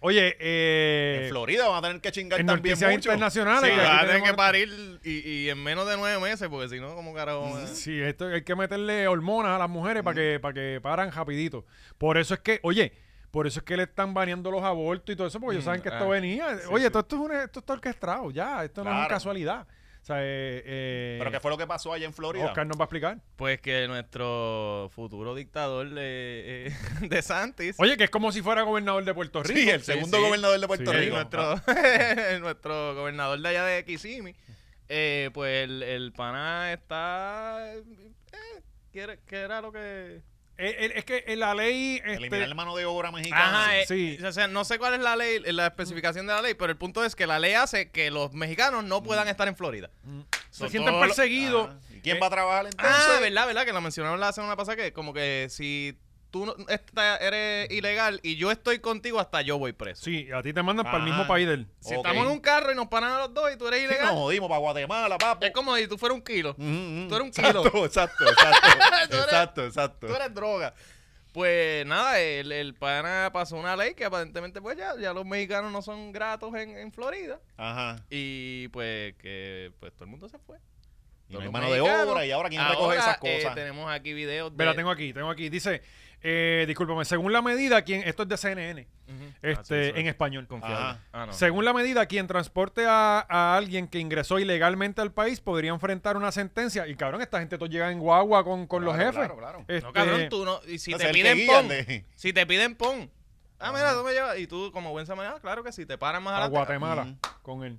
Speaker 1: Oye, eh,
Speaker 2: En Florida van a tener que chingar
Speaker 1: en
Speaker 2: también
Speaker 1: noticias
Speaker 2: mucho.
Speaker 1: internacionales,
Speaker 3: Sí,
Speaker 1: que aquí
Speaker 3: vas a tener
Speaker 1: tenemos-
Speaker 3: que parir y, y en menos de nueve meses, porque si no, como carajo. vamos a-
Speaker 1: Sí, esto hay que meterle hormonas a las mujeres para que, para que paran rapidito. Por eso es que, oye, por eso es que le están baneando los abortos y todo eso, porque ellos saben que esto
Speaker 3: ah,
Speaker 1: venía. oye, Todo, esto es un- esto está orquestado, ya, esto no es
Speaker 2: Claro.
Speaker 1: una casualidad. O sea, eh, eh,
Speaker 2: Pero ¿qué fue lo que pasó allá en Florida?
Speaker 1: Oscar nos va a explicar.
Speaker 3: Pues que nuestro futuro dictador eh, eh, de Santis.
Speaker 1: Oye, que es como si fuera gobernador de Puerto Rico.
Speaker 2: sí, el segundo
Speaker 3: sí.
Speaker 2: gobernador de Puerto
Speaker 1: Sí,
Speaker 3: Eh,
Speaker 2: Rico. Ah,
Speaker 3: nuestro, nuestro gobernador de allá de Kissimmee, eh, pues el, el pana está... eh, ¿qué, era, qué era lo que...?
Speaker 1: Eh, eh, es que en la ley. este,
Speaker 2: Eliminar la mano de obra mexicana.
Speaker 3: Ajá, eh,
Speaker 1: sí.
Speaker 3: o sea, no sé cuál es la ley, eh, la especificación de la ley, pero el punto es que la ley hace que los mexicanos no puedan estar en Florida.
Speaker 1: Mm. se
Speaker 3: Son
Speaker 1: sienten
Speaker 3: todos los-
Speaker 1: perseguidos.
Speaker 2: Ajá. Ah, ¿Y ¿Quién va a trabajar entonces?
Speaker 3: Ah, verdad, verdad, que la mencionaron la semana pasada que como que si tú no- esta- eres ilegal y yo estoy contigo, hasta yo voy preso.
Speaker 1: Sí, a ti te mandan para el mismo
Speaker 3: Ah.
Speaker 2: Ajá.
Speaker 1: país del.
Speaker 3: Si
Speaker 2: Ok.
Speaker 3: estamos en un carro y nos paran a los dos y tú eres
Speaker 2: Sí,
Speaker 3: ilegal,
Speaker 2: nos jodimos para Guatemala, papo.
Speaker 3: es como si tú fueras un kilo.
Speaker 2: Mm, mm,
Speaker 3: tú eres un
Speaker 2: exacto,
Speaker 3: kilo.
Speaker 2: Exacto, exacto.
Speaker 3: eres-
Speaker 2: exacto, exacto.
Speaker 3: Tú eres droga. Pues nada, el, el pana pasó una ley que aparentemente pues ya, ya los mexicanos no son gratos en, en Florida.
Speaker 2: Ajá.
Speaker 3: Y pues que pues todo el mundo se fue.
Speaker 2: Y no
Speaker 3: los
Speaker 2: hay mano de
Speaker 3: mexicanos.
Speaker 2: obra, y ahora quién recoge esas
Speaker 3: eh,
Speaker 2: cosas.
Speaker 3: tenemos aquí videos de...
Speaker 1: Ve, la tengo aquí, tengo aquí. Dice, eh, discúlpame, según la medida, quien, esto es de CNN,
Speaker 3: Ujú. Ah, sí,
Speaker 1: este,
Speaker 3: eso
Speaker 1: en
Speaker 3: es.
Speaker 1: español.
Speaker 3: Confiable.
Speaker 2: Ajá.
Speaker 3: Ah, no.
Speaker 1: Según la medida, quien transporte a, a alguien que ingresó ilegalmente al país podría enfrentar una sentencia. Y cabrón, esta gente todo llega en guagua con, con los
Speaker 2: Claro,
Speaker 1: jefes.
Speaker 2: claro, claro.
Speaker 1: Este,
Speaker 3: No, cabrón, tú no. Y si
Speaker 2: No
Speaker 3: te
Speaker 2: sé, el que
Speaker 3: piden
Speaker 2: guían
Speaker 3: pon.
Speaker 2: de-
Speaker 3: Si te piden pon. Ah, mira, tú me llevas. Y tú, como buen samaritano, claro que sí. Te paran más
Speaker 1: A
Speaker 3: adelante.
Speaker 1: Guatemala con él.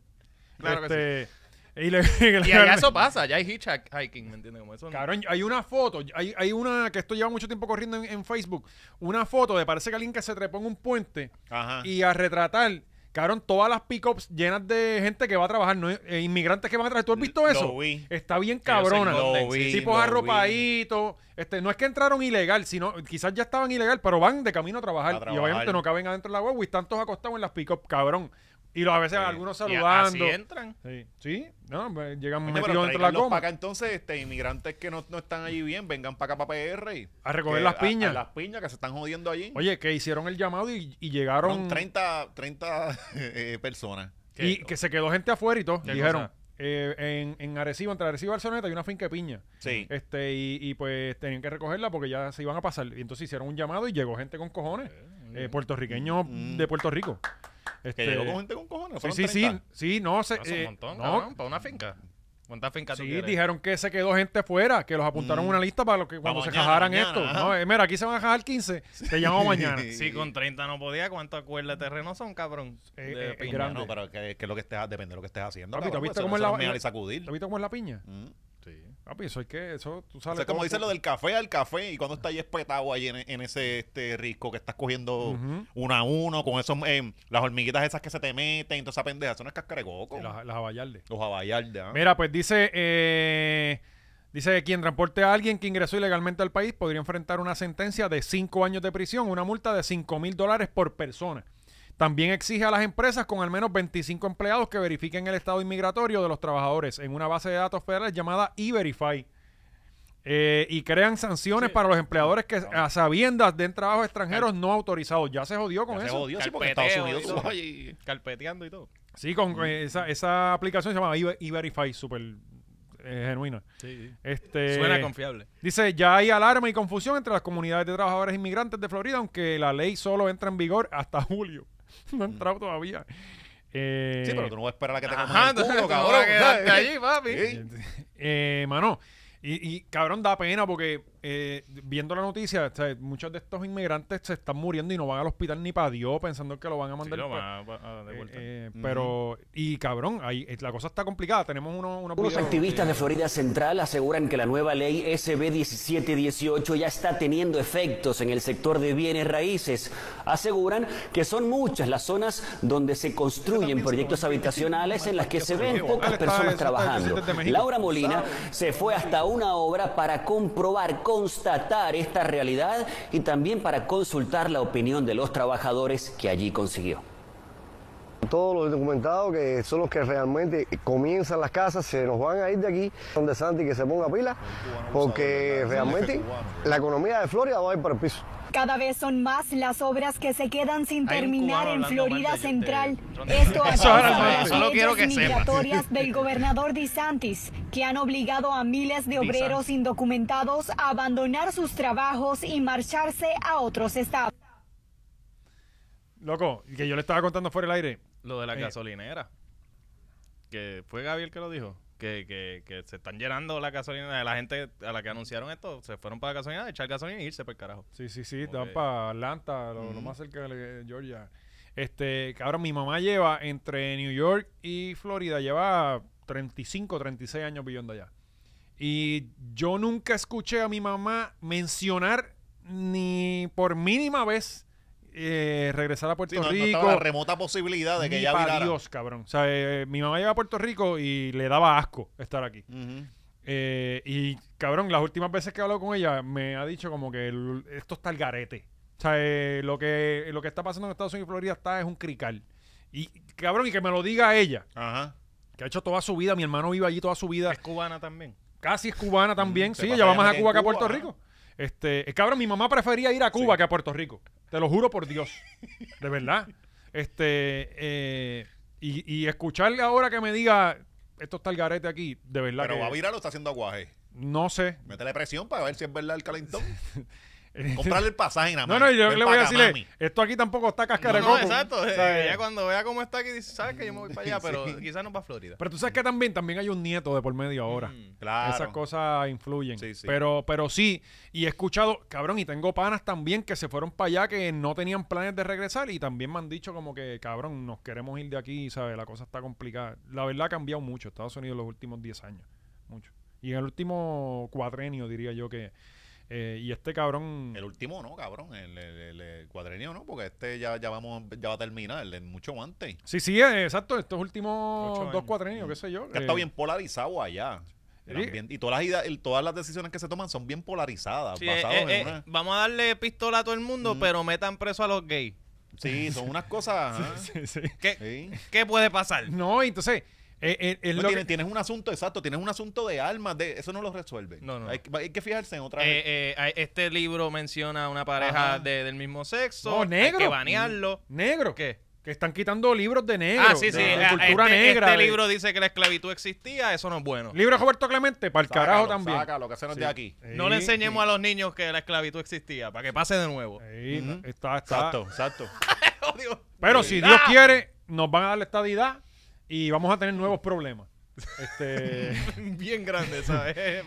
Speaker 3: Claro que
Speaker 1: Este, y le-
Speaker 3: Y allá eso pasa. Allá hay hitchhiking, ¿me entiendes? Como eso. no-
Speaker 1: Cabrón, hay una foto, hay, hay una que esto lleva mucho tiempo corriendo en, en Facebook, una foto de parece que alguien que se trepó en un puente
Speaker 2: Ajá.
Speaker 1: y a retratar, cabrón, todas las pickups llenas de gente que va a trabajar, no, eh, inmigrantes que van a trabajar. ¿Tú has visto
Speaker 2: Lo
Speaker 1: eso?
Speaker 2: vi.
Speaker 1: Está bien
Speaker 3: ellos se
Speaker 1: cabrona.
Speaker 3: esconden,
Speaker 2: Lo vi,
Speaker 1: Tipos
Speaker 2: lo
Speaker 1: arropaditos, este, no es que entraron ilegal, sino quizás ya estaban ilegal, pero van de camino a trabajar,
Speaker 2: A
Speaker 1: y
Speaker 2: trabajar.
Speaker 1: obviamente no caben adentro de la guagua y están todos acostados en las pickups, cabrón. Y los, a veces algunos
Speaker 3: Y a-
Speaker 1: saludando. Eh,
Speaker 3: Así entran.
Speaker 1: Sí, sí, no, pues, llegan
Speaker 2: Coño,
Speaker 1: metidos
Speaker 2: pero
Speaker 1: entre la
Speaker 2: tráiganlos
Speaker 1: goma.
Speaker 2: para acá entonces, este, inmigrantes que no, no están allí bien, vengan para acá para PR. y-
Speaker 1: A recoger
Speaker 2: que-
Speaker 1: las
Speaker 2: a-
Speaker 1: piñas.
Speaker 2: a las piñas que se están jodiendo allí.
Speaker 1: Oye, que hicieron el llamado y, y
Speaker 2: Fueron
Speaker 1: llegaron
Speaker 2: 30, 30 eh, personas.
Speaker 1: y que se quedó gente afuera y todo.
Speaker 3: ¿Qué
Speaker 1: Dijeron,
Speaker 3: cosa?
Speaker 1: eh, en, en Arecibo, entre Arecibo y Barceloneta hay una finca de piña.
Speaker 2: Sí.
Speaker 1: Este, y, y, pues tenían que recogerla porque ya se iban a pasar. Y entonces hicieron un llamado y llegó gente con cojones. eh, puertorriqueños de Puerto Rico.
Speaker 2: Mm. que
Speaker 1: Este,
Speaker 2: llegó con gente con cojones.
Speaker 1: sí,
Speaker 2: fueron
Speaker 1: sí, sí,
Speaker 2: 30.
Speaker 1: sí, no sé.
Speaker 3: No, son un
Speaker 1: eh,
Speaker 3: montón,
Speaker 1: no,
Speaker 3: cabrón. Para una finca. ¿Cuántas fincas tú
Speaker 1: Sí,
Speaker 3: quieres?
Speaker 1: dijeron que se quedó gente afuera, que los apuntaron en una lista para lo que cuando se
Speaker 2: Mm. mañana,
Speaker 1: jajaran
Speaker 2: mañana,
Speaker 1: esto.
Speaker 2: ajá.
Speaker 1: No, eh, mira, aquí se van a jajar 15, te llamo mañana. Eh,
Speaker 3: Si con 30 no podía, ¿cuántos acuerdas de terreno son, cabrón? De
Speaker 1: eh, es
Speaker 3: piña.
Speaker 1: grande.
Speaker 2: No, pero que, que es lo que estés, depende de lo que estés haciendo.
Speaker 1: Papi, ¿tú has
Speaker 2: cabrón,
Speaker 1: visto
Speaker 2: eso no
Speaker 1: cómo es
Speaker 2: se
Speaker 1: la-
Speaker 2: los mea ni sacudir.
Speaker 1: ¿Te viste cómo es la piña?
Speaker 2: Mm.
Speaker 3: Sí.
Speaker 1: Papi, eso es que, eso, tú
Speaker 2: O
Speaker 1: sabes.
Speaker 2: sea, como
Speaker 1: cómo-
Speaker 2: dicen lo del café al café, y cuando está ahí espetado ahí en, en ese este risco que estás cogiendo
Speaker 1: Ujú.
Speaker 2: uno a uno, con esos em, las hormiguitas esas que se te meten, y toda esa pendeja, eso no es cascarecoco.
Speaker 1: Sí, Las, las abayardes.
Speaker 2: Los abayardes. ¿ah?
Speaker 1: Mira, pues dice, eh, dice quien transporte a alguien que ingresó ilegalmente al país podría enfrentar una sentencia de cinco años de prisión, una multa de 5 mil dólares por persona. También exige a las empresas con al menos 25 empleados que verifiquen el estado inmigratorio de los trabajadores en una base de datos federal llamada E-Verify. Eh, y crean sanciones para los empleadores que a sabiendas den trabajos extranjeros no autorizados. Ya se jodió con
Speaker 2: Ya se
Speaker 1: eso.
Speaker 2: jodió, sí, porque
Speaker 3: Carpeteo
Speaker 2: Estados
Speaker 3: y
Speaker 2: Unidos.
Speaker 3: todo,
Speaker 2: tú-
Speaker 3: y Carpeteando y todo.
Speaker 1: Sí, con
Speaker 3: Mm.
Speaker 1: eh, esa, esa aplicación se llama E- E-Verify, súper eh, genuina. Este,
Speaker 2: Eh,
Speaker 3: Suena confiable.
Speaker 1: Dice, ya hay alarma y confusión entre las comunidades de trabajadores inmigrantes de Florida, aunque la ley solo entra en vigor hasta julio.
Speaker 3: Mm.
Speaker 1: No ha entrado todavía. Eh,
Speaker 2: Sí, pero tú no vas a esperar a que te
Speaker 3: Ajá,
Speaker 2: coman el
Speaker 3: entonces
Speaker 2: culo,
Speaker 3: tú no
Speaker 2: cabrón.
Speaker 3: vas a quedarte
Speaker 2: ¿sabes?
Speaker 3: allí, papi.
Speaker 2: Sí.
Speaker 1: eh, mano, y, y, cabrón da pena porque eh, viendo la noticia, o sea, muchos de estos inmigrantes se están muriendo y no van al hospital ni para Dios pensando que lo van a mandar.
Speaker 3: lo
Speaker 1: pa-
Speaker 3: van a- a- a
Speaker 1: Eh,
Speaker 3: devolver.
Speaker 1: eh, pero, y cabrón, ahí, eh, la cosa está complicada. Tenemos uno, unos
Speaker 6: Algunos
Speaker 1: videos.
Speaker 6: activistas de Florida Central aseguran que la nueva ley SB 1718 ya está teniendo efectos en el sector de bienes raíces. Aseguran que son muchas las zonas donde se construyen proyectos habitacionales en las que se ven pocas personas trabajando. Laura Molina se fue hasta una obra para comprobar, constatar esta realidad y también para consultar la opinión de los trabajadores que allí consiguió.
Speaker 7: Todos los documentados que son los que realmente comienzan las casas se nos van a ir de aquí. Son de Santi que se ponga pila porque realmente la economía de Florida va a ir para el piso.
Speaker 8: Cada vez son más las obras que se quedan sin
Speaker 3: Hay un
Speaker 8: terminar
Speaker 3: cubano
Speaker 8: en
Speaker 3: hablando
Speaker 8: Florida
Speaker 3: mal de- de-
Speaker 8: Central.
Speaker 3: de-
Speaker 8: Esto
Speaker 3: Eso
Speaker 8: avanza
Speaker 1: ahora lo-
Speaker 8: las
Speaker 1: eso
Speaker 3: lo
Speaker 8: leyes
Speaker 3: quiero que sepas.
Speaker 8: migratorias del gobernador DeSantis, que han obligado a miles de obreros
Speaker 3: DeSantis.
Speaker 8: indocumentados a abandonar sus trabajos y marcharse a otros estados.
Speaker 1: Loco, que yo le estaba contando fuera del aire.
Speaker 3: Lo de la
Speaker 1: Eh.
Speaker 3: gasolinera. Que fue Gabriel que lo dijo. Que, que, que se están llenando la gasolina de la gente a la que anunciaron esto. Se fueron para la gasolina, echar gasolina y irse para el carajo.
Speaker 1: Sí, sí, sí, están
Speaker 3: Ok.
Speaker 1: para Atlanta, lo, lo más cerca de Georgia. Este, ahora mi mamá lleva entre New York y Florida, lleva 35, 36 años viviendo allá. Y yo nunca escuché a mi mamá mencionar ni por mínima vez eh, regresar a Puerto
Speaker 2: Sí, no, no
Speaker 1: Rico.
Speaker 2: estaba la remota posibilidad de que
Speaker 1: ni
Speaker 2: ya
Speaker 1: pa'
Speaker 2: virara.
Speaker 1: Dios, cabrón. O sea, eh, mi mamá llega a Puerto Rico y le daba asco estar aquí.
Speaker 2: Ujú.
Speaker 1: Eh, y cabrón, las últimas veces que he hablado con ella me ha dicho como que el- esto está el garete. O sea, eh, lo, que, lo que está pasando en Estados Unidos y Florida está es un crical. Y cabrón, y que me lo diga ella,
Speaker 2: Ajá.
Speaker 1: que ha hecho toda su vida, mi hermano vive allí toda su vida,
Speaker 3: Es cubana también.
Speaker 1: casi es cubana también,
Speaker 2: Mm, se
Speaker 1: sí,
Speaker 2: pasa
Speaker 1: ella va
Speaker 2: allá
Speaker 1: más a
Speaker 2: metida en
Speaker 1: Cuba que a
Speaker 2: Cuba,
Speaker 1: Puerto
Speaker 2: ajá.
Speaker 1: Rico. Este, eh, cabrón, mi mamá prefería ir a Cuba que a Puerto Rico. Te lo juro por Dios. De verdad. Este, eh, y, y escucharle ahora que me diga, esto está el garete aquí, de verdad
Speaker 2: Pero
Speaker 1: que
Speaker 2: va a virar o está haciendo aguaje.
Speaker 1: no sé.
Speaker 2: Métele presión para ver si es verdad el calentón. Comprarle el pasaje nada
Speaker 1: No, no,
Speaker 2: más.
Speaker 1: yo
Speaker 2: Ven
Speaker 1: le
Speaker 2: pa'
Speaker 1: voy a
Speaker 2: acá,
Speaker 1: decirle,
Speaker 2: mami.
Speaker 1: esto aquí tampoco está
Speaker 3: No,
Speaker 1: cáscara de
Speaker 3: no,
Speaker 1: coco.
Speaker 3: exacto. eh,
Speaker 1: ¿Sabes?
Speaker 3: Ella cuando vea cómo está aquí dice, ¿sabes que yo me voy para allá? Pero quizás nos va a Florida.
Speaker 1: Pero tú sabes que también, también hay un nieto de por medio ahora.
Speaker 2: Mm, Claro.
Speaker 1: Esas cosas influyen.
Speaker 2: Sí, sí.
Speaker 1: Pero, pero sí, y he escuchado, cabrón, y tengo panas también que se fueron para allá que no tenían planes de regresar y también me han dicho como que, cabrón, nos queremos ir de aquí, ¿sabes? La cosa está complicada. La verdad ha cambiado mucho Estados Unidos en los últimos 10 años. Mucho. Y en el último cuatrenio, diría yo que... eh, y este cabrón...
Speaker 2: El último no, cabrón. El, el- el- el cuadrenio no, porque este ya, ya, vamos, ya va a terminar. El de mucho antes.
Speaker 1: Sí, sí, eh, exacto. Estos últimos
Speaker 3: Ocho
Speaker 1: dos
Speaker 3: años.
Speaker 1: cuatrenios, qué sé yo.
Speaker 2: Ya
Speaker 1: eh,
Speaker 2: está bien polarizado allá. El
Speaker 1: Sí.
Speaker 2: ambiente- y todas las, ideas- el- todas las decisiones que se toman son bien polarizadas.
Speaker 3: Sí,
Speaker 2: basadas
Speaker 3: eh,
Speaker 2: en
Speaker 3: eh, eh,
Speaker 2: una-
Speaker 3: Vamos a darle pistola a todo el mundo, pero metan preso a los gays.
Speaker 2: Sí, son unas cosas. ¿ah? Pues ajá.
Speaker 1: sí, sí.
Speaker 3: ¿Qué,
Speaker 2: Sí.
Speaker 3: qué puede pasar?
Speaker 1: No, entonces... eh, eh, es
Speaker 2: No,
Speaker 1: lo que-
Speaker 2: tienes, tienes un asunto exacto, tienes un asunto de armas, de, eso no lo resuelve.
Speaker 3: No, no.
Speaker 2: Hay, que- hay que fijarse en otra.
Speaker 3: Eh, eh, hay- este libro menciona a una pareja
Speaker 2: Ajá.
Speaker 3: de- del mismo sexo.
Speaker 1: No, negro.
Speaker 3: Hay que banearlo.
Speaker 1: Negro.
Speaker 3: ¿Qué?
Speaker 1: Que están quitando libros de negro.
Speaker 3: Ah, sí, sí.
Speaker 1: De,
Speaker 3: eh,
Speaker 1: cultura
Speaker 3: este,
Speaker 1: negra.
Speaker 3: Este
Speaker 1: de-
Speaker 3: libro dice que la esclavitud existía. Eso no es bueno.
Speaker 1: Libro de Roberto Clemente, para el
Speaker 2: Sácalo,
Speaker 1: carajo también.
Speaker 2: sácalo, que se nos
Speaker 1: Sí. Eh,
Speaker 2: de aquí.
Speaker 3: No le
Speaker 1: Sí,
Speaker 3: enseñemos a los niños que la esclavitud existía, para que pase de nuevo.
Speaker 1: sí,
Speaker 2: Ujú.
Speaker 1: está, está.
Speaker 2: Exacto, exacto.
Speaker 1: ah,
Speaker 3: Oh, Dios.
Speaker 1: Pero si Dios
Speaker 3: Ah.
Speaker 1: quiere, nos van a dar la estadidad y vamos a tener nuevos problemas. Este,
Speaker 3: Bien grande, ¿sabes?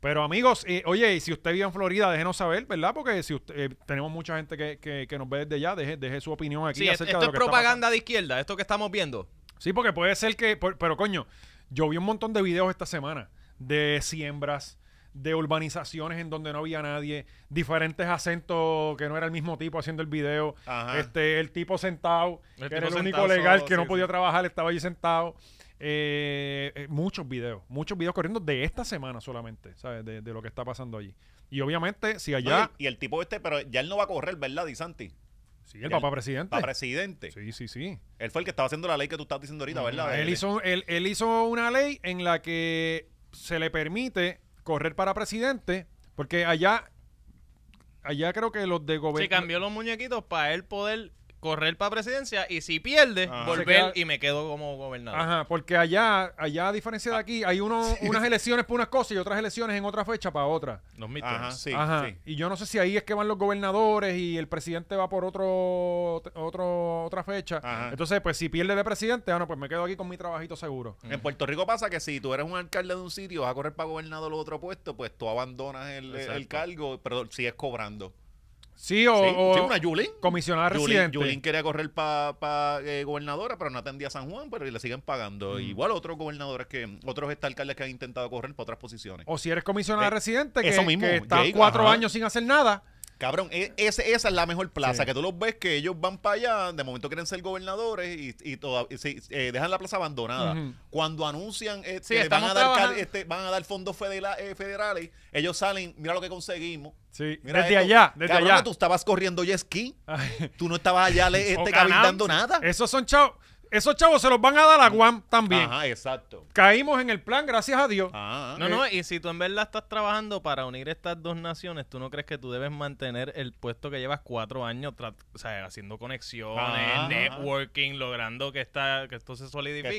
Speaker 1: pero amigos, eh, oye, y si usted vive en Florida, déjenos saber, ¿verdad? Porque si usted- eh, tenemos mucha gente que, que- que nos ve desde allá, deje, deje su opinión aquí
Speaker 3: Sí, esto
Speaker 1: acerca
Speaker 3: es
Speaker 1: de lo que está
Speaker 3: propaganda de izquierda, esto que estamos viendo.
Speaker 1: Sí, porque puede ser que. por- pero coño, yo vi un montón de videos esta semana de siembras, de urbanizaciones en donde no había nadie, diferentes acentos que no era el mismo tipo haciendo el video.
Speaker 2: Ajá.
Speaker 1: Este, el tipo sentado,
Speaker 3: El
Speaker 1: que
Speaker 3: tipo
Speaker 1: era el único
Speaker 3: sentado
Speaker 1: legal
Speaker 3: solo,
Speaker 1: que no
Speaker 3: sí,
Speaker 1: podía
Speaker 3: sí.
Speaker 1: trabajar, estaba allí sentado. Eh, eh, muchos videos, muchos videos corriendo de esta semana solamente, ¿sabes? De, de lo que está pasando allí. Y obviamente, si allá.
Speaker 2: Oye, y el tipo este, pero ya él no va a correr, ¿verdad, Di Santi?
Speaker 1: sí, el papá presidente.
Speaker 2: Para presidente.
Speaker 1: sí, sí, sí.
Speaker 2: Él fue el que estaba haciendo la ley que tú estás diciendo ahorita, ¿verdad?
Speaker 1: Él
Speaker 2: De-
Speaker 1: hizo, él, él hizo una ley en la que se le permite correr para presidente, porque allá, allá creo que los de
Speaker 3: Si
Speaker 1: gobierno.
Speaker 3: cambió los muñequitos para él poder correr para presidencia y si pierde,
Speaker 2: Ah.
Speaker 3: volver
Speaker 1: Se queda-
Speaker 3: y me quedo como gobernador.
Speaker 1: Ajá, porque allá, allá a
Speaker 2: Ah.
Speaker 1: diferencia de aquí, hay uno, unas elecciones para unas cosas y otras elecciones en otra fecha para otra.
Speaker 3: Los midterms.
Speaker 2: Ajá, sí,
Speaker 1: Ajá.
Speaker 2: sí.
Speaker 1: Y yo no sé si ahí es que van los gobernadores y el presidente va por otro, otro otra fecha.
Speaker 2: Ajá.
Speaker 1: Entonces, pues si pierde de presidente, ah, no, pues me quedo aquí con mi trabajito seguro.
Speaker 2: En Puerto Rico pasa que si tú eres un alcalde de un sitio, vas a correr para gobernador de otro puesto, pues tú abandonas el, el
Speaker 3: Exacto.
Speaker 2: cargo, pero sigues cobrando.
Speaker 1: Sí, o,
Speaker 2: sí,
Speaker 1: o
Speaker 2: sí, una Yulín.
Speaker 1: comisionada
Speaker 2: Yulín,
Speaker 1: residente.
Speaker 2: Yulín quería correr para gobernadora, pero no atendía a San Juan, pero le siguen pagando. Igual otros gobernadores que, otros este alcaldes que han intentado correr para otras posiciones.
Speaker 1: O si eres comisionada
Speaker 2: Eh,
Speaker 1: residente, que,
Speaker 2: eso mismo,
Speaker 1: que estás
Speaker 2: Jake,
Speaker 1: cuatro
Speaker 2: ajá.
Speaker 1: años sin hacer nada.
Speaker 2: Cabrón, e- ese- esa es la mejor plaza, que tú los ves que ellos van para allá, de momento quieren ser gobernadores y, y toda- y sí, eh, dejan la plaza abandonada.
Speaker 1: Ujú.
Speaker 2: Cuando anuncian eh,
Speaker 3: Sí,
Speaker 2: que le van
Speaker 3: estamos
Speaker 2: a, dar, cal-
Speaker 3: trabajando.
Speaker 2: este, van a dar fondos fedela- eh, federales, ellos salen, mira lo que conseguimos.
Speaker 1: Sí,
Speaker 2: Mira
Speaker 1: desde
Speaker 2: esto.
Speaker 1: allá, desde
Speaker 2: Cabrón,
Speaker 1: allá.
Speaker 2: tú estabas corriendo jet ski,
Speaker 1: Ay, Eh,
Speaker 2: tú no estabas allá le,
Speaker 3: O
Speaker 2: este,
Speaker 3: ganado.
Speaker 2: cabildando nada.
Speaker 1: Esos son chavos, esos chavos se los van a dar a Guam también.
Speaker 2: Ajá, Ah, exacto.
Speaker 1: Caímos en el plan, gracias a Dios.
Speaker 2: Ajá.
Speaker 3: No, no, y si tú en verdad estás trabajando para unir estas dos naciones, ¿tú no crees que tú debes mantener el puesto que llevas cuatro años tra- o sea, haciendo conexiones,
Speaker 2: Ajá, ajá.
Speaker 3: networking, logrando que, esta, que esto se solidifique?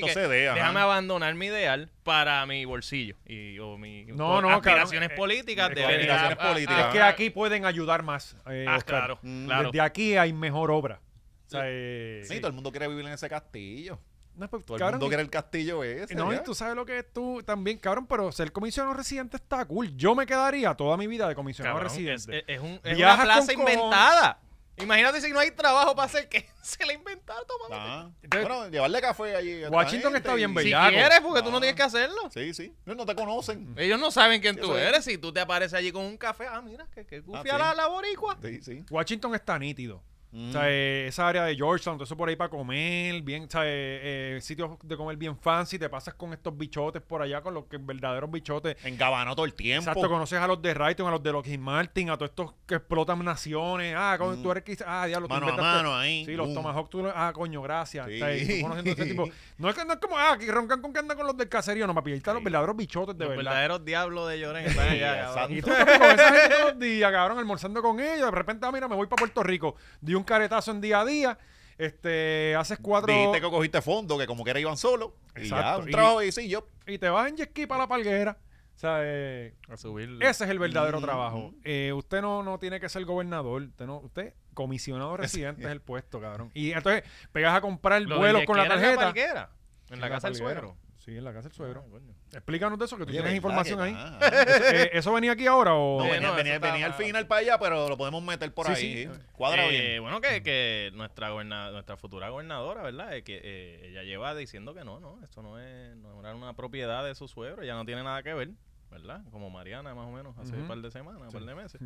Speaker 2: Que esto se dé, ajá.
Speaker 3: Déjame abandonar mi ideal para mi bolsillo y o mi
Speaker 1: No,
Speaker 3: o
Speaker 1: no,
Speaker 3: aspiraciones
Speaker 1: cabrón.
Speaker 3: políticas.
Speaker 1: Eh,
Speaker 3: de Ah, venir a-
Speaker 2: aspiraciones
Speaker 3: a- a-
Speaker 2: políticas.
Speaker 3: a-
Speaker 1: es que aquí pueden ayudar más. eh,
Speaker 3: Ah,
Speaker 1: Oscar.
Speaker 3: claro,
Speaker 2: Mm.
Speaker 3: claro.
Speaker 1: Desde aquí hay mejor obra. O sea, eh,
Speaker 2: Sí, todo el mundo quiere vivir en ese castillo.
Speaker 1: no, pues,
Speaker 2: Todo el
Speaker 1: cabrón,
Speaker 2: mundo quiere el castillo ese.
Speaker 1: no, y
Speaker 2: ¿ya?
Speaker 1: tú sabes lo que es tú también, cabrón, pero ser comisionado residente está cool. Yo me quedaría toda mi vida de comisionado
Speaker 3: Cabrón, es,
Speaker 1: residente.
Speaker 3: es- es un- es una
Speaker 1: Viajas
Speaker 3: plaza
Speaker 1: con cojones.
Speaker 3: inventada. Imagínate si no hay trabajo para hacer que se la inventaron. toma.
Speaker 2: Ajá. Bueno, Ah, llevarle café allí. a otra
Speaker 1: Washington
Speaker 2: gente
Speaker 1: está bien
Speaker 2: y-
Speaker 3: Si
Speaker 1: bellaco.
Speaker 3: quieres, porque tú
Speaker 2: Ah.
Speaker 3: no tienes que hacerlo.
Speaker 2: Sí, sí. No, no te conocen.
Speaker 3: Ellos no saben quién tú
Speaker 2: Eso es.
Speaker 3: eres. Si tú te apareces allí con un café, ah, mira, que, que gufia
Speaker 2: sí.
Speaker 3: la, la boricua.
Speaker 2: Sí, sí.
Speaker 1: Washington está nítido.
Speaker 2: Mm.
Speaker 1: O sea, eh, esa área de Georgetown, todo eso por ahí para comer, bien, o sea, eh, eh, sitios de comer bien fancy, te pasas con estos bichotes por allá, con los que verdaderos bichotes.
Speaker 2: En Gabano todo el tiempo.
Speaker 1: Exacto, conoces a los de Rayton, a los de Lockheed Martin, a todos estos que explotan naciones. Ah, con- tú eres que ah, diablo, tú
Speaker 2: Mm. Mano a
Speaker 1: inventaste-
Speaker 2: mano ahí,
Speaker 1: Sí, los
Speaker 2: boom.
Speaker 1: Tomahawk, tú, lo- ah, coño, gracias.
Speaker 2: Sí.
Speaker 1: O sea, y tú conociendo a ese tipo. No es, que, no es como, ah, que roncan con que andan con los del caserío, no, papi, ahí están los verdaderos bichotes de
Speaker 3: Los
Speaker 1: verdad.
Speaker 3: verdaderos diablos de Lloren están allá.
Speaker 2: exacto.
Speaker 3: cabrón.
Speaker 1: Y tú papi, con esa gente todos los días, cabrón, almorzando con ellos. De repente, ah, mira, me voy para Puerto Rico. Di un caretazo en día a día. Este, haces cuatro
Speaker 2: Dijiste que cogiste fondo, que como que era iban solo. Y ya,
Speaker 1: Exacto.
Speaker 2: un
Speaker 1: Y-
Speaker 2: trabajo y sí, yo.
Speaker 1: y te vas en jet ski para la palguera. O sea, eh,
Speaker 3: A subir.
Speaker 1: ese es el verdadero trabajo. Eh, usted no, no tiene que ser gobernador. Usted, no, usted comisionado residente
Speaker 2: eh.
Speaker 1: es el puesto, cabrón. Y entonces pegas a comprar
Speaker 3: Lo
Speaker 1: vuelos
Speaker 3: de
Speaker 1: con la
Speaker 3: que era En la,
Speaker 1: tarjeta.
Speaker 3: parquera, en la casa del
Speaker 1: palguera.
Speaker 3: suegro.
Speaker 1: Sí, en la casa del
Speaker 3: Ah,
Speaker 1: suegro.
Speaker 3: coño.
Speaker 1: Explícanos de eso, que tú
Speaker 2: Oye,
Speaker 1: tienes
Speaker 2: ¿verdad que
Speaker 1: información ahí.
Speaker 2: nada?
Speaker 1: ¿Eso, eh, ¿eso venía aquí ahora o...?
Speaker 2: Ah. No,
Speaker 3: Sí,
Speaker 2: venía,
Speaker 3: no,
Speaker 2: venía-
Speaker 3: eso está-
Speaker 2: venía al final para allá, pero lo podemos meter por
Speaker 1: Sí,
Speaker 2: ahí.
Speaker 1: sí.
Speaker 2: Cuadra
Speaker 3: Eh,
Speaker 2: bien.
Speaker 3: Bueno, que, que nuestra, goberna- nuestra futura gobernadora, ¿verdad? Eh, que eh, ella lleva diciendo que no, no, esto no es no era una propiedad de su suegro, ya no tiene nada que ver, ¿verdad? Como Mariana, más o menos, hace un
Speaker 1: Ujú.
Speaker 3: par de semanas, un par de meses.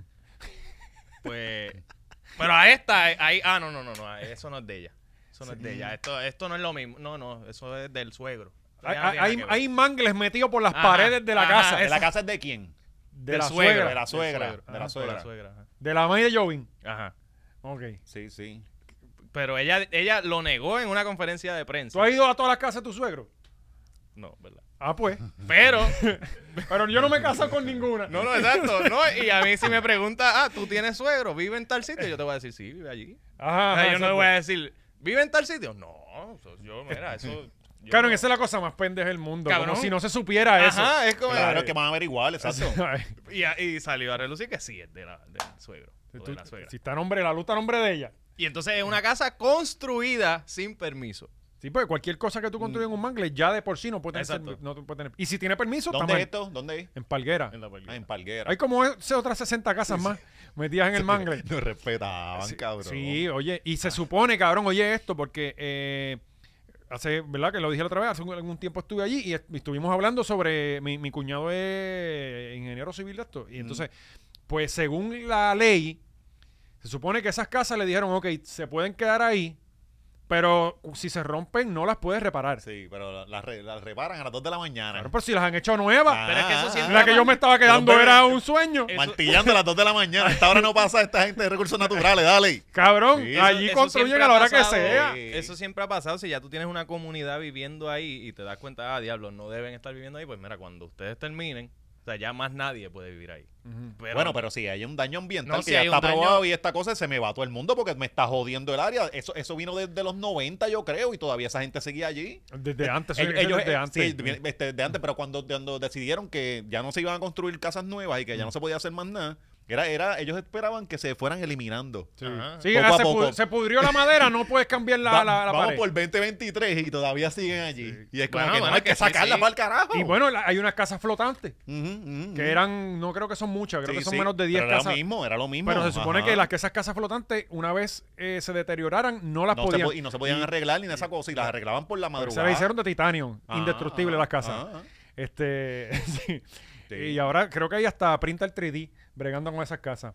Speaker 3: pues. Pero a esta, eh, ahí. Ah, no, no, no, no, eso no es de ella. Eso no es de ella. Esto, esto no es lo mismo. No, no, eso es del suegro.
Speaker 1: Hay,
Speaker 3: Ya no tiene
Speaker 1: hay-
Speaker 3: nada que ver.
Speaker 1: hay mangles metidos por las
Speaker 3: Ajá,
Speaker 1: paredes de la
Speaker 3: ajá,
Speaker 1: casa.
Speaker 2: ¿De la casa es de quién?
Speaker 1: de
Speaker 3: del
Speaker 1: la
Speaker 3: suegro,
Speaker 1: suegra.
Speaker 2: De la
Speaker 3: Del
Speaker 2: suegra.
Speaker 3: suegro,
Speaker 2: De la
Speaker 3: ajá, por
Speaker 2: suegra.
Speaker 3: ajá.
Speaker 1: De la madre de Jovin.
Speaker 3: Ajá.
Speaker 1: Ok.
Speaker 2: Sí, sí.
Speaker 3: Pero ella, ella lo negó en una conferencia de prensa.
Speaker 1: ¿Tú has ido a todas las casas de tu suegro?
Speaker 3: No, ¿verdad?
Speaker 1: Ah, pues.
Speaker 3: Pero,
Speaker 1: Pero yo no me he casado con ninguna.
Speaker 3: no, no, exacto. No, y a mí si me pregunta, ah, ¿tú tienes suegro? ¿Vive en tal sitio? Yo te voy a decir, sí, vive allí.
Speaker 1: Ajá,
Speaker 3: O sea,
Speaker 1: ajá,
Speaker 3: yo no
Speaker 1: exacto.
Speaker 3: le voy a decir, ¿vive en tal sitio? No, pues, yo, mira, eso... yo
Speaker 1: Cabrón,
Speaker 3: no-
Speaker 1: esa es la cosa más pendeja del mundo.
Speaker 3: Cabrón.
Speaker 1: Como si no se supiera eso.
Speaker 3: Ajá, eh. es como...
Speaker 2: Claro, es que van a averiguar, exacto.
Speaker 3: y, a- y salió a relucir que sí, es de la, del suegro. o de
Speaker 1: Tú-
Speaker 3: la suegra.
Speaker 1: si está a nombre, de la luz está a nombre de ella.
Speaker 3: Y entonces es una casa construida sin permiso.
Speaker 1: Sí, porque cualquier cosa que tú construyes en un mangle ya de por sí no puede tener.
Speaker 3: Exacto.
Speaker 1: no puede tener- Y si tiene permiso, está
Speaker 2: ¿Dónde es
Speaker 1: mal.
Speaker 2: esto? ¿Dónde es?
Speaker 1: En Palguera.
Speaker 3: En la
Speaker 2: Ah, en
Speaker 3: palguera.
Speaker 2: Palguera.
Speaker 1: Hay como ese- otras 60 casas más metidas en el mangle.
Speaker 2: No respetaban,
Speaker 1: Sí,
Speaker 2: cabrón. Ah.
Speaker 1: Sí, oye, y se supone, cabrón, oye esto, porque eh, hace, ¿verdad? Que lo dije la otra vez, hace un, algún tiempo estuve allí y, est- y estuvimos hablando sobre, mi, mi cuñado es ingeniero civil de esto, y entonces, pues según la ley, se supone que esas casas le dijeron, ok, se pueden quedar ahí, pero si se rompen no las puedes reparar.
Speaker 2: Sí, pero la- las re- las reparan a las 2 de la mañana.
Speaker 1: Claro, pero si las han hecho nuevas,
Speaker 2: Ah, Eh,
Speaker 3: Pero es que eso siempre...
Speaker 1: la que yo me estaba quedando
Speaker 2: Pero,
Speaker 1: era
Speaker 2: pero-
Speaker 1: un sueño.
Speaker 3: eso-
Speaker 2: Martillando a las 2 de la mañana. Hasta ahora no pasa esta gente de recursos naturales, dale.
Speaker 1: Cabrón,
Speaker 2: Sí, eso-
Speaker 1: allí
Speaker 3: eso
Speaker 1: construyen
Speaker 3: siempre
Speaker 1: a la
Speaker 3: ha
Speaker 1: hora que
Speaker 3: pasado,
Speaker 1: sea.
Speaker 3: eh, Eso siempre ha pasado. Si ya tú tienes una comunidad viviendo ahí y te das cuenta, ah, diablo, no deben estar viviendo ahí, pues mira, cuando ustedes terminen, o sea, ya más nadie puede vivir ahí. Pero,
Speaker 2: bueno, pero si hay un daño ambiental
Speaker 3: No,
Speaker 2: que
Speaker 3: si
Speaker 2: ya
Speaker 3: hay un
Speaker 2: está
Speaker 3: daño-
Speaker 2: aprobado y esta cosa, se me va todo el mundo porque me está jodiendo el área. Eso, eso vino desde los 90, yo creo, y todavía esa gente seguía allí.
Speaker 1: Desde antes,
Speaker 2: Ellos,
Speaker 1: ellos,
Speaker 2: ellos,
Speaker 1: desde
Speaker 2: eh,
Speaker 1: antes.
Speaker 2: sí, bien, este, de antes, pero cuando, cuando decidieron que ya no se iban a construir casas nuevas y que ya no se podía hacer más nada, era, era, ellos esperaban que se fueran eliminando.
Speaker 3: Ajá.
Speaker 1: Sí,
Speaker 2: Poco
Speaker 1: ah,
Speaker 2: a
Speaker 1: se, pu-
Speaker 2: poco.
Speaker 1: se pudrió la madera, no puedes cambiar la,
Speaker 2: Va-
Speaker 1: la- la
Speaker 2: vamos
Speaker 1: pared.
Speaker 2: por 2023 y todavía siguen allí. Y es como
Speaker 3: Bueno,
Speaker 2: que no,
Speaker 3: bueno,
Speaker 2: hay
Speaker 3: es
Speaker 2: que,
Speaker 3: que sí,
Speaker 2: sacarla
Speaker 3: sí.
Speaker 2: para el carajo.
Speaker 1: Y bueno, la- hay unas casas flotantes,
Speaker 2: Ujú, ujú,
Speaker 1: que eran, no creo que son muchas, creo
Speaker 2: Sí,
Speaker 1: que son
Speaker 2: sí,
Speaker 1: menos de 10
Speaker 2: pero Era
Speaker 1: casas.
Speaker 2: lo mismo, era lo mismo.
Speaker 1: Pero se supone
Speaker 2: ajá.
Speaker 1: que, las, que esas casas flotantes, una vez eh, se deterioraran, no las
Speaker 2: No se
Speaker 1: podían.
Speaker 2: po- y no se podían arreglar ni nada de esa cosa. Y las arreglaban por la
Speaker 1: se
Speaker 2: madrugada.
Speaker 1: le hicieron de titanio,
Speaker 2: Ah,
Speaker 1: indestructible
Speaker 2: ah,
Speaker 1: las casas.
Speaker 2: ah, ah.
Speaker 1: Este, sí.
Speaker 2: Sí.
Speaker 1: Y ahora creo que hay hasta printer 3D bregando con esas casas.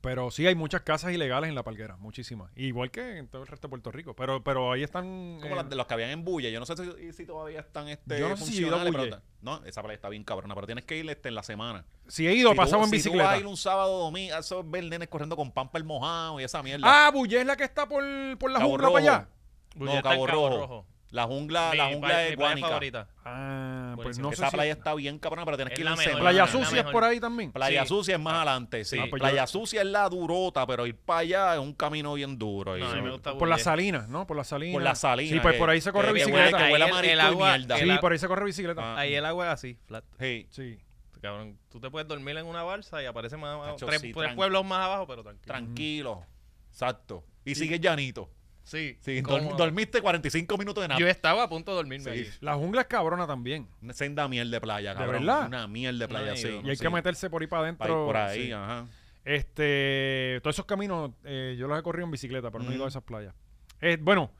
Speaker 1: Pero sí, hay muchas casas ilegales en la palguera, muchísimas. Igual que en todo el resto de Puerto Rico. Pero, pero ahí están.
Speaker 2: Como
Speaker 1: eh,
Speaker 2: las de los que habían en Bulla. Yo no sé si, si todavía están este,
Speaker 1: Yo no sé si he ido a
Speaker 2: funcionales,
Speaker 1: Bulle.
Speaker 2: pero ta- no, esa playa está bien cabrona, pero tienes que ir este, en la semana.
Speaker 1: si he ido,
Speaker 2: si
Speaker 1: he pasado
Speaker 2: tú,
Speaker 1: en
Speaker 2: si tú
Speaker 1: bicicleta.
Speaker 2: vas a ir un sábado domingo, esos ver nenes corriendo con pamper mojado y esa mierda.
Speaker 1: Ah, Bullé es la que está por, por la
Speaker 2: Cabo
Speaker 1: jungla
Speaker 2: Rojo.
Speaker 1: para allá.
Speaker 3: Bulle
Speaker 2: No,
Speaker 3: está en
Speaker 2: Cabo,
Speaker 3: Cabo
Speaker 2: Rojo.
Speaker 3: Rojo.
Speaker 2: La jungla, la
Speaker 3: Mi
Speaker 2: jungla
Speaker 3: playa-
Speaker 2: de
Speaker 3: mi playa
Speaker 2: Guánica.
Speaker 3: favorita.
Speaker 1: Ah, pues
Speaker 3: Buenísimo.
Speaker 1: no
Speaker 2: Esa
Speaker 1: sé
Speaker 2: playa
Speaker 1: si... Ah,
Speaker 2: está bien cabrona, pero tienes
Speaker 3: Es
Speaker 2: que ir
Speaker 3: la
Speaker 2: en
Speaker 3: mejor.
Speaker 2: semana.
Speaker 1: Playa
Speaker 3: es la
Speaker 1: Sucia es
Speaker 3: mejor.
Speaker 1: por ahí también.
Speaker 2: Playa
Speaker 3: Sí.
Speaker 2: sucia es más adelante, sí.
Speaker 1: Ah, pues yo-
Speaker 2: playa sucia es la durota, pero ir para allá es un camino bien duro. y-
Speaker 3: No, a mí me gusta
Speaker 1: Por las
Speaker 3: Bulle.
Speaker 1: salinas, ¿no? Por las salinas.
Speaker 2: Por las salinas.
Speaker 1: Sí, pues
Speaker 2: que-
Speaker 1: por ahí se corre
Speaker 2: que- que huele-
Speaker 1: bicicleta.
Speaker 2: Que huele
Speaker 3: Ahí el-
Speaker 2: amarillo
Speaker 3: el agua-
Speaker 2: y mierda.
Speaker 1: sí,
Speaker 3: el agua-
Speaker 1: por ahí se corre bicicleta.
Speaker 2: Ah.
Speaker 3: Ahí el agua es así, flat.
Speaker 2: Sí.
Speaker 1: Sí.
Speaker 3: Cabrón, tú te puedes dormir en una balsa y aparece más abajo.
Speaker 2: Tacho,
Speaker 3: tres
Speaker 2: sí,
Speaker 3: tres
Speaker 2: tran-
Speaker 3: pueblos más abajo, pero tranquilo.
Speaker 2: Tranquilo. Exacto. Y sigue llanito.
Speaker 3: sí,
Speaker 2: Sí,
Speaker 3: cómodo.
Speaker 2: dorm- dormiste 45 minutos de nada.
Speaker 3: Yo estaba a punto de dormirme
Speaker 2: Sí.
Speaker 3: allí.
Speaker 1: La jungla es cabrona también.
Speaker 2: Una senda miel de playa, cabrón.
Speaker 1: verdad?
Speaker 2: Una miel de playa,
Speaker 3: No he
Speaker 2: sí.
Speaker 3: ido,
Speaker 1: Y hay
Speaker 2: sí.
Speaker 1: que meterse por ahí para
Speaker 2: Pa' ir
Speaker 1: adentro.
Speaker 2: por ahí,
Speaker 1: sí.
Speaker 2: ajá.
Speaker 1: Este, todos esos caminos eh, yo los he corrido en bicicleta, pero no he ido
Speaker 2: Ujú.
Speaker 1: a esas playas. Eh, bueno,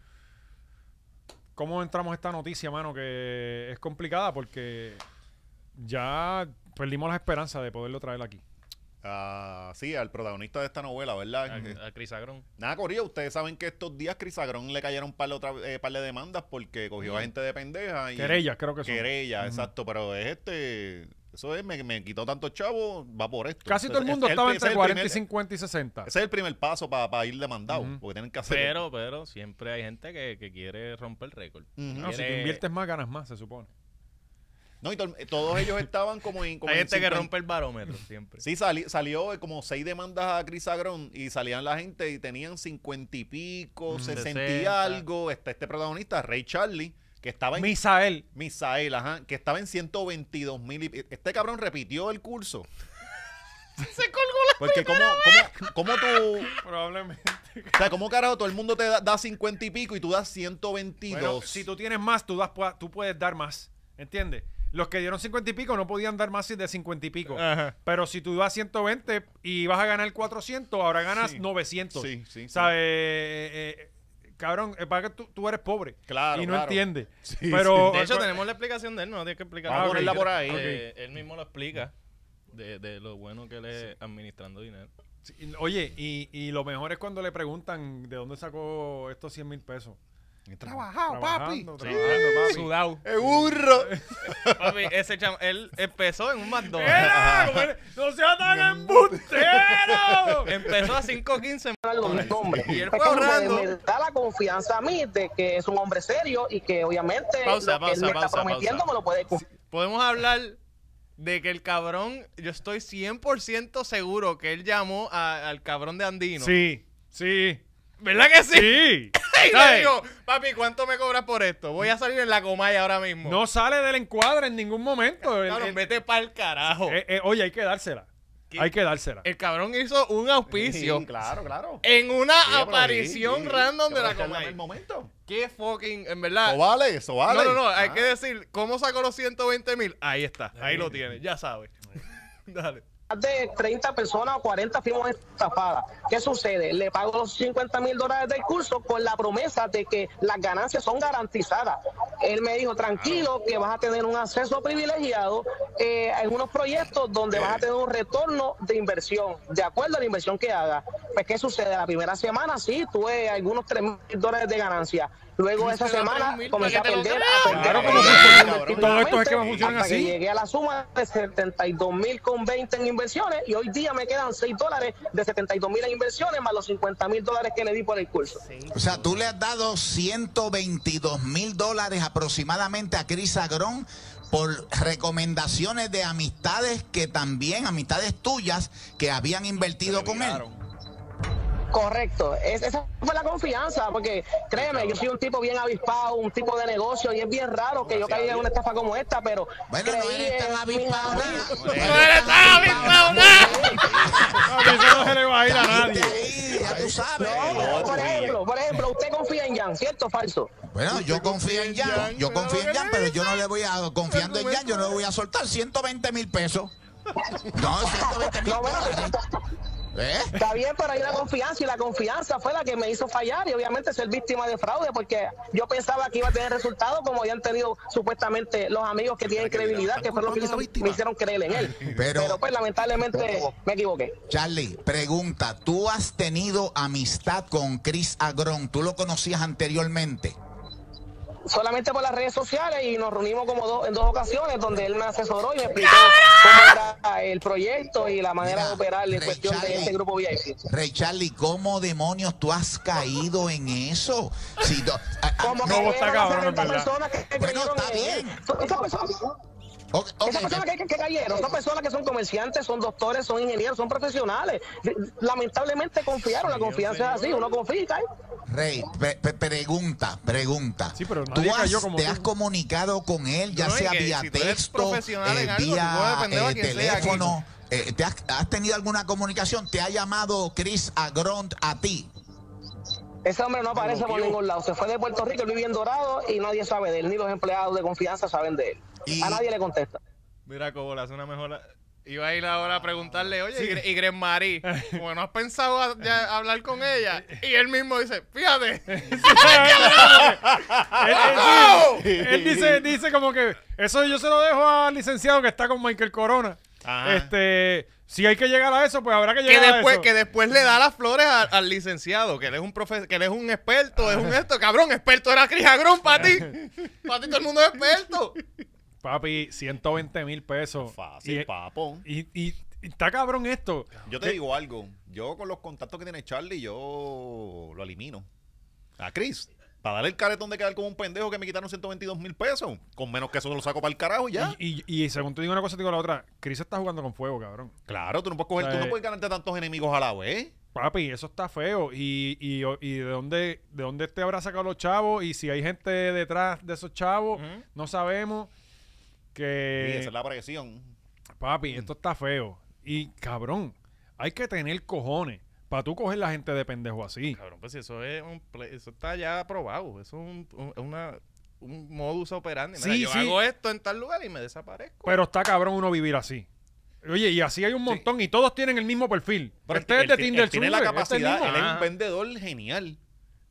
Speaker 1: ¿cómo entramos a esta noticia, mano? Que es complicada porque ya perdimos las esperanzas de poderlo traer aquí.
Speaker 2: Ah, sí, al protagonista de esta novela,
Speaker 3: A,
Speaker 2: ¿verdad? Eh,
Speaker 3: a Cris Agrón.
Speaker 2: Nada, Corillo, ustedes saben que estos días Chris Agrón le cayeron un par de, otra- eh, par de demandas porque cogió a gente de pendeja. Y
Speaker 1: Querellas, creo que son.
Speaker 2: Querella, exacto, pero es este... Eso es, me, me quitó tanto chavo, va por esto.
Speaker 1: Casi todo el
Speaker 2: Entonces,
Speaker 1: mundo estaba
Speaker 2: es- es- ese es
Speaker 1: entre
Speaker 2: el
Speaker 1: 40 y
Speaker 2: primer-
Speaker 1: 50 y 60.
Speaker 2: Ese es el primer paso para ir demandado,
Speaker 1: Ujú.
Speaker 2: porque tienen que hacer...
Speaker 3: Pero, pero, siempre hay gente que, que quiere romper el récord.
Speaker 2: Ujú.
Speaker 1: No, si tú
Speaker 3: Quiere-
Speaker 1: inviertes más, ganas más, se supone.
Speaker 2: No, y to- todos ellos estaban como en. como
Speaker 3: Hay
Speaker 2: en
Speaker 3: gente que
Speaker 2: 50.
Speaker 3: rompe el barómetro siempre.
Speaker 2: Sí, sali- salió como seis demandas a Cris Agrón y salían la gente y tenían cincuenta y pico,
Speaker 1: Mm.
Speaker 2: sesenta y
Speaker 3: 60.
Speaker 2: algo. Está este protagonista, Ray Charlie, que estaba en.
Speaker 1: Misael.
Speaker 2: Misael, ajá, que estaba en 122 mil y... Este cabrón repitió el curso.
Speaker 3: Se colgó
Speaker 2: Porque cómo, cómo, cómo tú...
Speaker 1: Probablemente.
Speaker 2: O sea, cómo carajo todo el mundo te da, da 50 y pico y tú das 122.
Speaker 1: Bueno, si tú tienes más, tú, das, tú puedes dar más. ¿Entiendes? Los que dieron 50 y pico no podían dar más de 50 y pico.
Speaker 2: Ah.
Speaker 3: Ajá.
Speaker 1: Pero si tú das 120 y vas a ganar 400, ahora ganas
Speaker 2: Sí.
Speaker 1: 900.
Speaker 2: Sí, sí, sí.
Speaker 1: ¿Sabes? Eh, eh, cabrón, es para que tú, tú eres pobre.
Speaker 2: Claro,
Speaker 1: Y no
Speaker 2: claro.
Speaker 1: entiendes.
Speaker 2: Sí,
Speaker 1: Pero,
Speaker 3: De hecho,
Speaker 1: eh,
Speaker 3: tenemos la explicación de él, no tienes que explicar.
Speaker 2: Vamos a
Speaker 3: pues, Ah,
Speaker 2: ponerla
Speaker 3: ok.
Speaker 2: por ahí.
Speaker 3: Eh, Él mismo lo explica de, de lo bueno que él es administrando dinero.
Speaker 1: sí, Oye, y, y lo mejor es cuando le preguntan de dónde sacó estos 100 mil pesos.
Speaker 2: He trabajado, papi.
Speaker 1: Trabajando,
Speaker 2: Sí.
Speaker 1: trabajando, papi.
Speaker 3: Sudado.
Speaker 2: ¡Eh, burro!
Speaker 3: Papi, ese chamo, él empezó en un McDonald's.
Speaker 1: ¡Era! Como era- ¡No sea tan embustero!
Speaker 3: Empezó a 5.15.
Speaker 9: hombre.
Speaker 3: Y él
Speaker 9: Es
Speaker 3: fue
Speaker 9: que me-
Speaker 3: ahorrando.
Speaker 9: Me, da la confianza a mí de que es un hombre serio y que obviamente
Speaker 3: Pausa,
Speaker 9: lo que
Speaker 3: pausa,
Speaker 9: él me
Speaker 3: pausa,
Speaker 9: está prometiendo
Speaker 3: pausa.
Speaker 9: me lo puede cumplir.
Speaker 3: Podemos hablar de que el cabrón, yo estoy 100% seguro que él llamó a- al cabrón de Andino.
Speaker 1: Sí, sí.
Speaker 3: ¿Verdad que sí?
Speaker 1: Sí.
Speaker 3: Y le
Speaker 1: ¿Sabes?
Speaker 3: digo, papi, ¿cuánto me cobras por esto? Voy a salir en la comaya ahora mismo.
Speaker 1: No sale del encuadre en ningún momento. El-
Speaker 3: cabrón,
Speaker 1: el-
Speaker 3: vete pa'l carajo.
Speaker 1: eh, eh, oye, hay que dársela.
Speaker 3: ¿Qué? Eh,
Speaker 1: Hay que dársela.
Speaker 3: el cabrón hizo un auspicio
Speaker 2: Sí, claro, claro.
Speaker 3: en una
Speaker 2: Sí, pero sí,
Speaker 3: aparición
Speaker 2: sí.
Speaker 3: random de la
Speaker 2: Aprovecharla en
Speaker 3: comaya.
Speaker 2: el momento.
Speaker 3: Qué fucking, en verdad.
Speaker 2: Eso vale, eso vale.
Speaker 3: No, no, no, hay
Speaker 2: Ah.
Speaker 3: que decir, ¿cómo sacó los 120 mil? Ahí está, ahí lo tiene, ya sabes. Dale.
Speaker 9: Más de 30 personas o 40 fuimos estafadas. ¿Qué sucede? Le pago los 50 mil dólares del curso con la promesa de que las ganancias son garantizadas. Él me dijo, tranquilo, que vas a tener un acceso privilegiado eh, en unos proyectos donde vas a tener Este un retorno de inversión, de acuerdo a la inversión que hagas. Pues, ¿qué sucede? La primera semana sí, tuve algunos 3 mil dólares de ganancia. Luego de esa
Speaker 3: Te da
Speaker 9: semana
Speaker 3: 3,000
Speaker 9: comencé a
Speaker 3: para que te lo
Speaker 9: perder,
Speaker 2: Ah,
Speaker 9: a
Speaker 3: creas.
Speaker 9: perder.
Speaker 1: Claro,
Speaker 9: a
Speaker 1: ¿cómo
Speaker 9: perder,
Speaker 1: funciona?
Speaker 9: invertidamente,
Speaker 1: Todos estos esquemas funcionan
Speaker 9: hasta que
Speaker 1: así.
Speaker 9: llegué a la suma de 72 mil con 20 en inversiones y hoy día me quedan 6 dólares de 72 mil en inversiones más los 50 mil dólares que le di por el curso.
Speaker 10: O sea, tú le has dado 122 mil dólares aproximadamente a Cris Agrón por recomendaciones de amistades que también, amistades tuyas, que habían invertido con él.
Speaker 9: Correcto, Es- esa fue la confianza, porque créeme, yo soy un tipo bien avispado, un tipo de negocio y es bien raro que yo caiga en una estafa como esta, pero
Speaker 10: Bueno, no
Speaker 9: creí
Speaker 10: eres tan
Speaker 9: en
Speaker 10: avispado
Speaker 9: mis
Speaker 10: nada.
Speaker 9: amigos.
Speaker 10: No eres tan avispado
Speaker 1: A mí eso no se le va a ir a nadie.
Speaker 10: Ahí, Ya tú sabes.
Speaker 9: No, por ejemplo, por ejemplo, usted confía en Jan, ¿cierto o falso?
Speaker 10: Bueno, yo confío en Jan, yo confío en Jan, pero yo no le voy a, confiando en Jan, yo no le voy a soltar 120 mil pesos. No, 120 mil
Speaker 9: No, bueno,
Speaker 10: dólares. ¿Eh?
Speaker 9: Está bien, pero hay una confianza y la confianza fue la que me hizo fallar y obviamente ser víctima de fraude porque yo pensaba que iba a tener resultados como habían tenido supuestamente los amigos que tienen credibilidad, que fue lo que hizo- me hicieron creer en él.
Speaker 10: Pero-
Speaker 9: Pero, pues lamentablemente me equivoqué.
Speaker 10: Charlie, pregunta, ¿tú has tenido amistad con Chris Agrón? ¿Tú lo conocías anteriormente?
Speaker 9: Solamente por las redes sociales y nos reunimos como dos, en dos ocasiones donde él me asesoró y me explicó cómo era el proyecto y la manera
Speaker 10: Mira,
Speaker 9: de operar en
Speaker 10: Rey
Speaker 9: cuestión de
Speaker 10: Charlie.
Speaker 9: este grupo VIP.
Speaker 10: Rey Charlie, ¿cómo demonios tú has caído en eso? Si do- a- a-
Speaker 9: Como
Speaker 1: No,
Speaker 9: que
Speaker 1: vos está
Speaker 9: vieron a
Speaker 1: cabrón, en
Speaker 9: 70
Speaker 1: verdad.
Speaker 9: personas que
Speaker 10: Bueno,
Speaker 9: creyeron
Speaker 10: está
Speaker 9: en él.
Speaker 10: bien.
Speaker 9: Son- esas personas-
Speaker 10: o- ok,
Speaker 9: Esas personas que, que- que cayeron son personas que son comerciantes, son doctores, son ingenieros, son profesionales. Lamentablemente confiaron, la confianza es así, uno confía y cae.
Speaker 10: Rey, pre- pre- pregunta, pregunta.
Speaker 1: Sí, pero
Speaker 10: ¿Tú
Speaker 1: nadie
Speaker 10: has,
Speaker 1: cayó como
Speaker 10: te
Speaker 1: tú.
Speaker 10: has comunicado con él, ya
Speaker 3: No, y
Speaker 10: sea
Speaker 3: que
Speaker 10: vía
Speaker 3: si tú eres
Speaker 10: texto,
Speaker 3: profesional en
Speaker 10: eh,
Speaker 3: algo, tú puedes
Speaker 10: vía
Speaker 3: depender de
Speaker 10: eh,
Speaker 3: quien sea aquí.
Speaker 10: teléfono? Eh, ¿te has, has tenido alguna comunicación? ¿Te ha llamado Chris Agront a ti?
Speaker 9: Ese hombre no aparece por ningún lado. Se fue de Puerto Rico, él vive en Dorado y nadie sabe de él, ni los empleados de confianza saben de él.
Speaker 10: Y-
Speaker 9: A nadie le contesta.
Speaker 3: Mira, Cobo, le hace una mejora. Iba a ir ahora a preguntarle, oye, y Gre- y Gres Marie, como no has pensado a- ya hablar con ella, y él mismo dice, fíjate,
Speaker 1: Él, él- sí, él dice, dice como que eso yo se lo dejo al licenciado que está con Michael Corona.
Speaker 2: Ajá.
Speaker 1: Este, si hay que llegar a eso, pues habrá que
Speaker 3: que
Speaker 1: llegar a
Speaker 3: después,
Speaker 1: eso.
Speaker 3: que después le da las flores a- al licenciado, que él es un profe, que él es un experto, es un esto, cabrón, experto era Cris Agrón para ti, para ti todo el mundo es experto.
Speaker 1: Papi, 120 mil pesos.
Speaker 2: Fácil,
Speaker 1: y,
Speaker 2: papo.
Speaker 1: y, y- y está cabrón esto.
Speaker 2: Yo te digo algo. Yo con los contactos que tiene Charlie, yo lo elimino. A Chris. Para darle el caretón de quedar como un pendejo que me quitaron 122 mil pesos. Con menos que eso lo saco para el carajo y ya.
Speaker 1: Y, y, y según te digo una cosa, te digo la otra. Chris está jugando con fuego, cabrón.
Speaker 2: claro, tú no puedes coger,
Speaker 1: O sea,
Speaker 2: tú
Speaker 1: eh,
Speaker 2: no puedes ganarte tantos enemigos a la vez.
Speaker 1: Papi, eso está feo. Y, y, y de dónde de dónde te habrá sacado los chavos y si hay gente detrás de esos chavos,
Speaker 3: Ujú.
Speaker 1: no sabemos
Speaker 2: Y
Speaker 1: que...
Speaker 2: esa es la presión. Mm.
Speaker 1: Papi, esto está feo. Y cabrón, hay que tener cojones para tú coger la gente de pendejo así.
Speaker 3: Cabrón, pues si eso es un play- eso está ya aprobado. Eso es un, un- una, un modus operandi. Mira,
Speaker 1: Sí,
Speaker 3: yo
Speaker 1: sí.
Speaker 3: hago esto en tal lugar y me desaparezco.
Speaker 1: Pero está cabrón uno vivir así. Oye, y así hay un montón y todos tienen el mismo perfil.
Speaker 2: Pero
Speaker 1: este
Speaker 2: él-
Speaker 1: es de
Speaker 2: él-
Speaker 1: Tinder
Speaker 2: él tiene la
Speaker 1: Swinger, este es el
Speaker 2: capacidad,
Speaker 1: mismo.
Speaker 2: él es
Speaker 3: Ah.
Speaker 2: un vendedor genial.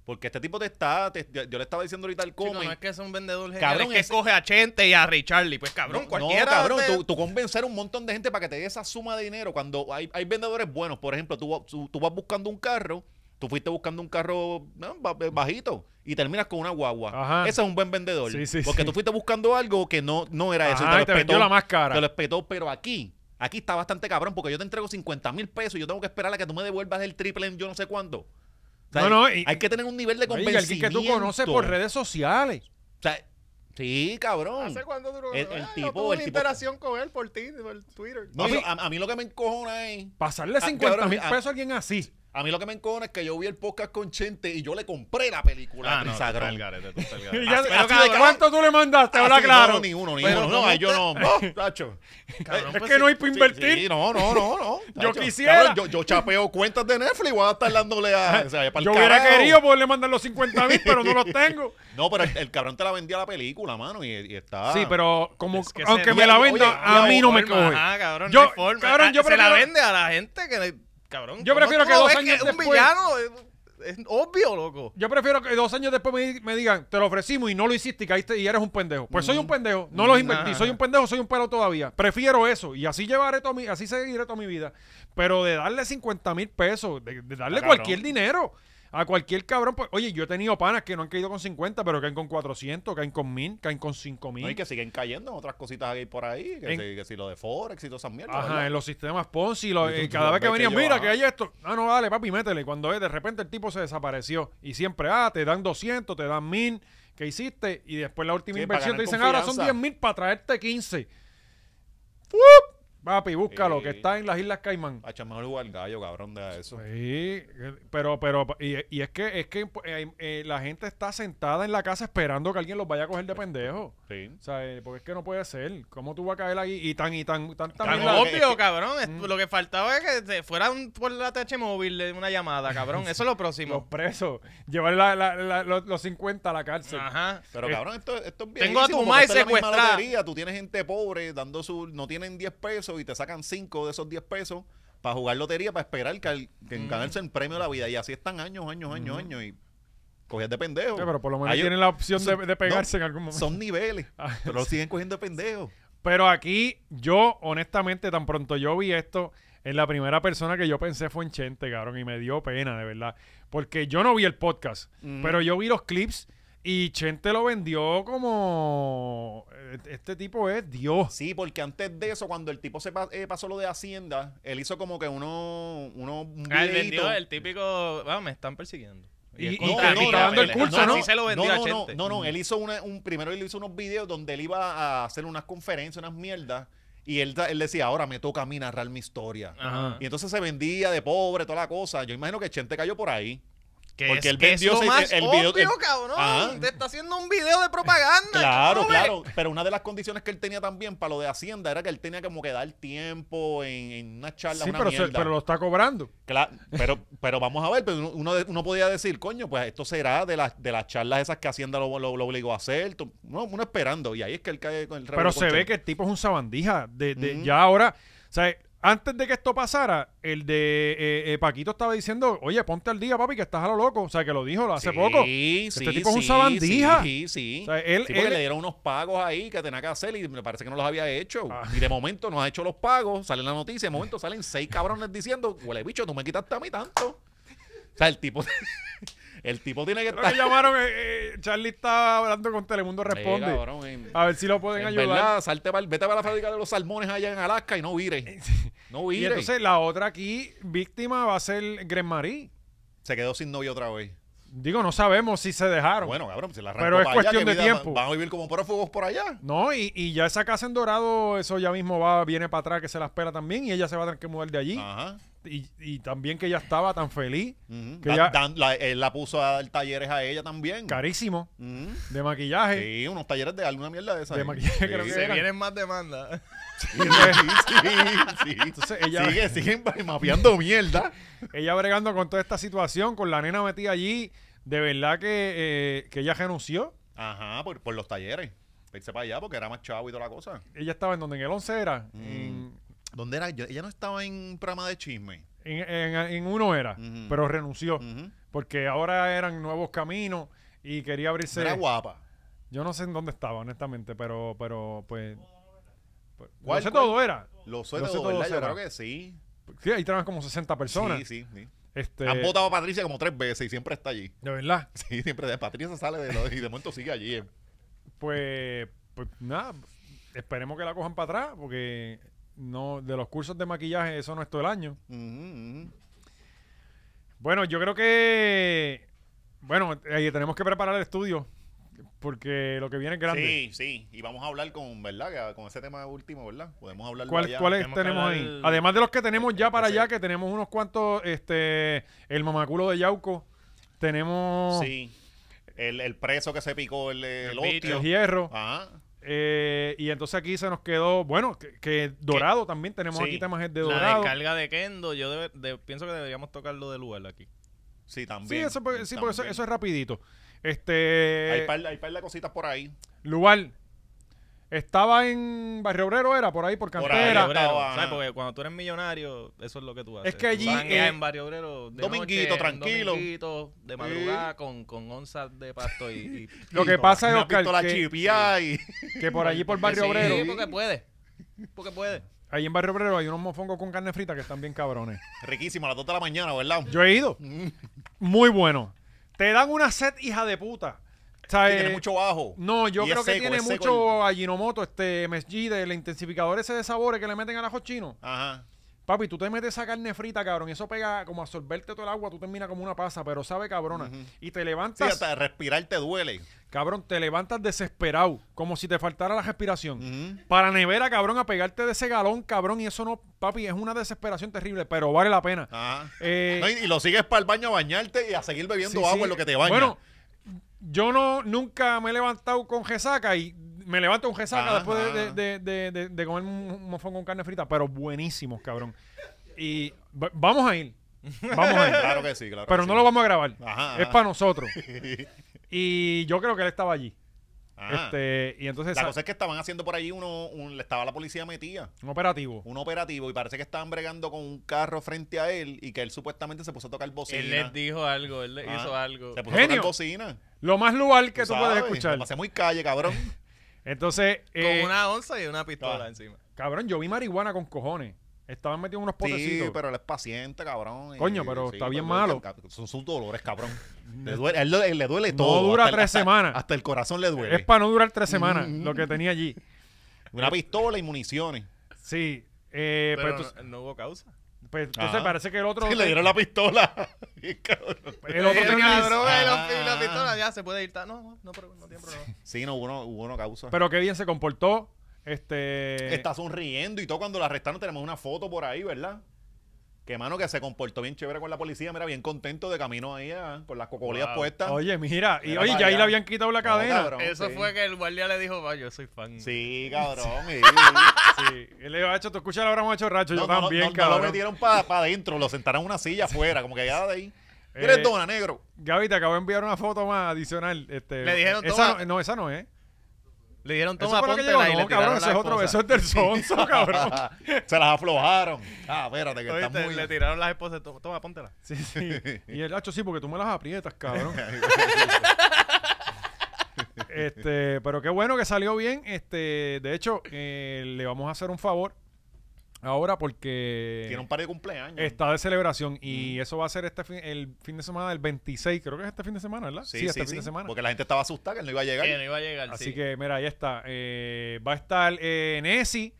Speaker 2: Porque este tipo te está, te- yo, yo le estaba diciendo ahorita al
Speaker 3: Chico,
Speaker 2: come.
Speaker 3: no es que sea un vendedor genial,
Speaker 2: Cabrón,
Speaker 3: es que
Speaker 2: ese-
Speaker 3: coge a Chente y a Richarly. Pues cabrón,
Speaker 2: No,
Speaker 3: cualquiera.
Speaker 2: No, cabrón,
Speaker 3: te-
Speaker 2: tú, tú convencer a un montón de gente para que te dé esa suma de dinero. Cuando hay, hay vendedores buenos, por ejemplo, tú, va- tú- tú vas buscando un carro, tú fuiste buscando un carro no, ba- eh, bajito y terminas con una guagua.
Speaker 1: Ajá.
Speaker 2: Ese es un buen vendedor.
Speaker 1: Sí, sí,
Speaker 2: porque
Speaker 1: sí.
Speaker 2: tú fuiste buscando algo que no, no era eso.
Speaker 1: Ajá, y te vendió la más cara.
Speaker 2: Te lo espetó, pero aquí. Aquí está bastante cabrón porque yo te entrego 50 mil pesos y yo tengo que esperar a que tú me devuelvas el triple en yo no sé cuándo. O sea,
Speaker 1: No, no, y-
Speaker 2: hay que tener un nivel de
Speaker 1: Oye, y
Speaker 2: convencimiento.
Speaker 1: alguien que tú conoces por redes sociales.
Speaker 2: O sea, sí, cabrón.
Speaker 3: ¿Hace cuánto duró?
Speaker 2: El- el
Speaker 3: Ah, no
Speaker 2: tipo-
Speaker 3: tuve
Speaker 2: el
Speaker 3: una
Speaker 2: tipo-
Speaker 3: interacción con él por ti, por Twitter.
Speaker 2: No,
Speaker 1: Oye,
Speaker 2: pero a, a mí lo que me encojona es.
Speaker 1: Pasarle
Speaker 2: Ah,
Speaker 1: 50
Speaker 2: cabrón,
Speaker 1: mil
Speaker 2: ah,
Speaker 1: pesos a alguien así.
Speaker 2: A mí lo que me encojona es que yo vi el podcast con Chente y yo le compré la
Speaker 3: Ah,
Speaker 2: película a Chris Agrón.
Speaker 1: Y ya-
Speaker 2: Ah, pero
Speaker 1: así de
Speaker 2: cabrón.
Speaker 1: ¿Cuánto tú le mandaste? Habla
Speaker 2: Así,
Speaker 1: claro.
Speaker 2: No, ni uno, ni
Speaker 3: Pero
Speaker 2: uno. No,
Speaker 3: como
Speaker 2: ay, yo no. no, tacho.
Speaker 1: es que no hay para invertir.
Speaker 2: pues Sí, no, no, no, no.
Speaker 1: Yo
Speaker 2: tacho.
Speaker 1: quisiera.
Speaker 2: Cabrón, yo, yo chapeo cuentas de Netflix, voy a estar dándole a. o sea, pa'l
Speaker 1: Yo hubiera
Speaker 2: carajo.
Speaker 1: querido poderle mandar los 50 mil, pero no los tengo.
Speaker 2: No, pero el, el cabrón te la vendía la película, mano, y, y está.
Speaker 1: Sí, pero como
Speaker 3: Es que se-
Speaker 1: aunque
Speaker 3: Oye,
Speaker 1: me la venda,
Speaker 2: oye,
Speaker 1: a mí no me
Speaker 3: Forma,
Speaker 1: coge.
Speaker 3: ajá, cabrón,
Speaker 1: Yo-
Speaker 3: no hay forma.
Speaker 1: cabrón,
Speaker 3: Ah,
Speaker 1: yo
Speaker 3: se la
Speaker 1: prefiero-
Speaker 3: vende a la gente que le- cabrón.
Speaker 1: Yo
Speaker 3: ¿cómo
Speaker 1: prefiero
Speaker 3: tú
Speaker 1: que
Speaker 3: no
Speaker 1: dos
Speaker 3: ves
Speaker 1: años
Speaker 3: es un
Speaker 1: después-
Speaker 3: villano es, es obvio, loco.
Speaker 1: Yo prefiero que dos años después me, di- me digan, te lo ofrecimos y no lo hiciste y caíste y eres un pendejo. Pues soy un pendejo, no los invertí,
Speaker 3: Ajá.
Speaker 1: soy un pendejo, soy un pelo todavía. Prefiero eso y así llevaré toda mi, así seguiré toda mi vida. Pero de darle 50 mil pesos, de, de darle
Speaker 2: Ah, cabrón.
Speaker 1: cualquier dinero a cualquier cabrón, pues, oye, yo he tenido panas que no han caído con 50, pero caen con 400, caen con 1000, caen con 5000.
Speaker 2: No, y que siguen cayendo en otras cositas ahí por ahí. Que,
Speaker 1: En-
Speaker 2: si, que si lo de Forex y todas esas mierdas.
Speaker 1: Ajá,
Speaker 2: ¿verdad?
Speaker 1: en los sistemas Ponzi, lo-
Speaker 2: Y tú-
Speaker 1: eh,
Speaker 2: tú
Speaker 1: cada
Speaker 2: los
Speaker 1: vez que
Speaker 2: ves que
Speaker 1: venían,
Speaker 2: ellos,
Speaker 1: mira
Speaker 2: ajá.
Speaker 1: que hay esto. Ah, no, dale, papi, métele. Y Cuando es, de repente el tipo se desapareció. Y siempre, ah, te dan 200, te dan 1000, ¿qué hiciste? Y después la última
Speaker 2: Sí, para
Speaker 1: inversión te
Speaker 2: ganar
Speaker 1: dicen, "Ah, ahora son
Speaker 2: confianza.
Speaker 1: 10 mil para traerte 15. ¡Fuup! Papi, búscalo, que
Speaker 2: Sí.
Speaker 1: está en las Islas Caimán.
Speaker 2: Tacho, es mejor jugar gallo, cabrón, de eso.
Speaker 1: Sí, eh, pero, pero, y, y es que, es que eh, eh, la gente está sentada en la casa esperando que alguien los vaya a coger de pendejo.
Speaker 2: Sí.
Speaker 1: O sea, eh, porque es que no puede ser. ¿Cómo tú vas a caer ahí y tan, y tan, tan, tan
Speaker 3: Tan
Speaker 2: mierda que-
Speaker 3: obvio, cabrón.
Speaker 2: Mm.
Speaker 3: Es- Lo que faltaba es que se fueran por la TH móvil de una llamada, cabrón. Eso es lo
Speaker 1: los
Speaker 3: próximo.
Speaker 1: presos, llevar la- la- la- los, los 50 a la cárcel.
Speaker 3: Ajá.
Speaker 2: Pero
Speaker 1: Eh,
Speaker 2: cabrón, esto, esto es
Speaker 3: tengo a tu
Speaker 2: viejísimo, porque esto es la
Speaker 3: madre
Speaker 2: misma
Speaker 3: secuestrada.
Speaker 2: lotería. Tú tienes gente pobre dando su, no tienen 10 pesos y te sacan 5 de esos 10 pesos para jugar lotería, para esperar que, al- que
Speaker 1: Mm.
Speaker 2: ganarse el premio de la vida. Y así están años, años, años, años. Y coger de pendejo.
Speaker 1: Sí, pero por lo menos
Speaker 2: Hay-
Speaker 1: tienen la opción de,
Speaker 2: son-
Speaker 1: de pegarse
Speaker 2: no,
Speaker 1: en algún momento. Ah,
Speaker 2: Son niveles. pero lo siguen cogiendo de pendejo.
Speaker 1: Pero aquí, yo, honestamente, tan pronto yo vi esto, en la primera persona que yo pensé fue en Chente, cabrón, y me dio pena, de verdad. Porque yo no vi el podcast, pero yo vi los clips y Chente lo vendió como. eh, Este tipo es Dios.
Speaker 2: Sí, porque antes de eso, cuando el tipo se pa- eh, pasó lo de Hacienda, él hizo como que uno, uno un
Speaker 3: Ah, él
Speaker 2: videíto.
Speaker 3: vendió el típico. Vamos, me están persiguiendo.
Speaker 1: Y-
Speaker 3: es
Speaker 1: y
Speaker 3: contra
Speaker 1: que
Speaker 3: mí,
Speaker 1: está dando el
Speaker 3: papeles.
Speaker 1: curso,
Speaker 3: Así
Speaker 1: ¿no?
Speaker 3: se lo vendió
Speaker 2: no,
Speaker 3: a
Speaker 2: no,
Speaker 3: Chente.
Speaker 2: No, no, él hizo una- un primero él hizo unos videos donde él iba a hacer unas conferencias, unas mierdas y él, él decía, "Ahora me toca a mí narrar mi historia."
Speaker 3: Ajá.
Speaker 2: Y entonces se vendía de pobre toda la cosa. Yo imagino que Chente cayó por ahí.
Speaker 3: Que
Speaker 2: Porque
Speaker 3: es,
Speaker 2: él
Speaker 3: que es
Speaker 2: vendió
Speaker 3: lo
Speaker 2: ese-
Speaker 3: más
Speaker 2: el video-
Speaker 3: obvio,
Speaker 2: el-
Speaker 3: cabrón.
Speaker 2: Ajá.
Speaker 3: Te está haciendo un video de propaganda.
Speaker 2: Claro,
Speaker 3: chove.
Speaker 2: claro. Pero una de las condiciones que él tenía también para lo de Hacienda era que él tenía como que dar tiempo en, en una charla,
Speaker 1: Sí,
Speaker 2: una
Speaker 1: pero, se-
Speaker 2: mierda.
Speaker 1: pero lo está cobrando.
Speaker 2: Cla- pero, pero vamos a ver, pero uno, uno de- uno podía decir, coño, pues esto será de las de las charlas esas que Hacienda lo, lo- lo obligó a hacer. tú- uno, uno esperando, y ahí es que él cae con el
Speaker 1: Pero
Speaker 2: revólver
Speaker 1: se ve
Speaker 2: con
Speaker 1: que el tipo es un sabandija. De, de-
Speaker 2: Ujú.
Speaker 1: Ya ahora, o sea, antes de que esto pasara, el de eh, eh, Paquito estaba diciendo, oye, ponte al día, papi, que estás a lo loco. O sea, que lo dijo lo- hace
Speaker 2: Sí,
Speaker 1: poco.
Speaker 2: Sí,
Speaker 1: Este tipo es un
Speaker 2: sí,
Speaker 1: sabandija.
Speaker 2: Sí, sí.
Speaker 1: O sea, él-
Speaker 2: Sí, porque
Speaker 1: él-
Speaker 2: le dieron unos pagos ahí que tenía que hacer y me parece que no los había hecho.
Speaker 1: Ah.
Speaker 2: Y de momento no ha hecho los pagos, sale la noticia, de momento salen seis cabrones diciendo, huele bicho, tú me quitaste a mí tanto. O sea, el tipo, el tipo tiene que
Speaker 1: Creo que
Speaker 2: estar.
Speaker 1: llamaron, eh, eh, Charlie está hablando con Telemundo Responde.
Speaker 2: Eh, cabrón, en-
Speaker 1: a ver si lo pueden
Speaker 2: En
Speaker 1: ayudar.
Speaker 2: verdad, salte pa'l- vete para la fábrica de los salmones allá en Alaska y no vire. No
Speaker 1: Y
Speaker 2: vire.
Speaker 1: entonces la otra aquí, víctima, va a ser Gren Marie.
Speaker 2: se quedó sin novio otra vez.
Speaker 1: Digo, no sabemos si se dejaron.
Speaker 2: Bueno, cabrón, si la
Speaker 1: Pero
Speaker 2: arrancó
Speaker 1: es
Speaker 2: para
Speaker 1: cuestión
Speaker 2: ¿qué
Speaker 1: de
Speaker 2: vida?
Speaker 1: tiempo.
Speaker 2: Van a vivir como prófugos por allá.
Speaker 1: No, y, y ya esa casa en Dorado, eso ya mismo va, viene para atrás que se la espera también y ella se va a tener que mudar de allí.
Speaker 2: Ajá.
Speaker 1: Y, y también que ella estaba tan feliz,
Speaker 2: Ujú.
Speaker 1: que
Speaker 2: Da-
Speaker 1: ya,
Speaker 2: dan- la- él la puso a dar talleres a ella también.
Speaker 1: carísimo,
Speaker 2: Ujú.
Speaker 1: de maquillaje.
Speaker 2: Sí, unos talleres de alguna mierda de esa.
Speaker 1: De maquillaje, creo que
Speaker 3: Se
Speaker 1: eran.
Speaker 3: vienen más demandas.
Speaker 2: Sí, sí, sí.
Speaker 1: Entonces ella,
Speaker 2: Sigue, siguen mapeando mierda.
Speaker 1: ella bregando con toda esta situación, con la nena metida allí, de verdad que, eh, que ella renunció.
Speaker 2: Ajá, por, por los talleres. Irse para allá porque era más chavo y toda la cosa.
Speaker 1: Ella estaba en donde, en el 11 era, en,
Speaker 2: ¿Dónde era? Yo- ella no estaba en un programa de chisme.
Speaker 1: en, en- en uno era,
Speaker 2: Ujú.
Speaker 1: pero renunció.
Speaker 2: Ujú.
Speaker 1: Porque ahora eran nuevos caminos y quería abrirse...
Speaker 2: Era guapa.
Speaker 1: Yo no sé en dónde estaba, honestamente, pero, pero, pues. pues,
Speaker 2: ¿Cuál,
Speaker 1: lo sé
Speaker 2: cuál?
Speaker 1: todo era.
Speaker 2: Lo sé
Speaker 1: Lo sé
Speaker 2: todo,
Speaker 1: todo,
Speaker 2: ¿verdad? Yo
Speaker 1: Seba.
Speaker 2: creo que sí.
Speaker 1: Sí, ahí trabajan como 60 personas.
Speaker 2: Sí, sí, sí.
Speaker 1: Este,
Speaker 2: Han votado a Patricia como tres veces y siempre está allí.
Speaker 1: De verdad.
Speaker 2: Sí, siempre. Patricia sale de los, y de momento sigue allí. eh.
Speaker 1: Pues, pues nada, esperemos que la cojan para atrás, porque no de los cursos de maquillaje, eso no es todo el año.
Speaker 2: Ujú, ujú.
Speaker 1: Bueno, yo creo que. Bueno, ahí tenemos que preparar el estudio, porque lo que viene es grande.
Speaker 2: Sí, sí. Y vamos a hablar con, ¿verdad? Que- Con ese tema último, ¿verdad? Podemos hablar
Speaker 1: ¿Cuál- ¿Cuáles
Speaker 3: tenemos que
Speaker 1: tenemos
Speaker 3: hablar
Speaker 1: ahí?
Speaker 3: del-
Speaker 1: Además de los que tenemos ya
Speaker 2: del
Speaker 1: para allá,
Speaker 2: tercero.
Speaker 1: que tenemos unos cuantos, este, el mamaculo de Yauco, tenemos
Speaker 2: Sí. El, el preso que se picó el, el, Ah,
Speaker 3: El
Speaker 2: otro.
Speaker 1: el
Speaker 3: vidrio.
Speaker 1: hierro,
Speaker 2: Ajá.
Speaker 1: eh, y entonces aquí se nos quedó, bueno, que, que Dorado también, tenemos
Speaker 3: Sí,
Speaker 1: aquí temas de
Speaker 3: La
Speaker 1: Dorado.
Speaker 3: descarga de Kendo, yo debe- de- pienso que deberíamos tocarlo del UL aquí.
Speaker 2: Sí,
Speaker 1: Sí,
Speaker 2: también.
Speaker 1: eso, porque- sí, porque eso,
Speaker 2: también.
Speaker 1: eso es rapidito.
Speaker 2: Hay
Speaker 1: Este,
Speaker 2: par, hay par de cositas por ahí.
Speaker 1: lugar, estaba en Barrio Obrero, era por ahí, por
Speaker 2: Por ahí,
Speaker 1: Cantera.
Speaker 2: Obrero. estaba-
Speaker 3: ¿sabes? Porque cuando tú eres millonario, eso es lo que tú haces.
Speaker 1: Es que allí,
Speaker 3: Tú jangueas
Speaker 1: eh,
Speaker 3: en Barrio Obrero. de
Speaker 2: dominguito,
Speaker 3: noche, en
Speaker 2: tranquilo.
Speaker 3: Dominguito, de madrugada, con, con onzas de pasto y. y-
Speaker 1: Lo que
Speaker 3: y-
Speaker 1: pasa es,
Speaker 2: Me han
Speaker 1: Oscar,
Speaker 2: visto la
Speaker 1: que-
Speaker 2: chipia y...
Speaker 1: Que por allí, por Barrio
Speaker 3: Sí,
Speaker 1: Obrero,
Speaker 3: porque puede. Porque puede.
Speaker 1: ahí en Barrio Obrero hay unos mofongos con carne frita que están bien cabrones.
Speaker 2: Riquísimo, a las 2 de la mañana, ¿verdad?
Speaker 1: Yo he ido.
Speaker 2: Mm.
Speaker 1: Muy bueno. Te dan una set hija de puta. O sea,
Speaker 2: Sí, tiene
Speaker 1: eh,
Speaker 2: mucho bajo.
Speaker 1: No, yo
Speaker 2: Y es
Speaker 1: creo que
Speaker 2: seco,
Speaker 1: tiene
Speaker 2: es seco el-
Speaker 1: mucho Ajinomoto, este MSG, del intensificador ese de sabores que le meten al ajo chino.
Speaker 2: Ajá.
Speaker 1: Papi, tú te metes esa carne frita, cabrón, y eso pega como a absorberte todo el agua, tú terminas como una pasa, pero sabe cabrona. Y te
Speaker 2: Sí,
Speaker 1: levantas,
Speaker 2: hasta respirar te duele.
Speaker 1: cabrón, te levantas desesperado, como si te faltara la respiración.
Speaker 2: Ujú.
Speaker 1: Para nevera, cabrón, a pegarte de ese galón, cabrón, y eso no, papi, es una desesperación terrible, pero vale la pena.
Speaker 2: Ajá.
Speaker 1: Eh,
Speaker 2: Ah. No, y, y lo sigues para el baño a bañarte y a seguir bebiendo
Speaker 1: Sí,
Speaker 2: agua
Speaker 1: sí.
Speaker 2: en lo que te bañas.
Speaker 1: Bueno, yo no nunca me he levantado con resaca y me levanto con resaca
Speaker 2: Ajá.
Speaker 1: después de, de- de- de- de comer un mofón con carne frita, pero buenísimos, cabrón. Y va- vamos a ir. Vamos a ir.
Speaker 2: Claro que sí, claro
Speaker 1: pero
Speaker 2: que
Speaker 1: no
Speaker 2: sí.
Speaker 1: lo vamos a grabar.
Speaker 2: Ajá,
Speaker 1: Es
Speaker 2: ajá.
Speaker 1: para nosotros. Y yo creo que él estaba allí.
Speaker 2: Ajá.
Speaker 1: Este, y entonces
Speaker 2: Ah. La
Speaker 1: sa-
Speaker 2: cosa es que estaban haciendo por allí uno, un- le estaba la policía metida,
Speaker 1: un operativo.
Speaker 2: un operativo, y parece que estaban bregando con un carro frente a él y que él supuestamente se puso a tocar bocina.
Speaker 3: Él les dijo algo, él les
Speaker 2: Ajá.
Speaker 3: hizo algo.
Speaker 2: Se puso a
Speaker 1: Genio.
Speaker 2: tocar bocina.
Speaker 1: Lo más lugar que tú,
Speaker 2: sabes, em-
Speaker 1: puedes
Speaker 2: Me pasé
Speaker 1: escuchar.
Speaker 2: muy calle, cabrón.
Speaker 1: Entonces, eh,
Speaker 3: Con una onza y una pistola
Speaker 2: Ah.
Speaker 3: encima.
Speaker 1: cabrón, yo vi marihuana con cojones. Estaban metidos en unos potecitos.
Speaker 2: Sí, pero él es paciente, cabrón. y-
Speaker 1: Coño, pero
Speaker 2: sí,
Speaker 1: está bien
Speaker 2: duele,
Speaker 1: malo.
Speaker 2: ca- Son sus dolores, cabrón. Le duele, a él le, le duele
Speaker 1: No
Speaker 2: todo.
Speaker 1: dura
Speaker 2: el-
Speaker 1: tres semanas.
Speaker 2: Hasta el corazón le duele.
Speaker 1: Es para no durar tres semanas lo que tenía allí.
Speaker 2: Una pistola y municiones.
Speaker 1: Sí. eh,
Speaker 3: Pero
Speaker 1: pues,
Speaker 3: no, no hubo causa.
Speaker 1: pues, entonces
Speaker 2: Ajá.
Speaker 1: parece que el otro.
Speaker 2: Sí, le dieron la pistola. Bien cabrón.
Speaker 1: El otro
Speaker 3: Dieron
Speaker 1: tenía-
Speaker 3: la droga y, los- y
Speaker 2: Ah.
Speaker 3: la pistola, ya se puede ir. ta- No, no, no, pero no tiene problema.
Speaker 2: Sí, no, hubo no, hubo no causa.
Speaker 1: Pero qué bien se comportó. Este.
Speaker 2: Está sonriendo y todo. Cuando la arrestaron tenemos una foto por ahí, ¿verdad? Que mano que se comportó bien chévere con la policía. Mira, bien contento de camino ahí, ah, con las cocolías
Speaker 3: Wow.
Speaker 2: puestas.
Speaker 1: Oye, mira. Y
Speaker 2: Era
Speaker 1: oye,
Speaker 2: para
Speaker 1: ya ahí
Speaker 2: allá.
Speaker 1: le habían quitado la
Speaker 2: No,
Speaker 1: cadena.
Speaker 2: cabrón,
Speaker 3: Eso
Speaker 2: sí.
Speaker 3: fue que el guardia le dijo, va, yo soy fan.
Speaker 2: Sí, cabrón. sí.
Speaker 1: Sí. Él le ha hecho, tú escuchas ahora hemos hecho racho.
Speaker 2: No,
Speaker 1: yo
Speaker 2: no, no,
Speaker 1: también,
Speaker 2: no, no lo
Speaker 1: cabrón.
Speaker 2: metieron para adentro, lo sentaron en una silla afuera, como que ya de ahí.
Speaker 1: Eh,
Speaker 2: Eres dona, negro.
Speaker 1: Gaby, te acabo de enviar una foto más adicional. Este,
Speaker 3: Le dijeron,
Speaker 1: esa
Speaker 3: toma.
Speaker 1: no, no, esa no es.
Speaker 3: Le dijeron,
Speaker 1: Eso
Speaker 3: toma,
Speaker 1: fue lo que
Speaker 3: póntela
Speaker 1: llegó.
Speaker 3: y le
Speaker 1: No,
Speaker 3: tiraron
Speaker 1: cabrón, ese
Speaker 3: la
Speaker 1: es otro.
Speaker 3: esposa.
Speaker 1: Eso es del sonso, cabrón.
Speaker 2: Se las aflojaron. Ah, espérate, que estás
Speaker 3: Oíste,
Speaker 2: muy...
Speaker 3: Le tiraron las esposas, "To- toma, póntela.
Speaker 1: Sí, sí. Y el hacho sí, porque tú me las aprietas, cabrón. este, pero qué bueno que salió bien. Este, de hecho, eh, le vamos a hacer un favor ahora porque
Speaker 2: Tiene un Mm. par de cumpleaños.
Speaker 1: está de celebración y eso va a ser este fin- el fin de semana del 26, creo que es este fin de semana, ¿verdad?
Speaker 2: Sí,
Speaker 1: este
Speaker 2: sí,
Speaker 1: fin
Speaker 2: sí.
Speaker 1: de semana.
Speaker 2: Porque la gente estaba asustada que él no iba a llegar.
Speaker 3: Que no iba a llegar,
Speaker 1: Así
Speaker 3: sí.
Speaker 1: que, mira, ahí está. Eh, va a estar eh, Nessie,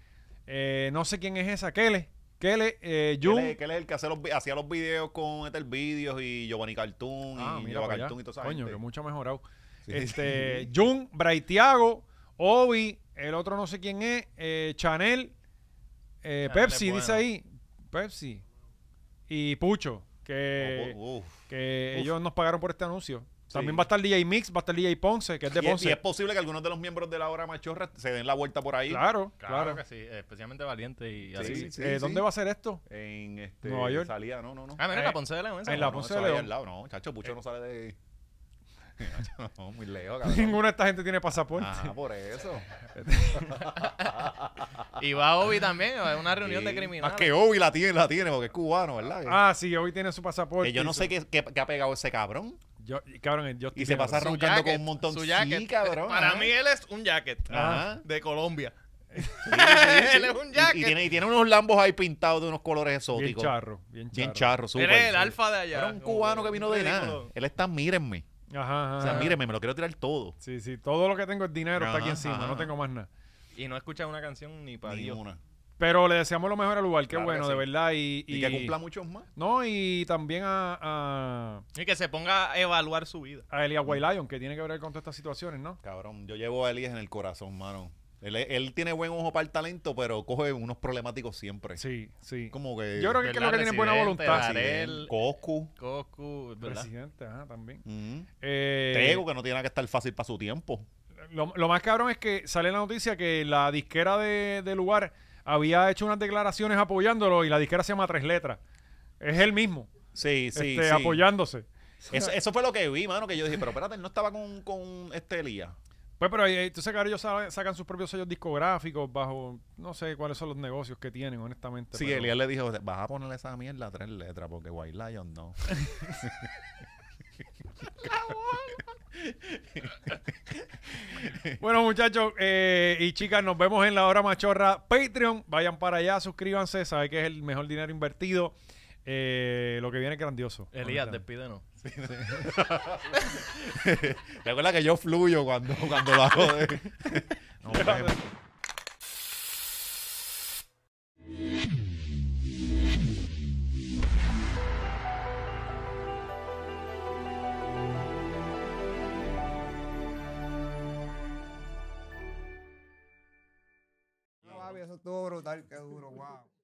Speaker 1: eh, no sé quién es esa, Kele. ¿Qué le, eh,
Speaker 2: Que él
Speaker 1: Jun?
Speaker 2: es- que él es el que hace los vi- hacía los videos con Ethel Videos y Giovanni Cartoon
Speaker 1: Ah,
Speaker 2: y
Speaker 1: mira
Speaker 2: Giovanni
Speaker 1: para allá.
Speaker 2: Cartoon y toda esa
Speaker 1: Coño,
Speaker 2: gente.
Speaker 1: que mucho ha mejorado. Este, Jun, Braithiago, Obi, el otro no sé quién es, eh, Chanel, eh,
Speaker 3: Chanel
Speaker 1: Pepsi,
Speaker 3: es bueno.
Speaker 1: dice ahí, Pepsi y Pucho, que,
Speaker 2: Oh, uf.
Speaker 1: que
Speaker 2: uf.
Speaker 1: ellos nos pagaron por este anuncio.
Speaker 2: Sí.
Speaker 1: También va a estar DJ Mix, va a estar DJ Ponce, que es de
Speaker 2: Y es, y
Speaker 1: Ponce.
Speaker 2: es posible que algunos de los miembros de la hora machorra se den la vuelta por ahí.
Speaker 1: Claro,
Speaker 3: Claro,
Speaker 1: claro.
Speaker 3: que sí, especialmente valiente y
Speaker 2: Sí,
Speaker 3: así.
Speaker 2: sí,
Speaker 1: Eh, ¿Dónde
Speaker 2: sí.
Speaker 1: va a ser esto?
Speaker 2: En este,
Speaker 1: Nueva York.
Speaker 2: Salía, no, no, no.
Speaker 3: Ah, mira, en la
Speaker 1: Eh,
Speaker 3: Ponce de León. esa,
Speaker 1: en la
Speaker 3: ¿no?
Speaker 2: No,
Speaker 1: Ponce
Speaker 2: eso
Speaker 1: de
Speaker 2: ahí
Speaker 1: León.
Speaker 2: al lado, no, chacho, Pucho no sale de. Chacho, no, muy lejos, cabrón.
Speaker 1: Ninguna de esta gente tiene pasaporte.
Speaker 2: Ajá, por eso.
Speaker 3: Y va Obi también, a una reunión de
Speaker 2: Sí.
Speaker 3: criminales.
Speaker 2: Más que Obi la tiene, la tiene, porque es cubano, ¿verdad?
Speaker 1: Ah, sí, hoy tiene su pasaporte.
Speaker 2: que yo no sé qué, qué- qué ha pegado ese cabrón.
Speaker 1: Yo- cabrón, el Justin
Speaker 2: Y se pasa
Speaker 1: Bieber.
Speaker 3: Su
Speaker 2: roncando
Speaker 3: jacket,
Speaker 2: con un montón.
Speaker 3: su
Speaker 2: Sí,
Speaker 3: jacket.
Speaker 2: cabrón,
Speaker 3: Para
Speaker 2: ajá.
Speaker 3: mí él es un jacket. ah,
Speaker 2: Ajá.
Speaker 3: De Colombia.
Speaker 2: sí, sí.
Speaker 3: él es un
Speaker 2: Y-
Speaker 3: jacket.
Speaker 2: Y, tiene, y tiene unos lambos ahí pintados de unos colores
Speaker 1: Bien
Speaker 2: exóticos.
Speaker 1: charro, bien charro.
Speaker 2: Bien charro, súper.
Speaker 3: él es el alfa de allá.
Speaker 2: Era un
Speaker 3: como
Speaker 2: cubano que vino de nada.
Speaker 3: ridículo.
Speaker 2: Él está, mírenme.
Speaker 1: Ajá,
Speaker 2: O sea,
Speaker 1: ajá.
Speaker 2: mírenme, me lo quiero tirar todo.
Speaker 1: Sí, sí, todo lo que tengo es dinero, está aquí
Speaker 2: Ajá,
Speaker 1: encima,
Speaker 2: ajá.
Speaker 1: no tengo más nada.
Speaker 3: Y no escucha una canción ni para
Speaker 2: Ni
Speaker 3: Dios.
Speaker 2: una.
Speaker 1: Pero le deseamos lo mejor al lugar, qué
Speaker 2: Claro que
Speaker 1: bueno, de
Speaker 2: sí.
Speaker 1: verdad. Y,
Speaker 2: Y, que cumpla muchos más.
Speaker 1: No, y también a, a,
Speaker 3: Y que se ponga a evaluar su vida.
Speaker 1: a Elia White Lion, que tiene que ver con todas estas situaciones, ¿no?
Speaker 2: Cabrón, yo llevo a Elías en el corazón, mano. Él, él tiene buen ojo para el talento, pero coge unos problemáticos siempre.
Speaker 1: Sí, sí.
Speaker 2: Como que.
Speaker 1: Yo creo que es lo que tiene buena
Speaker 3: Residente,
Speaker 1: voluntad.
Speaker 3: Daré-
Speaker 2: Darel, Coscu.
Speaker 3: Coscu, ¿verdad?
Speaker 2: Pues
Speaker 1: Presidente, ajá, también.
Speaker 2: ujú.
Speaker 1: Eh,
Speaker 2: mm, Tego, que no tiene nada que estar fácil para su tiempo.
Speaker 1: lo, lo más cabrón es que sale la noticia que la disquera de, de lugar había hecho unas declaraciones apoyándolo y la disquera se llama Tres Letras. Es él mismo,
Speaker 2: Sí, sí,
Speaker 1: este,
Speaker 2: sí.
Speaker 1: apoyándose.
Speaker 2: Eso, eso fue lo que vi, mano, que yo dije, pero espérate, él no estaba con, con este Elías.
Speaker 1: Pues, pero eh, entonces ahora ellos sa- sacan sus propios sellos discográficos bajo, no sé cuáles son los negocios que tienen, honestamente.
Speaker 2: Sí,
Speaker 1: pero-
Speaker 2: Elías le dijo, vas a ponerle esa mierda a tres letras, porque White Lion no.
Speaker 1: Bueno, muchachos eh, y chicas, nos vemos en la hora machorra Patreon. Vayan para allá, suscríbanse, saben que es el mejor dinero invertido. Eh, lo que viene es grandioso.
Speaker 3: Elías,
Speaker 1: honestamente.
Speaker 3: despídenos.
Speaker 2: Recuerda que yo fluyo cuando, cuando lo hago de... Nos vemos.
Speaker 11: Eso estuvo brutal, qué duro, wow.